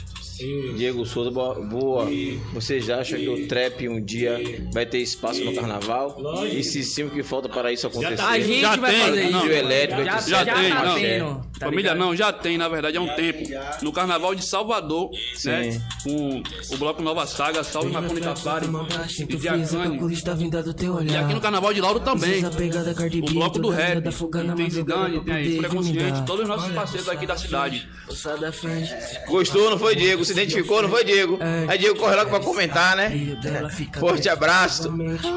Speaker 1: Diego Souza, boa. boa. Vocês acham que o trap um dia vai ter espaço no carnaval? E se sim, o que falta para isso acontecer?
Speaker 9: Tá, A gente
Speaker 5: Já
Speaker 9: vai
Speaker 5: tem,
Speaker 9: fazer
Speaker 5: não.
Speaker 9: isso.
Speaker 1: Trio elétrico,
Speaker 9: Já,
Speaker 1: etc.
Speaker 5: tá Já, tem,
Speaker 9: tá
Speaker 5: não.
Speaker 9: tendo. tá
Speaker 5: Família,
Speaker 9: ligado?
Speaker 5: não, já tem, na verdade, há um tempo. No Carnaval de Salvador, né? Com o Bloco Nova Saga, Salve Macone Tapari,
Speaker 9: tá Sinto frio, essa
Speaker 5: Diacane.
Speaker 9: cor está vinda do teu
Speaker 5: E
Speaker 9: olhar.
Speaker 5: aqui no Carnaval de Lauro também.
Speaker 9: Precisa pegar da Cardi B,
Speaker 5: O bloco do
Speaker 9: toda
Speaker 5: rap,
Speaker 9: linda da Fogana,
Speaker 5: tem
Speaker 9: madrugada
Speaker 5: Zidane,
Speaker 9: pra
Speaker 5: tem
Speaker 9: poder
Speaker 5: Preconsciente,
Speaker 9: vingar.
Speaker 5: todos os nossos parceiros aqui da cidade.
Speaker 9: Só da frente.
Speaker 1: Gostou, não foi Diego? Se identificou, não foi Diego? Aí Diego corre logo pra comentar, né? Forte abraço,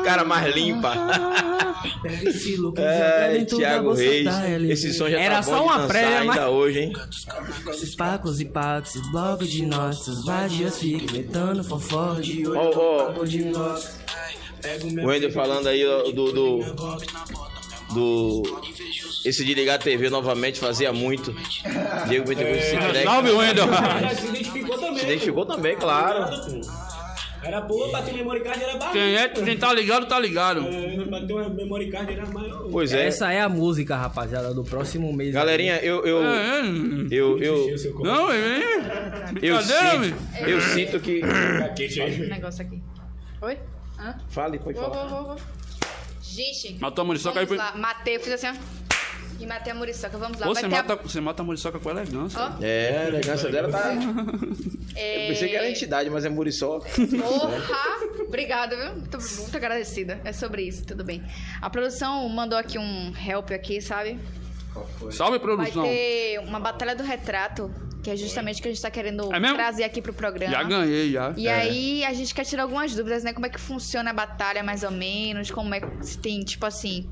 Speaker 1: cara mais limpa. É, Thiago Reis, esse som já
Speaker 9: Era
Speaker 1: tá bom
Speaker 9: só
Speaker 1: de
Speaker 9: uma
Speaker 1: dançar
Speaker 9: prévia,
Speaker 1: ainda
Speaker 9: mas-
Speaker 1: hoje, hein?
Speaker 9: Esses pacos e pacos, esse bloco de nossos vadias fica metando fofoca de
Speaker 1: Ó,
Speaker 9: olho
Speaker 1: ó,
Speaker 9: de nós.
Speaker 1: o Wendel falando aí ó, do, do, do. Esse de ligar a TV novamente fazia muito. Diego muito muito
Speaker 9: É,
Speaker 1: se
Speaker 5: É,
Speaker 1: direct.
Speaker 4: Salve, Wendel.
Speaker 6: Cara, se identificou também.
Speaker 1: Se identificou
Speaker 6: pô.
Speaker 1: também, claro.
Speaker 6: Obrigado, pô. Era boa, bateu memory card, era barriga.
Speaker 5: Quem, é, quem tá ligado, tá ligado.
Speaker 6: É, Bateu uma memory card, era maior.
Speaker 1: Pois é.
Speaker 10: Essa é a música, rapaziada, do próximo mês.
Speaker 1: Galerinha, eu. Eu.
Speaker 5: É, hum.
Speaker 1: Eu. Eu,
Speaker 6: Encheu seu corpo.
Speaker 5: não, é, é.
Speaker 1: eu,
Speaker 5: Brincadeira,
Speaker 1: sinto,
Speaker 5: velho.
Speaker 1: eu sinto que.
Speaker 6: Fica quente aí.
Speaker 2: Um negócio aqui. Oi? Hã?
Speaker 1: Fale, pode
Speaker 2: Vou, vou,
Speaker 1: falar.
Speaker 2: vou, vou. Gente,
Speaker 5: Matou a muriçoca aí
Speaker 2: vamos
Speaker 5: foi.
Speaker 2: lá. Matei, eu fiz assim, ó. E matei a muriçoca. Vamos lá.
Speaker 5: Pô,
Speaker 2: Vai
Speaker 5: você
Speaker 2: ter a-
Speaker 5: mata, você mata a muriçoca com elegância.
Speaker 2: Ó.
Speaker 1: É, a elegância dela tá.
Speaker 2: É...
Speaker 1: Eu pensei que era entidade, mas é muriçoca.
Speaker 2: Porra! Obrigada, viu? Tô muito agradecida. É sobre isso, tudo bem. A produção mandou aqui um help aqui, sabe? Vai
Speaker 5: Salve, produção.
Speaker 2: ter uma batalha do retrato, que é justamente o que a gente tá querendo
Speaker 5: É mesmo?
Speaker 2: trazer aqui pro programa.
Speaker 5: Já ganhei, já.
Speaker 2: E
Speaker 1: É.
Speaker 2: aí a gente quer tirar algumas dúvidas, né? Como é que funciona a batalha, mais ou menos? Como é que se tem, tipo assim.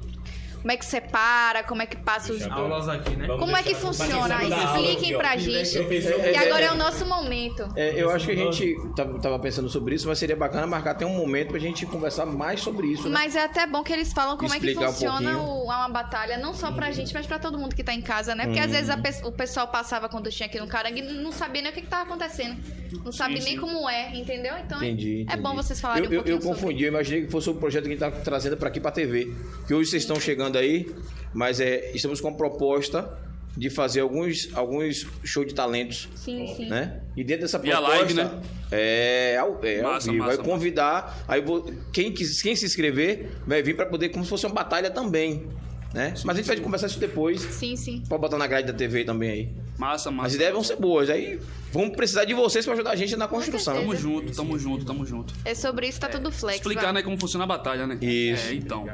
Speaker 2: Como é que separa? Como é que passa os.
Speaker 4: Aulas aqui, né?
Speaker 2: Como é que funciona? Expliquem pra gente.
Speaker 1: É,
Speaker 2: E
Speaker 1: é, é.
Speaker 2: agora é o nosso momento.
Speaker 1: É, eu acho que a gente tava tava pensando sobre isso, mas seria bacana marcar até um momento pra gente conversar mais sobre isso. né?
Speaker 2: Mas é até bom que eles falam como é
Speaker 1: Explicar
Speaker 2: que
Speaker 1: um
Speaker 2: funciona
Speaker 1: pouquinho.
Speaker 2: o- uma batalha, não só pra gente, mas pra todo mundo que tá em casa, né? Porque às vezes a
Speaker 1: Uhum.
Speaker 2: pe- o pessoal passava quando tinha aqui no carangue e não sabia nem o que, que tava acontecendo. Não sabe nem como é, entendeu? Então é-
Speaker 1: Entendi,
Speaker 2: é
Speaker 1: entendi.
Speaker 2: bom vocês falarem
Speaker 1: eu,
Speaker 2: um
Speaker 1: eu-
Speaker 2: pouquinho
Speaker 1: Eu confundi,
Speaker 2: sobre.
Speaker 1: eu imaginei que fosse um projeto que a gente tá trazendo para aqui para TV. Que hoje vocês estão chegando aí, mas é, estamos com a proposta de fazer alguns, alguns shows de talentos.
Speaker 2: Sim, sim.
Speaker 1: Né? E dentro dessa
Speaker 5: Via
Speaker 1: proposta.
Speaker 5: live, né?
Speaker 1: É, ao- é ao
Speaker 5: Massa,
Speaker 1: vivo. vai
Speaker 5: massa, massa.
Speaker 1: convidar, aí vou- quem, quis- quem se inscrever vai vir para poder, como se fosse uma batalha também. Né? Mas a gente vai conversar isso depois.
Speaker 2: Sim, sim.
Speaker 1: Pode botar na grade da TV também aí.
Speaker 5: Massa, massa.
Speaker 1: As ideias vão ser boas. Aí vamos precisar de vocês para ajudar a gente na construção.
Speaker 5: Tamo junto, tamo junto, tamo junto.
Speaker 2: É sobre isso, tá tudo flex.
Speaker 5: Explicar,
Speaker 2: vai.
Speaker 5: né, como funciona a batalha, né?
Speaker 1: Isso.
Speaker 5: É, então.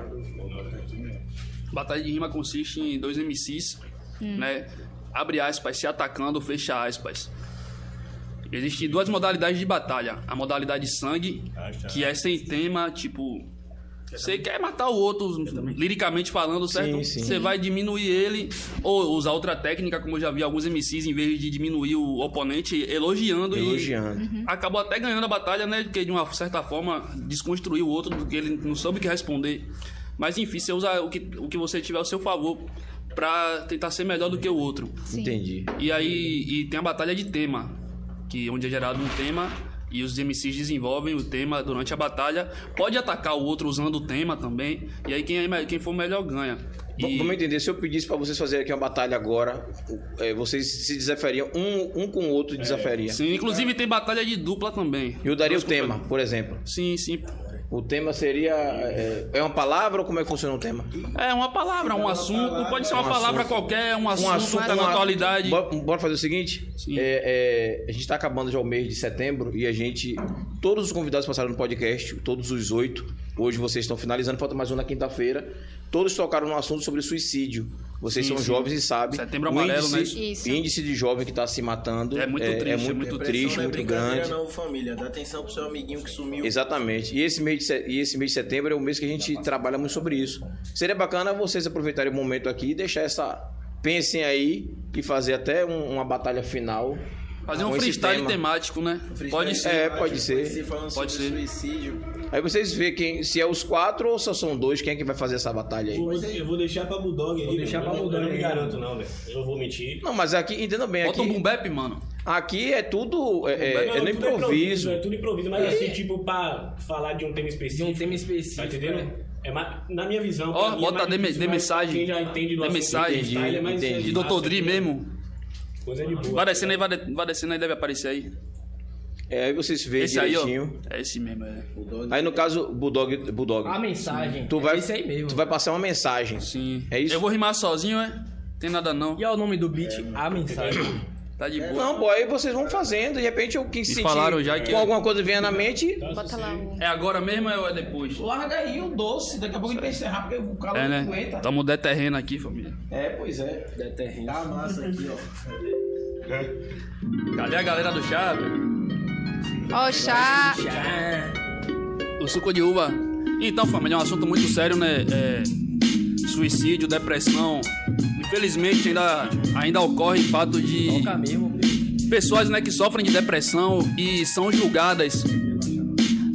Speaker 5: Batalha de rima consiste em dois MCs, né? Abre aspas, se atacando, fecha aspas. Existem duas modalidades de batalha. A modalidade sangue, que é sem tema, tipo. Você quer matar o outro, liricamente falando, certo?
Speaker 1: sim.
Speaker 5: Você vai diminuir ele ou usar outra técnica, como eu já vi alguns MCs, em vez de diminuir o oponente, elogiando, e Uhum.
Speaker 1: Elogiando.
Speaker 5: acabou até ganhando a batalha, né? Porque de uma certa forma desconstruiu o outro, porque ele não soube o que responder. Mas enfim, você usa o que, o que você tiver ao seu favor pra tentar ser melhor do que o outro.
Speaker 1: Entendi.
Speaker 5: E aí e tem a batalha de tema, que onde é gerado um tema e os MCs desenvolvem o tema durante a batalha. Pode atacar o outro usando o tema também. E aí quem, é me- quem for melhor ganha.
Speaker 1: V-
Speaker 5: E
Speaker 1: Vamos entender, se eu pedisse pra vocês fazerem aqui uma batalha agora, o- eh, vocês se desaferiam, um, um com o outro desafaria.
Speaker 5: É, sim, inclusive tem batalha de dupla também.
Speaker 1: Eu daria o
Speaker 5: Dois contra-
Speaker 1: tema, por exemplo.
Speaker 5: Sim, sim.
Speaker 1: O tema seria. eh, É, uma palavra ou como é que funciona o tema?
Speaker 5: É uma palavra, um assunto, pode ser uma
Speaker 1: Um
Speaker 5: palavra
Speaker 1: assunto.
Speaker 5: qualquer, um assunto, que tá na
Speaker 1: uma-
Speaker 5: atualidade.
Speaker 1: Bora, bora fazer o seguinte:
Speaker 5: Sim.
Speaker 1: eh, eh, a gente tá acabando já o mês de setembro e a gente. Todos os convidados passaram no podcast, todos os oito. Hoje vocês estão finalizando, falta mais um na quinta-feira. Todos tocaram no assunto sobre suicídio. Vocês
Speaker 5: Sim,
Speaker 1: são
Speaker 5: sim.
Speaker 1: jovens e sabem.
Speaker 5: Setembro
Speaker 1: o
Speaker 5: amarelo,
Speaker 1: índice-
Speaker 5: né?
Speaker 2: Isso.
Speaker 1: índice de jovem que está se matando
Speaker 5: É muito triste,
Speaker 1: é
Speaker 5: é
Speaker 1: muito,
Speaker 5: muito
Speaker 1: triste,
Speaker 3: não é
Speaker 1: muito
Speaker 3: brincadeira
Speaker 1: grande.
Speaker 3: não, família. Dá atenção pro seu amiguinho que sumiu.
Speaker 1: Exatamente. E esse, mês de se- e esse mês de setembro é o mês que a gente trabalha muito sobre isso. Seria bacana vocês aproveitarem o momento aqui e deixar essa. Pensem aí e fazer até um- uma batalha final.
Speaker 5: Fazer
Speaker 1: com
Speaker 5: um
Speaker 1: esse
Speaker 5: freestyle
Speaker 1: tema.
Speaker 5: temático, né? Pode ser.
Speaker 1: É, pode ser.
Speaker 3: Falando
Speaker 5: Pode
Speaker 3: sobre
Speaker 5: ser.
Speaker 3: suicídio.
Speaker 1: Aí vocês vê quem, se é os quatro ou só são dois, quem é que vai fazer essa batalha aí.
Speaker 6: Eu vou- Eu vou deixar pra Bulldog aí. Vou
Speaker 4: deixar pra Bulldog
Speaker 6: Eu não me
Speaker 4: aí.
Speaker 6: garanto, não, velho. Eu não vou mentir.
Speaker 1: Não, mas aqui, entenda bem,
Speaker 5: Bota um boom
Speaker 1: aqui,
Speaker 5: bap, mano.
Speaker 1: aqui é tudo. É, é,
Speaker 6: Não,
Speaker 1: é no
Speaker 6: tudo
Speaker 1: improviso.
Speaker 6: É tudo improviso, mas assim, tipo, pra falar de um tema
Speaker 4: De
Speaker 6: específico.
Speaker 4: um tema específico.
Speaker 6: Tá entendendo? É ma- na minha visão.
Speaker 5: Ó,
Speaker 6: pra mim,
Speaker 5: bota
Speaker 6: é mais
Speaker 5: de-
Speaker 6: difícil,
Speaker 5: de
Speaker 6: mas
Speaker 5: mensagem.
Speaker 6: Quem já entende do
Speaker 5: De
Speaker 6: assunto,
Speaker 5: mensagem.
Speaker 6: freestyle é mais-
Speaker 1: Entendi,
Speaker 6: é
Speaker 5: De
Speaker 1: entendi.
Speaker 6: massa,
Speaker 5: Dr. Dre mesmo.
Speaker 6: Coisa de boa.
Speaker 5: Vai descendo aí, vai, de- vai descendo aí, deve aparecer aí.
Speaker 1: É, aí vocês veem
Speaker 5: Esse aí, ó.
Speaker 1: direitinho.
Speaker 5: É esse mesmo, é.
Speaker 1: Aí, no caso, Bulldog. Bulldog.
Speaker 4: A
Speaker 9: tá,
Speaker 4: mensagem.
Speaker 1: Tu
Speaker 4: é
Speaker 1: vai,
Speaker 4: Esse aí mesmo.
Speaker 1: tu vai passar uma mensagem.
Speaker 5: Sim.
Speaker 1: É isso?
Speaker 5: Eu vou rimar sozinho, é? Tem nada não.
Speaker 4: E é o nome do beat? A mensagem.
Speaker 5: Tá de boa.
Speaker 1: Não, pô, aí vocês vão fazendo. De repente, eu quis
Speaker 5: Me
Speaker 1: sentir
Speaker 5: falaram já que-
Speaker 1: com alguma coisa venha na mente.
Speaker 2: Bota lá um. o.
Speaker 5: É agora mesmo ou é depois?
Speaker 1: Larga aí o doce. Daqui a pouco a gente vai encerrar, porque o calor
Speaker 5: É, né? Tamo deterreno aqui, família.
Speaker 1: tá É, pois é.
Speaker 3: Tá massa aqui, ó.
Speaker 5: Cadê a galera do chá? velho?
Speaker 2: Ó, o chá.
Speaker 5: O suco de uva. Então, família, é um assunto muito sério, né? É, Suicídio, depressão. Infelizmente, ainda, ainda ocorre fato de...
Speaker 4: Toca mesmo.
Speaker 5: pessoas né, que sofrem de depressão e são julgadas.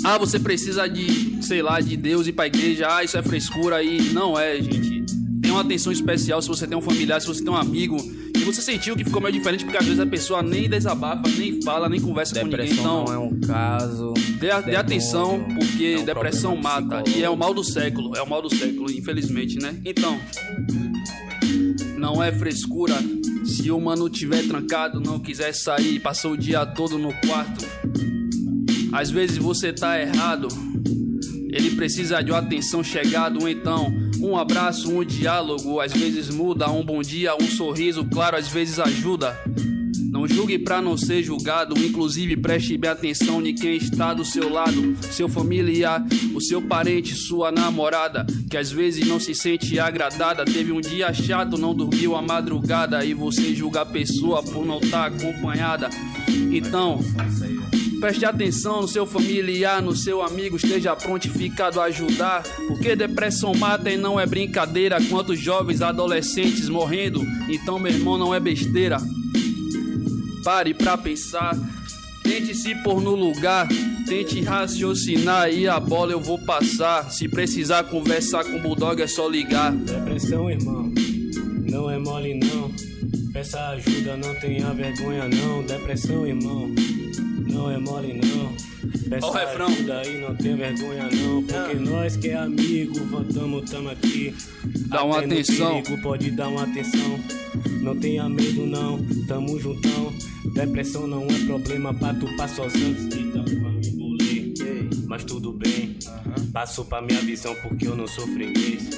Speaker 5: Ah, você precisa de, sei lá, de Deus e pra igreja. Ah, isso é frescura aí. Não é, gente. Tem uma atenção especial, se você tem um familiar, se você tem um amigo, que você sentiu que ficou meio diferente, porque às vezes a pessoa nem desabafa, nem fala, nem conversa
Speaker 4: Depressão
Speaker 5: com ninguém.
Speaker 4: não é
Speaker 5: Então,
Speaker 4: um caso.
Speaker 5: dê, a- dê
Speaker 4: demônio,
Speaker 5: atenção, porque
Speaker 4: é um
Speaker 5: depressão
Speaker 4: problema
Speaker 5: mata.
Speaker 4: psicológico.
Speaker 5: E é o mal do século, é o mal do século, infelizmente, né? Então, não é frescura. Se o mano tiver trancado, não quiser sair, passou o dia todo no quarto. Às vezes você tá errado. Ele precisa de uma atenção chegado, então um abraço, um diálogo, às vezes muda, um bom dia, um sorriso, claro, às vezes ajuda. Não julgue pra não ser julgado, inclusive preste bem atenção de quem está do seu lado, seu familiar, o seu parente, sua namorada, que às vezes não se sente agradada, teve um dia chato, não dormiu a madrugada e você julga a pessoa por não estar acompanhada. Então, Preste atenção no seu familiar, no seu amigo, esteja prontificado a ajudar. Porque depressão mata e não é brincadeira. Quantos jovens adolescentes morrendo, então meu irmão não é besteira. Pare pra pensar, tente se pôr no lugar, tente raciocinar e a bola eu vou passar. Se precisar conversar com o Bulldog é só ligar.
Speaker 6: Depressão, irmão, não é mole não. Peça ajuda, não tenha vergonha não. Depressão, irmão, não é mole não. Peça
Speaker 5: Ó o refrão.
Speaker 6: ajuda e não tenha vergonha não. Porque nós que é amigo, votamos, tamo aqui.
Speaker 5: Dá uma
Speaker 6: Até no
Speaker 5: atenção.
Speaker 6: perigo, pode dar uma atenção. Não tenha medo não, tamo juntão. Depressão não é problema, bato pra sozinho. Eita, porra, me bolei. Mas tudo bem, passou pra minha visão porque eu não sou freguês.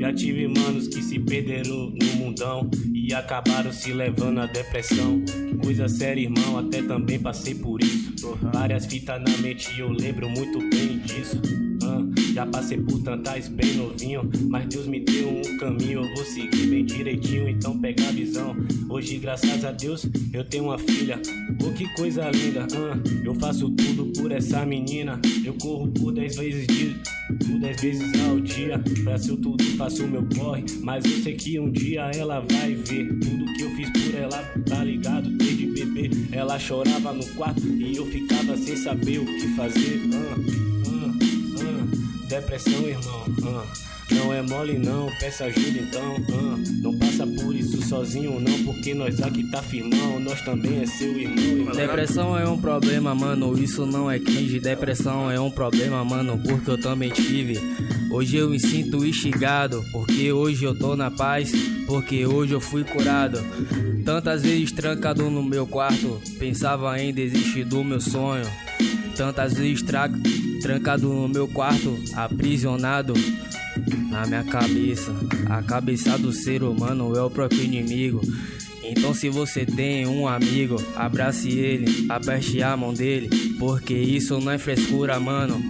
Speaker 6: Já tive manos que se perderam no mundão e acabaram se levando à depressão. Coisa séria, irmão, até também passei por isso. Várias fitas na mente e eu lembro muito bem disso. Ah, já passei por tantas bem novinho, mas Deus me deu um caminho, eu vou seguir bem direitinho, então pega a visão. Hoje, graças a Deus, eu tenho uma filha. Oh, que coisa linda, ah, eu faço tudo por essa menina. Eu corro por 10 vezes de por 10 vezes ao dia. Faço tudo, faço meu corre. Mas eu sei que um dia ela vai ver tudo que eu fiz por ela, tá ligado? Desde bebê, ela chorava no quarto e eu ficava sem saber o que fazer. Ah, ah, ah. Depressão, irmão. ah. Não é mole não, peça ajuda então. ah. Não passa por isso sozinho não, porque nós aqui tá firmão, nós também é seu irmão. irmão.
Speaker 4: Depressão é um problema, mano. Isso não é cringe. Depressão é um problema, mano. Porque eu também tive. Hoje eu me sinto instigado. Porque hoje eu tô na paz. Porque hoje eu fui curado. Tantas vezes trancado no meu quarto. Pensava em desistir do meu sonho. Tantas vezes tra- trancado no meu quarto. Aprisionado. Na minha cabeça, a cabeça do ser humano é o próprio inimigo. Então, se você tem um amigo, abrace ele, aperte a mão dele, porque isso não é frescura, mano.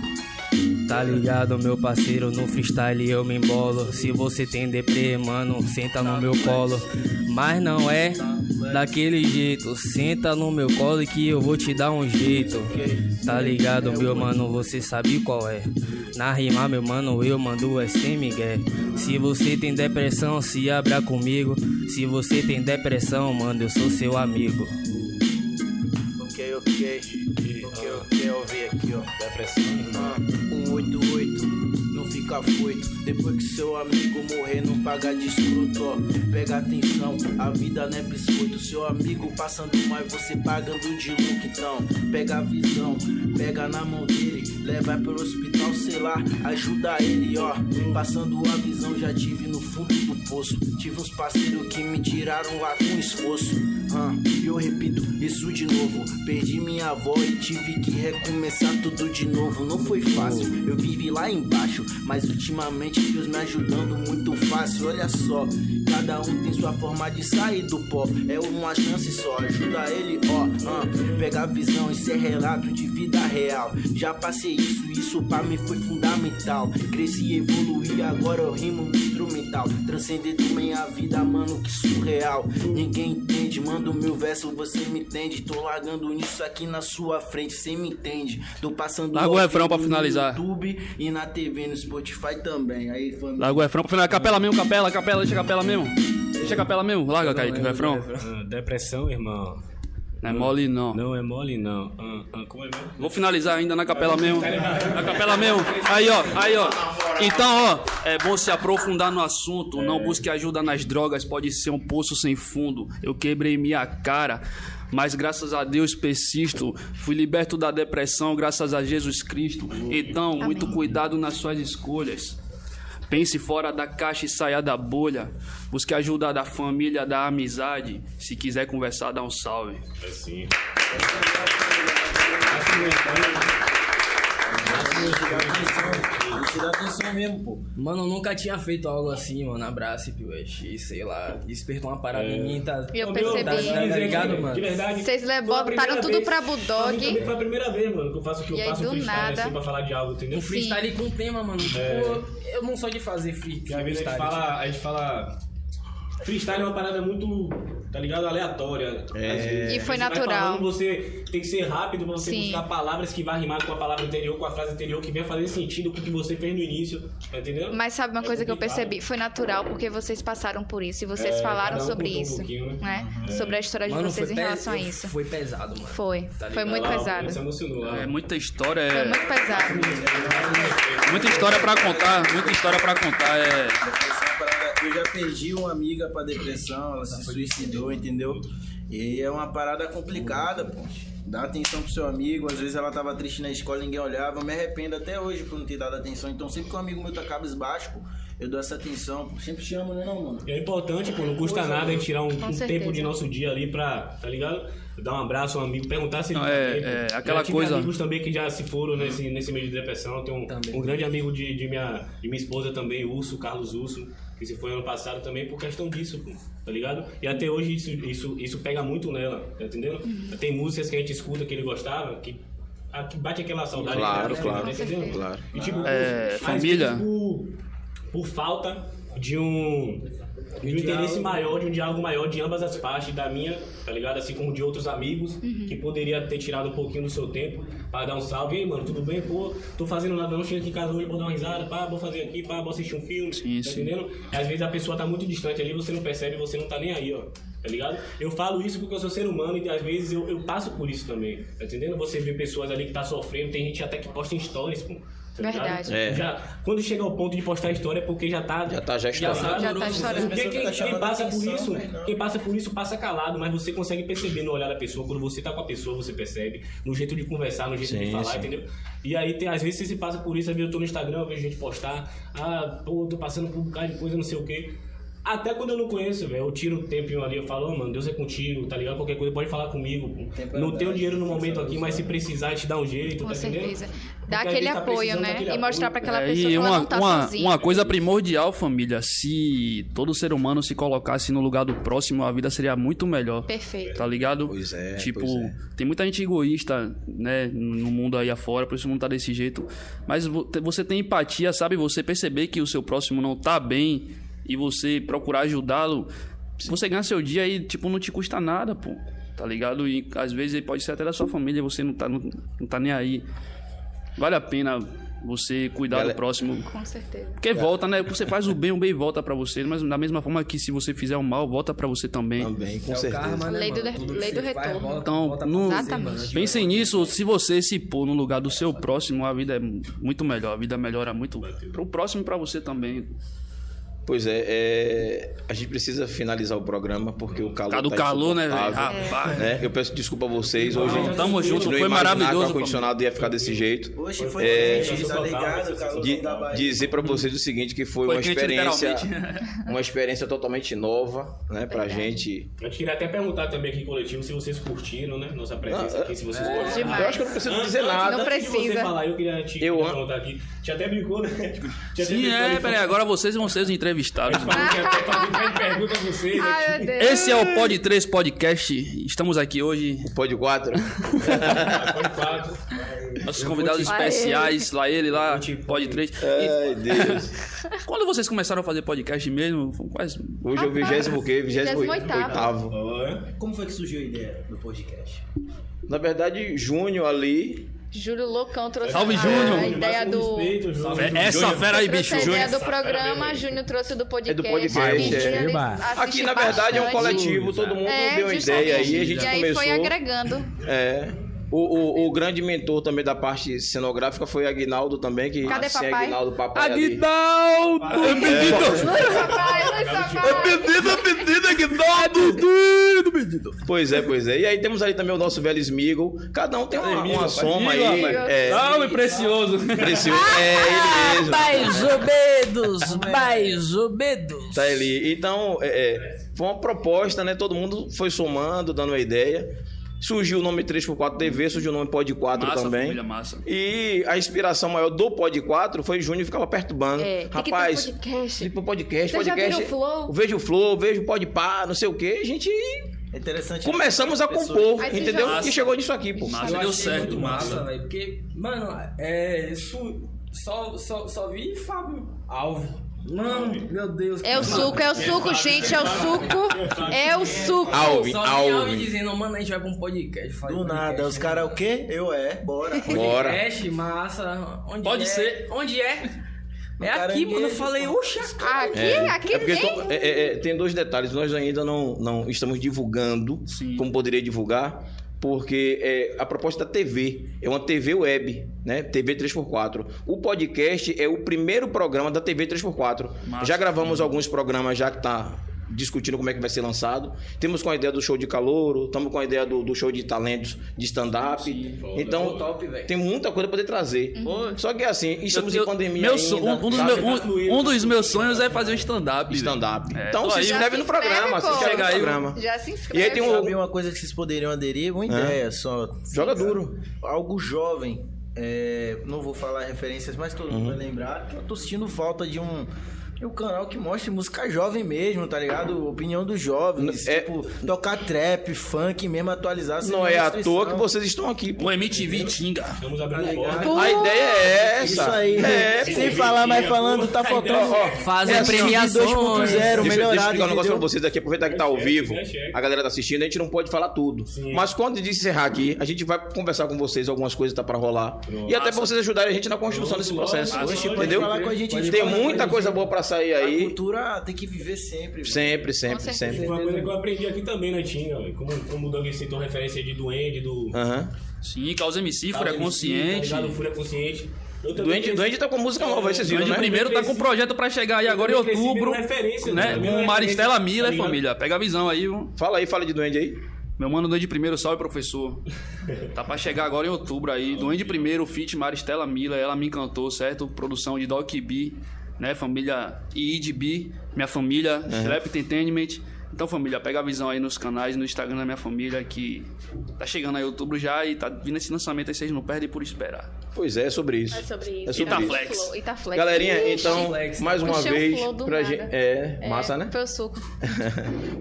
Speaker 4: Tá ligado, meu parceiro? No freestyle eu me embolo. Se você tem deprê, mano, senta no meu colo. Mas não é daquele jeito. Senta no meu colo que eu vou te dar um jeito. Tá ligado, meu mano? Você sabe qual é. Na rima, meu mano, eu mando é sem migué. Se você tem depressão, se abra comigo. Se você tem depressão, mano, eu sou seu amigo.
Speaker 3: Ok, ok. O que eu quero ouvir aqui, ó.
Speaker 6: Depressão, irmão.
Speaker 3: Ah, 188, não fica foito. Depois que seu amigo morrer, não paga de escroto, ó. Pega atenção, a vida não é biscoito. Seu amigo passando mal e você pagando de louco, então. Pega a visão, pega na mão dele, leva pro hospital, sei lá, ajuda ele, ó. Passando a visão, já tive no fundo do poço. Tive uns parceiros que me tiraram lá com esforço. Ah, e eu repito isso de novo. Perdi minha avó e tive que recomeçar tudo de novo. Não foi fácil, eu vivi lá embaixo. Mas ultimamente Deus me ajudando muito fácil. Olha só, cada um tem sua forma de sair do pó. É uma chance só, ajuda ele, ó. ah, pega a visão, isso é relato de vida real. Já passei isso, isso pra mim foi fundamental. Cresci, evoluí, agora eu rimo no instrumental. Transcender também a vida, mano, que surreal. Ninguém entende, manda o meu verso, você me entende. Tô largando nisso aqui na sua frente, cê me entende. Tô passando
Speaker 5: Larga o
Speaker 3: ao
Speaker 5: refrão
Speaker 3: vivo
Speaker 5: pra finalizar.
Speaker 3: No YouTube e na TV, no Spotify também. Aí, família.
Speaker 5: Larga o refrão pra final. Capela mesmo, capela, capela, deixa a capela mesmo. Deixa a capela mesmo, larga, Kaique, o refrão.
Speaker 6: Ah, Depressão, irmão.
Speaker 5: Não é mole não.
Speaker 6: Não é mole não. Ah, ah, como é mesmo?
Speaker 5: Vou finalizar ainda na capela mesmo. Na capela mesmo. Aí, ó, aí, ó. Então, ó, é bom se aprofundar no assunto, não busque ajuda nas drogas, pode ser um poço sem fundo. Eu quebrei minha cara, mas graças a Deus persisto. Fui liberto da depressão graças a Jesus Cristo. Então, muito cuidado nas suas escolhas. Pense fora da caixa e saia da bolha. Busque ajuda da família, da amizade. Se quiser conversar, dá um salve.
Speaker 6: É sim.
Speaker 9: Tirar atenção mesmo, pô.
Speaker 4: Mano, eu nunca tinha feito algo assim, mano. Abraço, Piuex, e sei lá. Despertou uma parada em mim, tá?
Speaker 2: E eu
Speaker 4: tá-
Speaker 2: percebi.
Speaker 4: Tá, tá ligado,
Speaker 6: De
Speaker 4: mano?
Speaker 6: verdade.
Speaker 2: Vocês
Speaker 6: foi a
Speaker 2: botaram
Speaker 6: primeira
Speaker 2: tudo
Speaker 6: vez-
Speaker 2: pra Bulldog.
Speaker 6: Pra mim também Foi a primeira vez, mano, que eu faço o que
Speaker 2: E
Speaker 6: eu
Speaker 2: aí,
Speaker 6: faço um
Speaker 2: do
Speaker 6: freestyle
Speaker 2: nada-
Speaker 6: assim pra falar de algo, entendeu?
Speaker 4: Um freestyle com tema, mano. Tipo, eu não sou de fazer free-
Speaker 6: Porque às vezes É. a gente
Speaker 4: freestyle.
Speaker 6: fala. A gente fala. Freestyle é uma parada muito, tá ligado? Aleatória. às vezes.
Speaker 2: E foi
Speaker 6: Você vai
Speaker 2: natural.
Speaker 6: falando, você tem que ser rápido pra você
Speaker 2: Sim.
Speaker 6: buscar palavras que vai rimar com a palavra anterior, com a frase anterior, que venha fazer sentido com o que você fez no início, tá entendendo?
Speaker 2: Mas sabe uma
Speaker 6: É
Speaker 2: coisa que eu
Speaker 6: complicado.
Speaker 2: percebi? Foi natural, porque vocês passaram por isso e vocês
Speaker 6: É,
Speaker 2: falaram
Speaker 6: cada um
Speaker 2: sobre
Speaker 6: contou um
Speaker 2: isso.
Speaker 6: pouquinho, É.
Speaker 2: né? Sobre a história de
Speaker 4: Mano,
Speaker 2: vocês
Speaker 4: foi
Speaker 2: em
Speaker 4: pe-
Speaker 2: relação a
Speaker 4: eu-
Speaker 2: isso.
Speaker 4: Foi pesado, mano.
Speaker 2: Foi.
Speaker 4: Tá
Speaker 2: Foi
Speaker 4: ligado?
Speaker 2: muito
Speaker 6: Lá, o Pedro
Speaker 2: pesado.
Speaker 6: Se emocionou, lá.
Speaker 5: É muita história.
Speaker 2: Foi
Speaker 5: É...
Speaker 2: muito pesado.
Speaker 5: Muita história pra contar, muita história pra contar. É...
Speaker 3: Depressão, parada- Eu já perdi uma amiga pra depressão, ela se suicidou, entendeu? E é uma parada complicada, pô. Dá atenção pro seu amigo, às vezes ela tava triste na escola, ninguém olhava. Eu me arrependo até hoje por não ter dado atenção. Então sempre que um amigo meu tá cabisbaixo, pô, eu dou essa atenção, pô. Sempre chamo, né não, mano?
Speaker 6: E é importante, pô, não custa nada a gente tirar um, um
Speaker 2: certeza.
Speaker 6: tempo de nosso dia ali pra, tá ligado? Dar um abraço a um amigo, perguntar se ele
Speaker 5: Não,
Speaker 6: tá
Speaker 5: é-
Speaker 6: bem, pô.
Speaker 5: é,
Speaker 6: Já
Speaker 5: aquela
Speaker 6: tive
Speaker 5: coisa-
Speaker 6: amigos também que já se foram nesse, nesse meio de depressão. Tem um, um grande amigo de, de minha, de minha esposa também, Urso, Carlos Urso, que se foi ano passado também por questão disso, pô, tá ligado? E até hoje isso, isso, isso pega muito nela, tá entendendo?
Speaker 8: Uhum.
Speaker 6: Tem músicas que a gente escuta que ele gostava, que, a- que bate aquela saudade.
Speaker 8: Claro,
Speaker 6: tá
Speaker 8: claro,
Speaker 6: entendendo?
Speaker 8: claro.
Speaker 6: E, tipo,
Speaker 5: É,
Speaker 6: às
Speaker 5: família.
Speaker 6: vezes, por, por falta de um, de um interesse maior, de um diálogo maior de ambas as partes, da minha, tá ligado? Assim como de outros amigos,
Speaker 5: Uhum.
Speaker 6: que poderia ter tirado um pouquinho do seu tempo pra dar um salve. E, aí, mano, tudo bem? Pô, tô fazendo nada não, chega aqui em casa hoje, vou dar uma risada, pá, vou fazer aqui, pá, vou assistir um filme,
Speaker 5: Sim,
Speaker 6: tá
Speaker 5: sim.
Speaker 6: entendendo? E às vezes a pessoa tá muito distante ali, você não percebe, você não tá nem aí, ó. Tá ligado? Eu falo isso porque eu sou ser humano e às vezes eu, eu passo por isso também. Tá entendendo? Você vê pessoas ali que tá sofrendo, tem gente até que posta em stories, pô. tá ligado?
Speaker 2: Verdade.
Speaker 8: É.
Speaker 6: Já- quando chega ao ponto de postar a história é porque já tá.
Speaker 8: Já tá já estourado.
Speaker 6: sabe.
Speaker 2: Já tá estourando.
Speaker 6: Porque quem,
Speaker 3: Tá chamando
Speaker 6: quem passa por
Speaker 3: atenção,
Speaker 6: isso,
Speaker 3: mas não.
Speaker 6: quem passa por isso passa calado, mas você consegue perceber no olhar da pessoa, quando você tá com a pessoa, você percebe, no jeito de conversar, no jeito de
Speaker 8: Sim,
Speaker 6: falar,
Speaker 8: sim.
Speaker 6: entendeu? E aí tem, às vezes você se passa por isso, às vezes eu tô no Instagram, eu vejo gente postar, ah, pô, tô passando por um bocado de coisa, não sei o quê. Até quando eu não conheço, velho, eu tiro um tempinho ali, eu falo, "Ô, mano, Deus é contigo, tá ligado? Qualquer coisa, pode falar comigo.
Speaker 3: Um
Speaker 6: pô.
Speaker 3: é
Speaker 6: Não tenho dinheiro no momento aqui, mas se precisar, te dá um jeito,
Speaker 2: Com
Speaker 6: tá entendendo?
Speaker 2: certeza.
Speaker 6: Porque
Speaker 2: Dá
Speaker 6: às
Speaker 2: aquele
Speaker 6: vezes tá
Speaker 2: apoio,
Speaker 6: precisando
Speaker 2: né?
Speaker 6: daquele
Speaker 2: E mostrar pra
Speaker 6: apoio.
Speaker 2: aquela
Speaker 5: É,
Speaker 2: pessoa
Speaker 5: e
Speaker 2: que ela
Speaker 5: uma,
Speaker 2: não tá
Speaker 5: uma,
Speaker 2: sozinha.
Speaker 5: uma coisa primordial, família. Se todo ser humano se colocasse no lugar do próximo, a vida seria muito melhor.
Speaker 2: Perfeito.
Speaker 5: Tá ligado?
Speaker 8: Pois é,
Speaker 5: Tipo,
Speaker 8: pois é.
Speaker 5: tem muita gente egoísta, né? No mundo aí afora, por isso o mundo tá desse jeito. Mas vo- te- você tem empatia, sabe? Você perceber que o seu próximo não tá bem e você procurar ajudá-lo. Você ganha seu dia e, tipo, não te custa nada, pô. Tá ligado? E às vezes ele pode ser até da sua família, você não tá, não, não tá nem aí. Vale a pena você cuidar
Speaker 8: Galera-
Speaker 5: do próximo.
Speaker 2: Com certeza.
Speaker 5: Porque volta, né? Você faz o bem, o bem volta pra você. Mas da mesma forma que se você fizer o mal, volta pra você também.
Speaker 8: Também, com
Speaker 4: É o
Speaker 8: certeza.
Speaker 4: karma, né,
Speaker 2: Lei do
Speaker 4: mano?
Speaker 2: de-
Speaker 4: Tudo que
Speaker 2: lei
Speaker 4: você
Speaker 2: do
Speaker 4: faz,
Speaker 2: retorno.
Speaker 4: volta-
Speaker 5: Então,
Speaker 4: volta pra
Speaker 5: no-
Speaker 4: você,
Speaker 2: Exatamente.
Speaker 4: mano.
Speaker 5: Pensem nisso, se você se pôr no lugar do seu próximo, a vida é muito melhor, a vida melhora muito pro próximo e pra você também.
Speaker 8: Pois é, é, a gente precisa finalizar o programa porque o calor
Speaker 5: Por causa do
Speaker 8: tá
Speaker 5: calor, né, velho?
Speaker 8: insuportável,
Speaker 5: Rapaz.
Speaker 8: né? Eu peço desculpa a vocês. Hoje
Speaker 5: Não, tamo junto,
Speaker 8: não
Speaker 5: foi
Speaker 8: imaginava
Speaker 5: maravilhoso,
Speaker 8: que o ar-condicionado ia ficar desse jeito.
Speaker 3: Hoje foi
Speaker 8: É,
Speaker 3: triste, tá ligado? Calor
Speaker 8: De-
Speaker 3: da Bahia.
Speaker 8: dizer pra vocês o seguinte que foi,
Speaker 5: Foi
Speaker 8: uma
Speaker 5: quente,
Speaker 8: experiência
Speaker 5: literalmente.
Speaker 8: uma experiência totalmente nova né pra gente
Speaker 6: Eu queria até perguntar também aqui coletivo se vocês curtiram, né? Nossa presença
Speaker 1: Ah,
Speaker 8: Não,
Speaker 6: aqui, se vocês
Speaker 1: é.
Speaker 6: curtiram.
Speaker 2: Demais.
Speaker 8: eu acho que eu não preciso
Speaker 6: Antes-
Speaker 8: dizer
Speaker 6: antes-
Speaker 8: nada
Speaker 2: Não
Speaker 6: antes de
Speaker 2: precisa.
Speaker 6: você falar, eu queria te
Speaker 8: Eu amo.
Speaker 6: perguntar aqui. Te até brincou, né? *laughs* Te até
Speaker 5: Sim,
Speaker 6: brincou ali,
Speaker 5: é, peraí, agora vocês vão ser os entrevistados.
Speaker 6: falou que ia até fazer mais perguntas a vocês. né,
Speaker 2: Ai, meu Deus.
Speaker 5: Esse é o Pod 3 Podcast. Estamos aqui hoje,
Speaker 8: pode quatro
Speaker 6: Pode falar.
Speaker 5: nossos convidados especiais, lá ele, lá, Pod 3.
Speaker 8: ai Deus
Speaker 1: É.
Speaker 5: Quando vocês começaram a fazer podcast mesmo, quais.
Speaker 8: hoje é o vigésimo quê? vigésimo oitavo
Speaker 2: 28º.
Speaker 6: Ó,
Speaker 9: Como foi que surgiu a ideia do podcast?
Speaker 8: na verdade Júnior ali
Speaker 2: Júlio Loucão trouxe
Speaker 5: Salve,
Speaker 2: a,
Speaker 5: Júnior.
Speaker 2: a ideia
Speaker 6: um
Speaker 2: do.
Speaker 6: Respeito, Júnior.
Speaker 4: tipo,
Speaker 5: Essa fera aí, bicho.
Speaker 2: Trouxe a ideia do
Speaker 6: Essa
Speaker 2: programa,
Speaker 6: fera
Speaker 2: Júnior trouxe do podcast.
Speaker 8: podcast,
Speaker 2: pedi,
Speaker 8: é.
Speaker 2: ele
Speaker 7: Eba.
Speaker 2: assiste
Speaker 8: aqui na verdade é um
Speaker 2: bastante.
Speaker 8: coletivo todo mundo
Speaker 2: É,
Speaker 8: deu uma
Speaker 2: justamente.
Speaker 8: ideia aí a gente
Speaker 2: e aí *laughs*
Speaker 8: começou
Speaker 2: foi agregando.
Speaker 8: É.
Speaker 1: O, o- o grande mentor também da parte cenográfica foi Aguinaldo também, que
Speaker 2: Cadê
Speaker 1: sem
Speaker 2: papai?
Speaker 1: Aguinaldo papai ali.
Speaker 4: Aguinaldo! Pedido!
Speaker 2: Luiz Papai, Luiz Papai.
Speaker 4: Pedido, pedido, Aguinaldo! Pedido, pedido!
Speaker 1: Pois é, pois é. E aí temos ali também o nosso velho Smigo. Cada um tem uma, uma soma aí.
Speaker 2: rapaz.
Speaker 1: É,
Speaker 5: Salve, precioso!
Speaker 1: precioso. É, ele mesmo.
Speaker 11: Mais ou menos,
Speaker 4: Ah. é, né?
Speaker 11: mais ou menos.
Speaker 1: Tá ali. Então, é, é, foi uma proposta, né? Todo mundo foi somando, dando uma ideia. Surgiu o nome 3x4 TV, surgiu o nome Pod 4
Speaker 5: Massa,
Speaker 1: também.
Speaker 5: família, massa.
Speaker 1: E a inspiração maior do Pod 4 foi Júnior ficava perturbando.
Speaker 2: É, tem que
Speaker 1: Rapaz,
Speaker 2: ter um podcast.
Speaker 1: tipo podcast,
Speaker 2: Vocês já
Speaker 1: podcast.
Speaker 2: viram o Flow?
Speaker 1: Vejo o Flow, vejo o Pod Pá, não sei o quê. A gente
Speaker 3: É interessante.
Speaker 1: começamos a
Speaker 3: Pessoas.
Speaker 1: compor,
Speaker 2: Aí você
Speaker 1: entendeu?
Speaker 2: já-
Speaker 1: E chegou nisso aqui, pô.
Speaker 5: Massa,
Speaker 9: Eu
Speaker 5: deu
Speaker 9: achei
Speaker 5: certo,
Speaker 9: muito
Speaker 5: massa.
Speaker 9: velho, porque, mano, é. Su, só, só, só vi Fábio Alves. Mano, meu Deus.
Speaker 2: É o
Speaker 9: mano,
Speaker 2: suco, é o suco, gente, é o suco. É o suco.
Speaker 1: Alvin,
Speaker 9: Só vi Alves
Speaker 1: Alvin.
Speaker 9: dizendo, mano, a gente vai pra um podcast. eu falei,
Speaker 3: Do
Speaker 9: podcast,
Speaker 3: nada, os
Speaker 9: né?
Speaker 3: caras o quê? Eu é, bora.
Speaker 1: Bora.
Speaker 9: Podcast, massa. Onde
Speaker 5: Pode
Speaker 9: é?
Speaker 5: ser.
Speaker 9: Onde é? É aqui,
Speaker 3: Caranguejo,
Speaker 9: mano. Eu falei, oxa,
Speaker 2: Aqui, aqui
Speaker 1: É porque
Speaker 2: nem.
Speaker 1: to- é- é- é, tem dois detalhes. Nós ainda não, não estamos divulgando
Speaker 5: Sim.
Speaker 1: como poderia divulgar, porque é, a proposta da TV é uma TV web, né? TV 3x4. O podcast é o primeiro programa da TV 3x4.
Speaker 5: Massa.
Speaker 1: Já gravamos alguns programas já que tá discutindo como é que vai ser lançado. Temos com a ideia do show de calouro, estamos com a ideia do, do show de talentos de stand-up. Então, tem muita coisa para poder trazer.
Speaker 5: Uhum.
Speaker 1: Só que assim, estamos
Speaker 5: Eu-
Speaker 1: em pandemia
Speaker 5: meu
Speaker 1: ainda,
Speaker 5: son- um, um dos
Speaker 1: sabe?
Speaker 5: meus, um, um dos meus sonhos é fazer um stand-up.
Speaker 1: stand-up.
Speaker 5: É,
Speaker 1: então
Speaker 5: tô
Speaker 1: se
Speaker 5: aí.
Speaker 1: inscreve
Speaker 2: Já
Speaker 1: no
Speaker 2: se
Speaker 1: programa,
Speaker 2: inscreve,
Speaker 1: se
Speaker 2: pô.
Speaker 1: inscreve no
Speaker 5: Chega aí,
Speaker 1: programa.
Speaker 2: Já se
Speaker 1: E
Speaker 2: inscreve.
Speaker 1: aí tem um-
Speaker 3: *laughs* Sabe uma coisa que vocês poderiam aderir? Uma ideia só.
Speaker 1: Joga duro.
Speaker 3: Algo jovem. é, não vou falar referências, mas todo mundo vai
Speaker 1: Uhum.
Speaker 3: lembrar. Eu tô sentindo falta de um. de um canal que mostre música jovem mesmo, tá ligado? Opinião dos jovens.
Speaker 1: É-
Speaker 3: Tipo, tocar trap, funk mesmo, atualizar. sem
Speaker 1: Não é à
Speaker 3: restrição. tá
Speaker 1: toa que vocês estão aqui. pô.
Speaker 5: O MTV Tinga.
Speaker 6: Estamos
Speaker 1: Tá
Speaker 6: abrindo porta.
Speaker 1: A ideia é essa.
Speaker 3: Isso aí.
Speaker 1: É, pô.
Speaker 3: Sem falar, mas falando, tá faltando.
Speaker 9: Fazer
Speaker 3: É assim,
Speaker 1: um
Speaker 9: premiações.
Speaker 3: 2.0,
Speaker 1: Deixa, eu- deixa eu
Speaker 3: melhorado.
Speaker 1: explicar um negócio pra
Speaker 3: entendeu?
Speaker 1: vocês aqui, aproveitar que tá ao vivo, a galera tá assistindo, a gente não pode falar tudo. Mas quando de encerrar aqui, a gente vai conversar com vocês algumas coisas que tá pra rolar. E até pra vocês ajudarem a gente na construção desse processo.
Speaker 3: Oxe, pode
Speaker 1: Entendeu?
Speaker 3: falar com a gente, pode
Speaker 1: Tem
Speaker 3: falar com a
Speaker 1: muita
Speaker 3: gente.
Speaker 1: coisa boa pra sair
Speaker 3: A
Speaker 1: aí.
Speaker 3: cultura tem que viver sempre. velho.
Speaker 1: Sempre, sempre,
Speaker 2: Com
Speaker 1: sempre.
Speaker 6: Uma coisa que eu aprendi aqui também na Tinga, velho. como, como o Doug citou referência de duende, do.
Speaker 1: Aham.
Speaker 5: Sim, Causa MC, Fúria
Speaker 6: Tá
Speaker 5: Consciente.
Speaker 6: ligado? Fúria consciente. Eu também
Speaker 1: Doente,
Speaker 6: cresci-
Speaker 1: doente tá com música nova, vocês viram,
Speaker 5: Grande
Speaker 1: né?
Speaker 5: primeiro tá com um projeto pra chegar aí agora em
Speaker 6: Eu cresci vendo
Speaker 5: outubro.
Speaker 6: referência,
Speaker 5: Né?
Speaker 6: né?
Speaker 5: Com Maristela
Speaker 6: Tá
Speaker 5: Miller,
Speaker 6: ligado?
Speaker 5: família. Pega a visão aí, viu?
Speaker 1: Fala aí, fala de doente aí.
Speaker 5: Meu mano Duende Primeiro, salve professor. Tá pra chegar agora em outubro aí. Duende Primeiro, feat Maristela Miller, ela me encantou, certo? Produção de Doc B, né? Família Id B, minha família, Slap Entertainment. Então, família, pega a visão aí nos canais, no Instagram da minha família, que tá chegando aí outubro já e tá vindo esse lançamento aí, vocês não perdem por esperar.
Speaker 1: Pois é, é sobre isso.
Speaker 2: É sobre
Speaker 1: É sobre
Speaker 2: isso.
Speaker 1: isso.
Speaker 5: Itaflex.
Speaker 2: Flow, Itaflex.
Speaker 1: Galerinha,
Speaker 2: Ixi,
Speaker 1: então, mais uma
Speaker 2: puxei um
Speaker 1: vez,
Speaker 2: flow do
Speaker 1: pra
Speaker 2: nada.
Speaker 1: gente. É, massa, né?
Speaker 2: Foi o suco.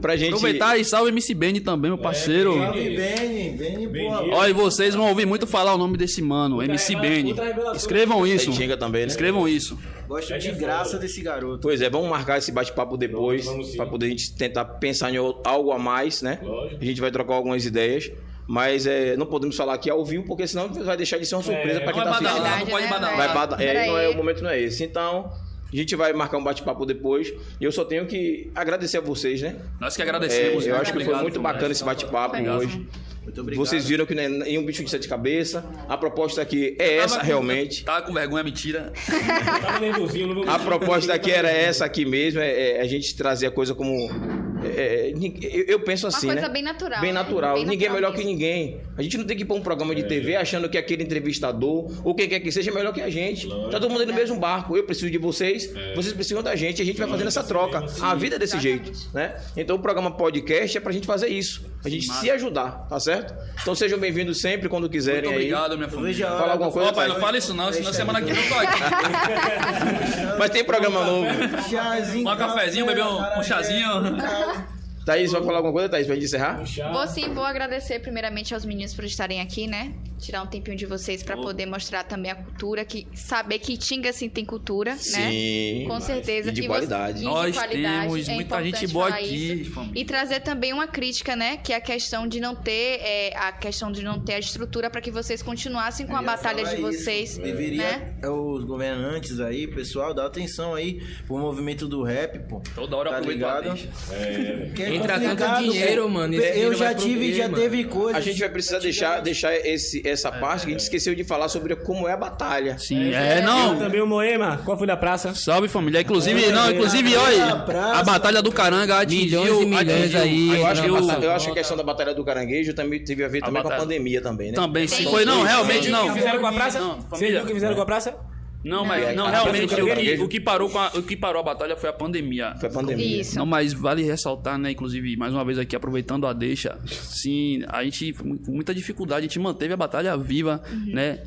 Speaker 1: pra gente.
Speaker 5: Aproveitar e salve MC Benny também, meu parceiro.
Speaker 3: Salve, Benny, Benny, porra.
Speaker 5: Ó, e vocês vão ouvir muito falar o nome desse mano, MC Benny. Escrevam isso.
Speaker 1: É Tinga também, né?
Speaker 5: Escrevam isso.
Speaker 3: Gosto de graça desse garoto.
Speaker 1: Pois é, vamos marcar esse bate-papo depois,
Speaker 6: Vamos, vamos sim.
Speaker 1: pra poder a gente tentar pensar em o- algo a mais, né?
Speaker 6: Lógico.
Speaker 1: A gente vai trocar algumas ideias, mas é, não podemos falar aqui ao vivo, porque senão vai deixar de ser uma surpresa pra
Speaker 5: Não
Speaker 1: quem
Speaker 5: é
Speaker 1: tá assistindo.
Speaker 5: badalar, não
Speaker 2: Verdade,
Speaker 5: pode
Speaker 2: né,
Speaker 5: badalar.
Speaker 2: velho?
Speaker 1: Vai bata- é,
Speaker 2: Peraí.
Speaker 1: não é, o momento não é esse. Então, a gente vai marcar um bate-papo depois. E eu só tenho que agradecer a vocês, né?
Speaker 5: Nós que
Speaker 1: É,
Speaker 5: agradecemos.
Speaker 1: eu
Speaker 5: né?
Speaker 1: acho que foi
Speaker 5: Obrigado
Speaker 1: muito
Speaker 5: também.
Speaker 1: bacana esse bate-papo
Speaker 2: Obrigado.
Speaker 1: hoje.
Speaker 3: Muito obrigado.
Speaker 1: Vocês viram que não é nenhum bicho de sete cabeças. A proposta aqui é
Speaker 5: Tava
Speaker 1: essa,
Speaker 5: com-
Speaker 1: realmente.
Speaker 5: Tava com vergonha, mentira.
Speaker 6: Tava nervosinho, não vou
Speaker 1: A proposta aqui é era essa aqui mesmo, é, é a gente trazer a coisa como. é, é, ni- eu, eu penso assim,
Speaker 2: coisa
Speaker 1: né?
Speaker 2: bem natural,
Speaker 1: Bem
Speaker 2: né?
Speaker 1: natural.
Speaker 2: Bem
Speaker 1: ninguém é
Speaker 2: natural
Speaker 1: melhor que
Speaker 2: mesmo.
Speaker 1: ninguém. A gente não tem que pôr um programa
Speaker 5: É.
Speaker 1: de TV achando que aquele entrevistador ou quem quer que seja é melhor que a gente. Tá todo mundo aí no mesmo barco. Eu preciso de vocês,
Speaker 5: É.
Speaker 1: vocês precisam da gente. A gente vai fazendo essa troca. A vida é desse jeito, né? Então o programa podcast é pra gente fazer isso. A gente se ajudar, tá certo? Então sejam bem-vindos sempre quando quiserem
Speaker 5: Muito
Speaker 1: aí.
Speaker 5: obrigado, minha
Speaker 3: vejo a
Speaker 5: família.
Speaker 3: hora
Speaker 1: Fala alguma
Speaker 3: do-
Speaker 1: coisa.
Speaker 5: Ó, pai, não
Speaker 1: pai.
Speaker 5: fala isso não, senão semana que vem eu tô aqui.
Speaker 1: Mas tem programa novo.
Speaker 3: Chazinho,
Speaker 5: Tomar um cafezinho, beber um, um chazinho.
Speaker 1: Thaís, vai falar alguma coisa, Thaís, pra gente encerrar?
Speaker 2: Vou sim, vou agradecer primeiramente aos meninos por estarem aqui, né? tirar um tempinho de vocês pra
Speaker 5: Pô.
Speaker 2: poder mostrar também a cultura, que saber que Tinga sim tem cultura,
Speaker 1: Sim,
Speaker 2: né? Com
Speaker 1: mas-
Speaker 2: certeza.
Speaker 1: e de
Speaker 2: você-
Speaker 1: qualidade.
Speaker 2: e de
Speaker 5: Nós
Speaker 2: qualidade,
Speaker 5: temos
Speaker 2: é
Speaker 5: muita
Speaker 2: importante
Speaker 5: gente boa
Speaker 2: falar isso.
Speaker 5: aqui, família.
Speaker 2: E trazer também uma crítica, né? Que é a questão de não ter é, a questão de não ter a estrutura pra que vocês continuassem com a
Speaker 3: Eu ia
Speaker 2: batalha
Speaker 3: falar
Speaker 2: de
Speaker 3: isso.
Speaker 2: vocês.
Speaker 3: Deveria
Speaker 2: né?
Speaker 3: é, os governantes aí, pessoal, dar atenção aí pro movimento do rap, pô.
Speaker 5: Toda hora
Speaker 3: Tá
Speaker 5: aproveita a
Speaker 3: ligado?
Speaker 5: deixa.
Speaker 3: Que é
Speaker 4: Entra tanto
Speaker 3: complicado,
Speaker 4: dinheiro,
Speaker 3: pô.
Speaker 4: mano, esse
Speaker 3: Eu
Speaker 4: dinheiro
Speaker 3: já
Speaker 4: vai pro
Speaker 3: tive,
Speaker 4: quê,
Speaker 3: já
Speaker 4: mano?
Speaker 3: teve coisa.
Speaker 1: A gente vai precisar deixar, deixar esse, essa parte que a gente esqueceu de falar sobre como é a batalha.
Speaker 5: É, Sim, é,
Speaker 6: E
Speaker 5: não.
Speaker 6: Também o Moema, qual foi da praça?
Speaker 5: Salve família. Inclusive, não, inclusive, olha, a Batalha do Caranga atingiu
Speaker 4: Milhões e milhões
Speaker 5: atingiu-
Speaker 4: aí,
Speaker 5: atingiu-
Speaker 1: Eu acho, que a,
Speaker 4: Eu-
Speaker 1: bata- eu acho que a questão da Batalha do Caranguejo também teve a ver também com a
Speaker 5: batalha-
Speaker 1: pandemia também, né?
Speaker 5: Também, sim.
Speaker 2: Tem-
Speaker 5: Foi, não, realmente
Speaker 6: Vocês
Speaker 5: não.
Speaker 6: viram o que fizeram com a praça?
Speaker 5: Não,
Speaker 6: Vocês viram o que
Speaker 5: família.
Speaker 6: fizeram com a praça?
Speaker 5: Não, mas não,
Speaker 1: Ah,
Speaker 5: realmente
Speaker 1: pelo
Speaker 5: o que,
Speaker 1: caranguejo.
Speaker 5: o que parou com a, o que parou a batalha foi a pandemia.
Speaker 1: Foi a pandemia.
Speaker 2: Isso.
Speaker 5: Não, mas vale ressaltar, né? Inclusive, mais uma vez aqui, aproveitando a deixa, sim, a gente, com muita dificuldade, a gente manteve a batalha viva,
Speaker 2: Uhum.
Speaker 5: né?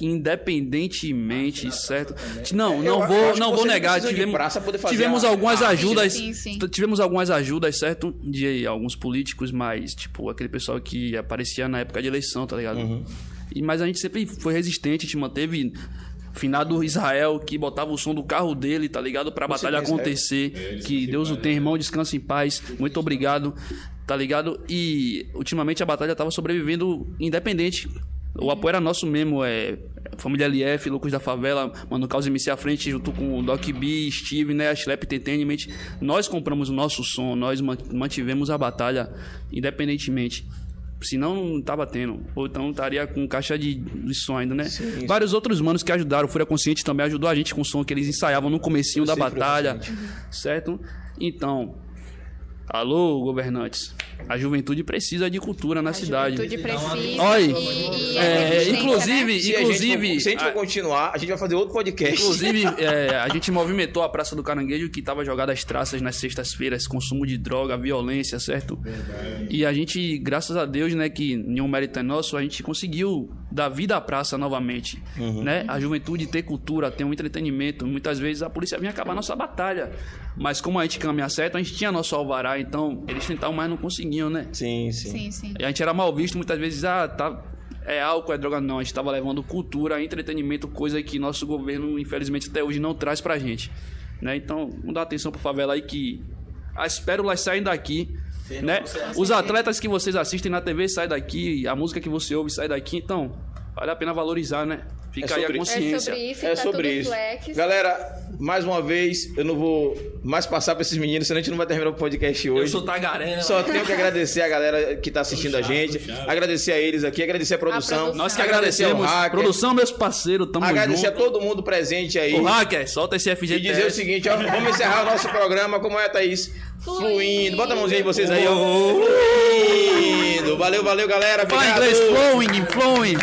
Speaker 5: Independentemente, certo? Não,
Speaker 1: Ah, É, eu
Speaker 5: não
Speaker 1: acho
Speaker 5: vou,
Speaker 1: que
Speaker 5: não vou
Speaker 1: vocês
Speaker 5: negar.
Speaker 1: precisam de
Speaker 5: Tivemos,
Speaker 1: praça pra poder fazer
Speaker 5: tivemos
Speaker 1: a- Ah,
Speaker 5: algumas
Speaker 1: a-
Speaker 5: ajudas,
Speaker 2: Sim, sim.
Speaker 5: t- tivemos algumas ajudas, certo? De alguns políticos, mas, tipo, aquele pessoal que aparecia na época de eleição, tá ligado?
Speaker 1: Uhum.
Speaker 5: E, mas a gente sempre foi resistente, a gente manteve. Finado Israel, que botava o som do carro dele, tá ligado? Pra batalha
Speaker 1: certeza, é.
Speaker 5: acontecer acontecer. que Deus o tenha, irmão, descanse em paz. Muito obrigado, tá ligado? E ultimamente a batalha tava sobrevivendo independente. O apoio era nosso mesmo, é. Família LF, Lucas da Favela, Mano Caos MC à frente, junto com o Doc B, Steve, né? A Schlep Entertainment. Nós compramos o nosso som, nós man- mantivemos a batalha independentemente. Senão não tava tendo. Ou então estaria com caixa de, de som ainda, né? Vários outros manos que ajudaram. O Fúria Consciente também ajudou a gente com o som que eles ensaiavam no comecinho da batalha. Certo? Então, alô, governantes. A juventude precisa de cultura na
Speaker 2: A
Speaker 5: cidade.
Speaker 2: juventude precisa.
Speaker 5: Olha,
Speaker 2: e, e a
Speaker 5: É,
Speaker 2: resistência,
Speaker 5: inclusive,
Speaker 2: né?
Speaker 1: Se a gente for-
Speaker 5: inclusive,
Speaker 1: se a gente for continuar, a gente vai fazer outro podcast.
Speaker 5: Inclusive, é, a gente movimentou a Praça do Caranguejo, que tava jogada as traças nas sextas-feiras, consumo de droga, violência, certo? E a gente, graças a Deus, né, que nenhum mérito é nosso, a gente conseguiu dar vida à praça novamente, né? A juventude ter cultura, ter um entretenimento. Muitas vezes a polícia vinha acabar nossa batalha, mas como a gente caminha certo, a gente tinha nosso alvará, então eles tentavam, mas não conseguiam, né?
Speaker 1: Sim, sim.
Speaker 2: Sim, sim.
Speaker 5: E a gente era mal visto muitas vezes, ah, tá. É álcool, é droga, não. A gente tava levando cultura, entretenimento, coisa que nosso governo, infelizmente, até hoje não traz pra gente. Né? Então, vamos dar atenção pro favela aí que as pérolas saem daqui. Né? Os atletas que vocês assistem na TV saem daqui, a música que você ouve sai daqui, então vale a pena valorizar, né? Fica
Speaker 1: É
Speaker 5: aí a
Speaker 1: sobre- é
Speaker 5: consciência.
Speaker 2: É sobre isso,
Speaker 1: É
Speaker 2: tá
Speaker 1: sobre
Speaker 2: tudo
Speaker 1: isso.
Speaker 2: flex.
Speaker 1: Galera, mais uma vez, eu não vou mais passar pra esses meninos, senão a gente não vai terminar o podcast
Speaker 5: Eu
Speaker 1: hoje.
Speaker 5: sou tagarela.
Speaker 1: Só tenho
Speaker 5: *laughs*
Speaker 1: que agradecer a galera que tá assistindo a gente, agradecer a eles aqui, agradecer a produção.
Speaker 2: produção.
Speaker 5: Nós que
Speaker 1: Agradecer ao
Speaker 5: agradecemos.
Speaker 1: é hacker.
Speaker 5: Produção, meus parceiros, tamo
Speaker 1: Agradecer a
Speaker 5: junto.
Speaker 1: todo mundo presente aí.
Speaker 5: O hacker, solta esse FGTS.
Speaker 1: E dizer o seguinte, ó, vamos encerrar o nosso programa, como é, Thaís?
Speaker 2: Fluindo.
Speaker 1: Fluindo. Bota a mãozinha de vocês aí, ó. Fluindo. Valeu, valeu, galera.
Speaker 5: Fala em
Speaker 1: Obrigado.
Speaker 5: inglês, flowing, flowing.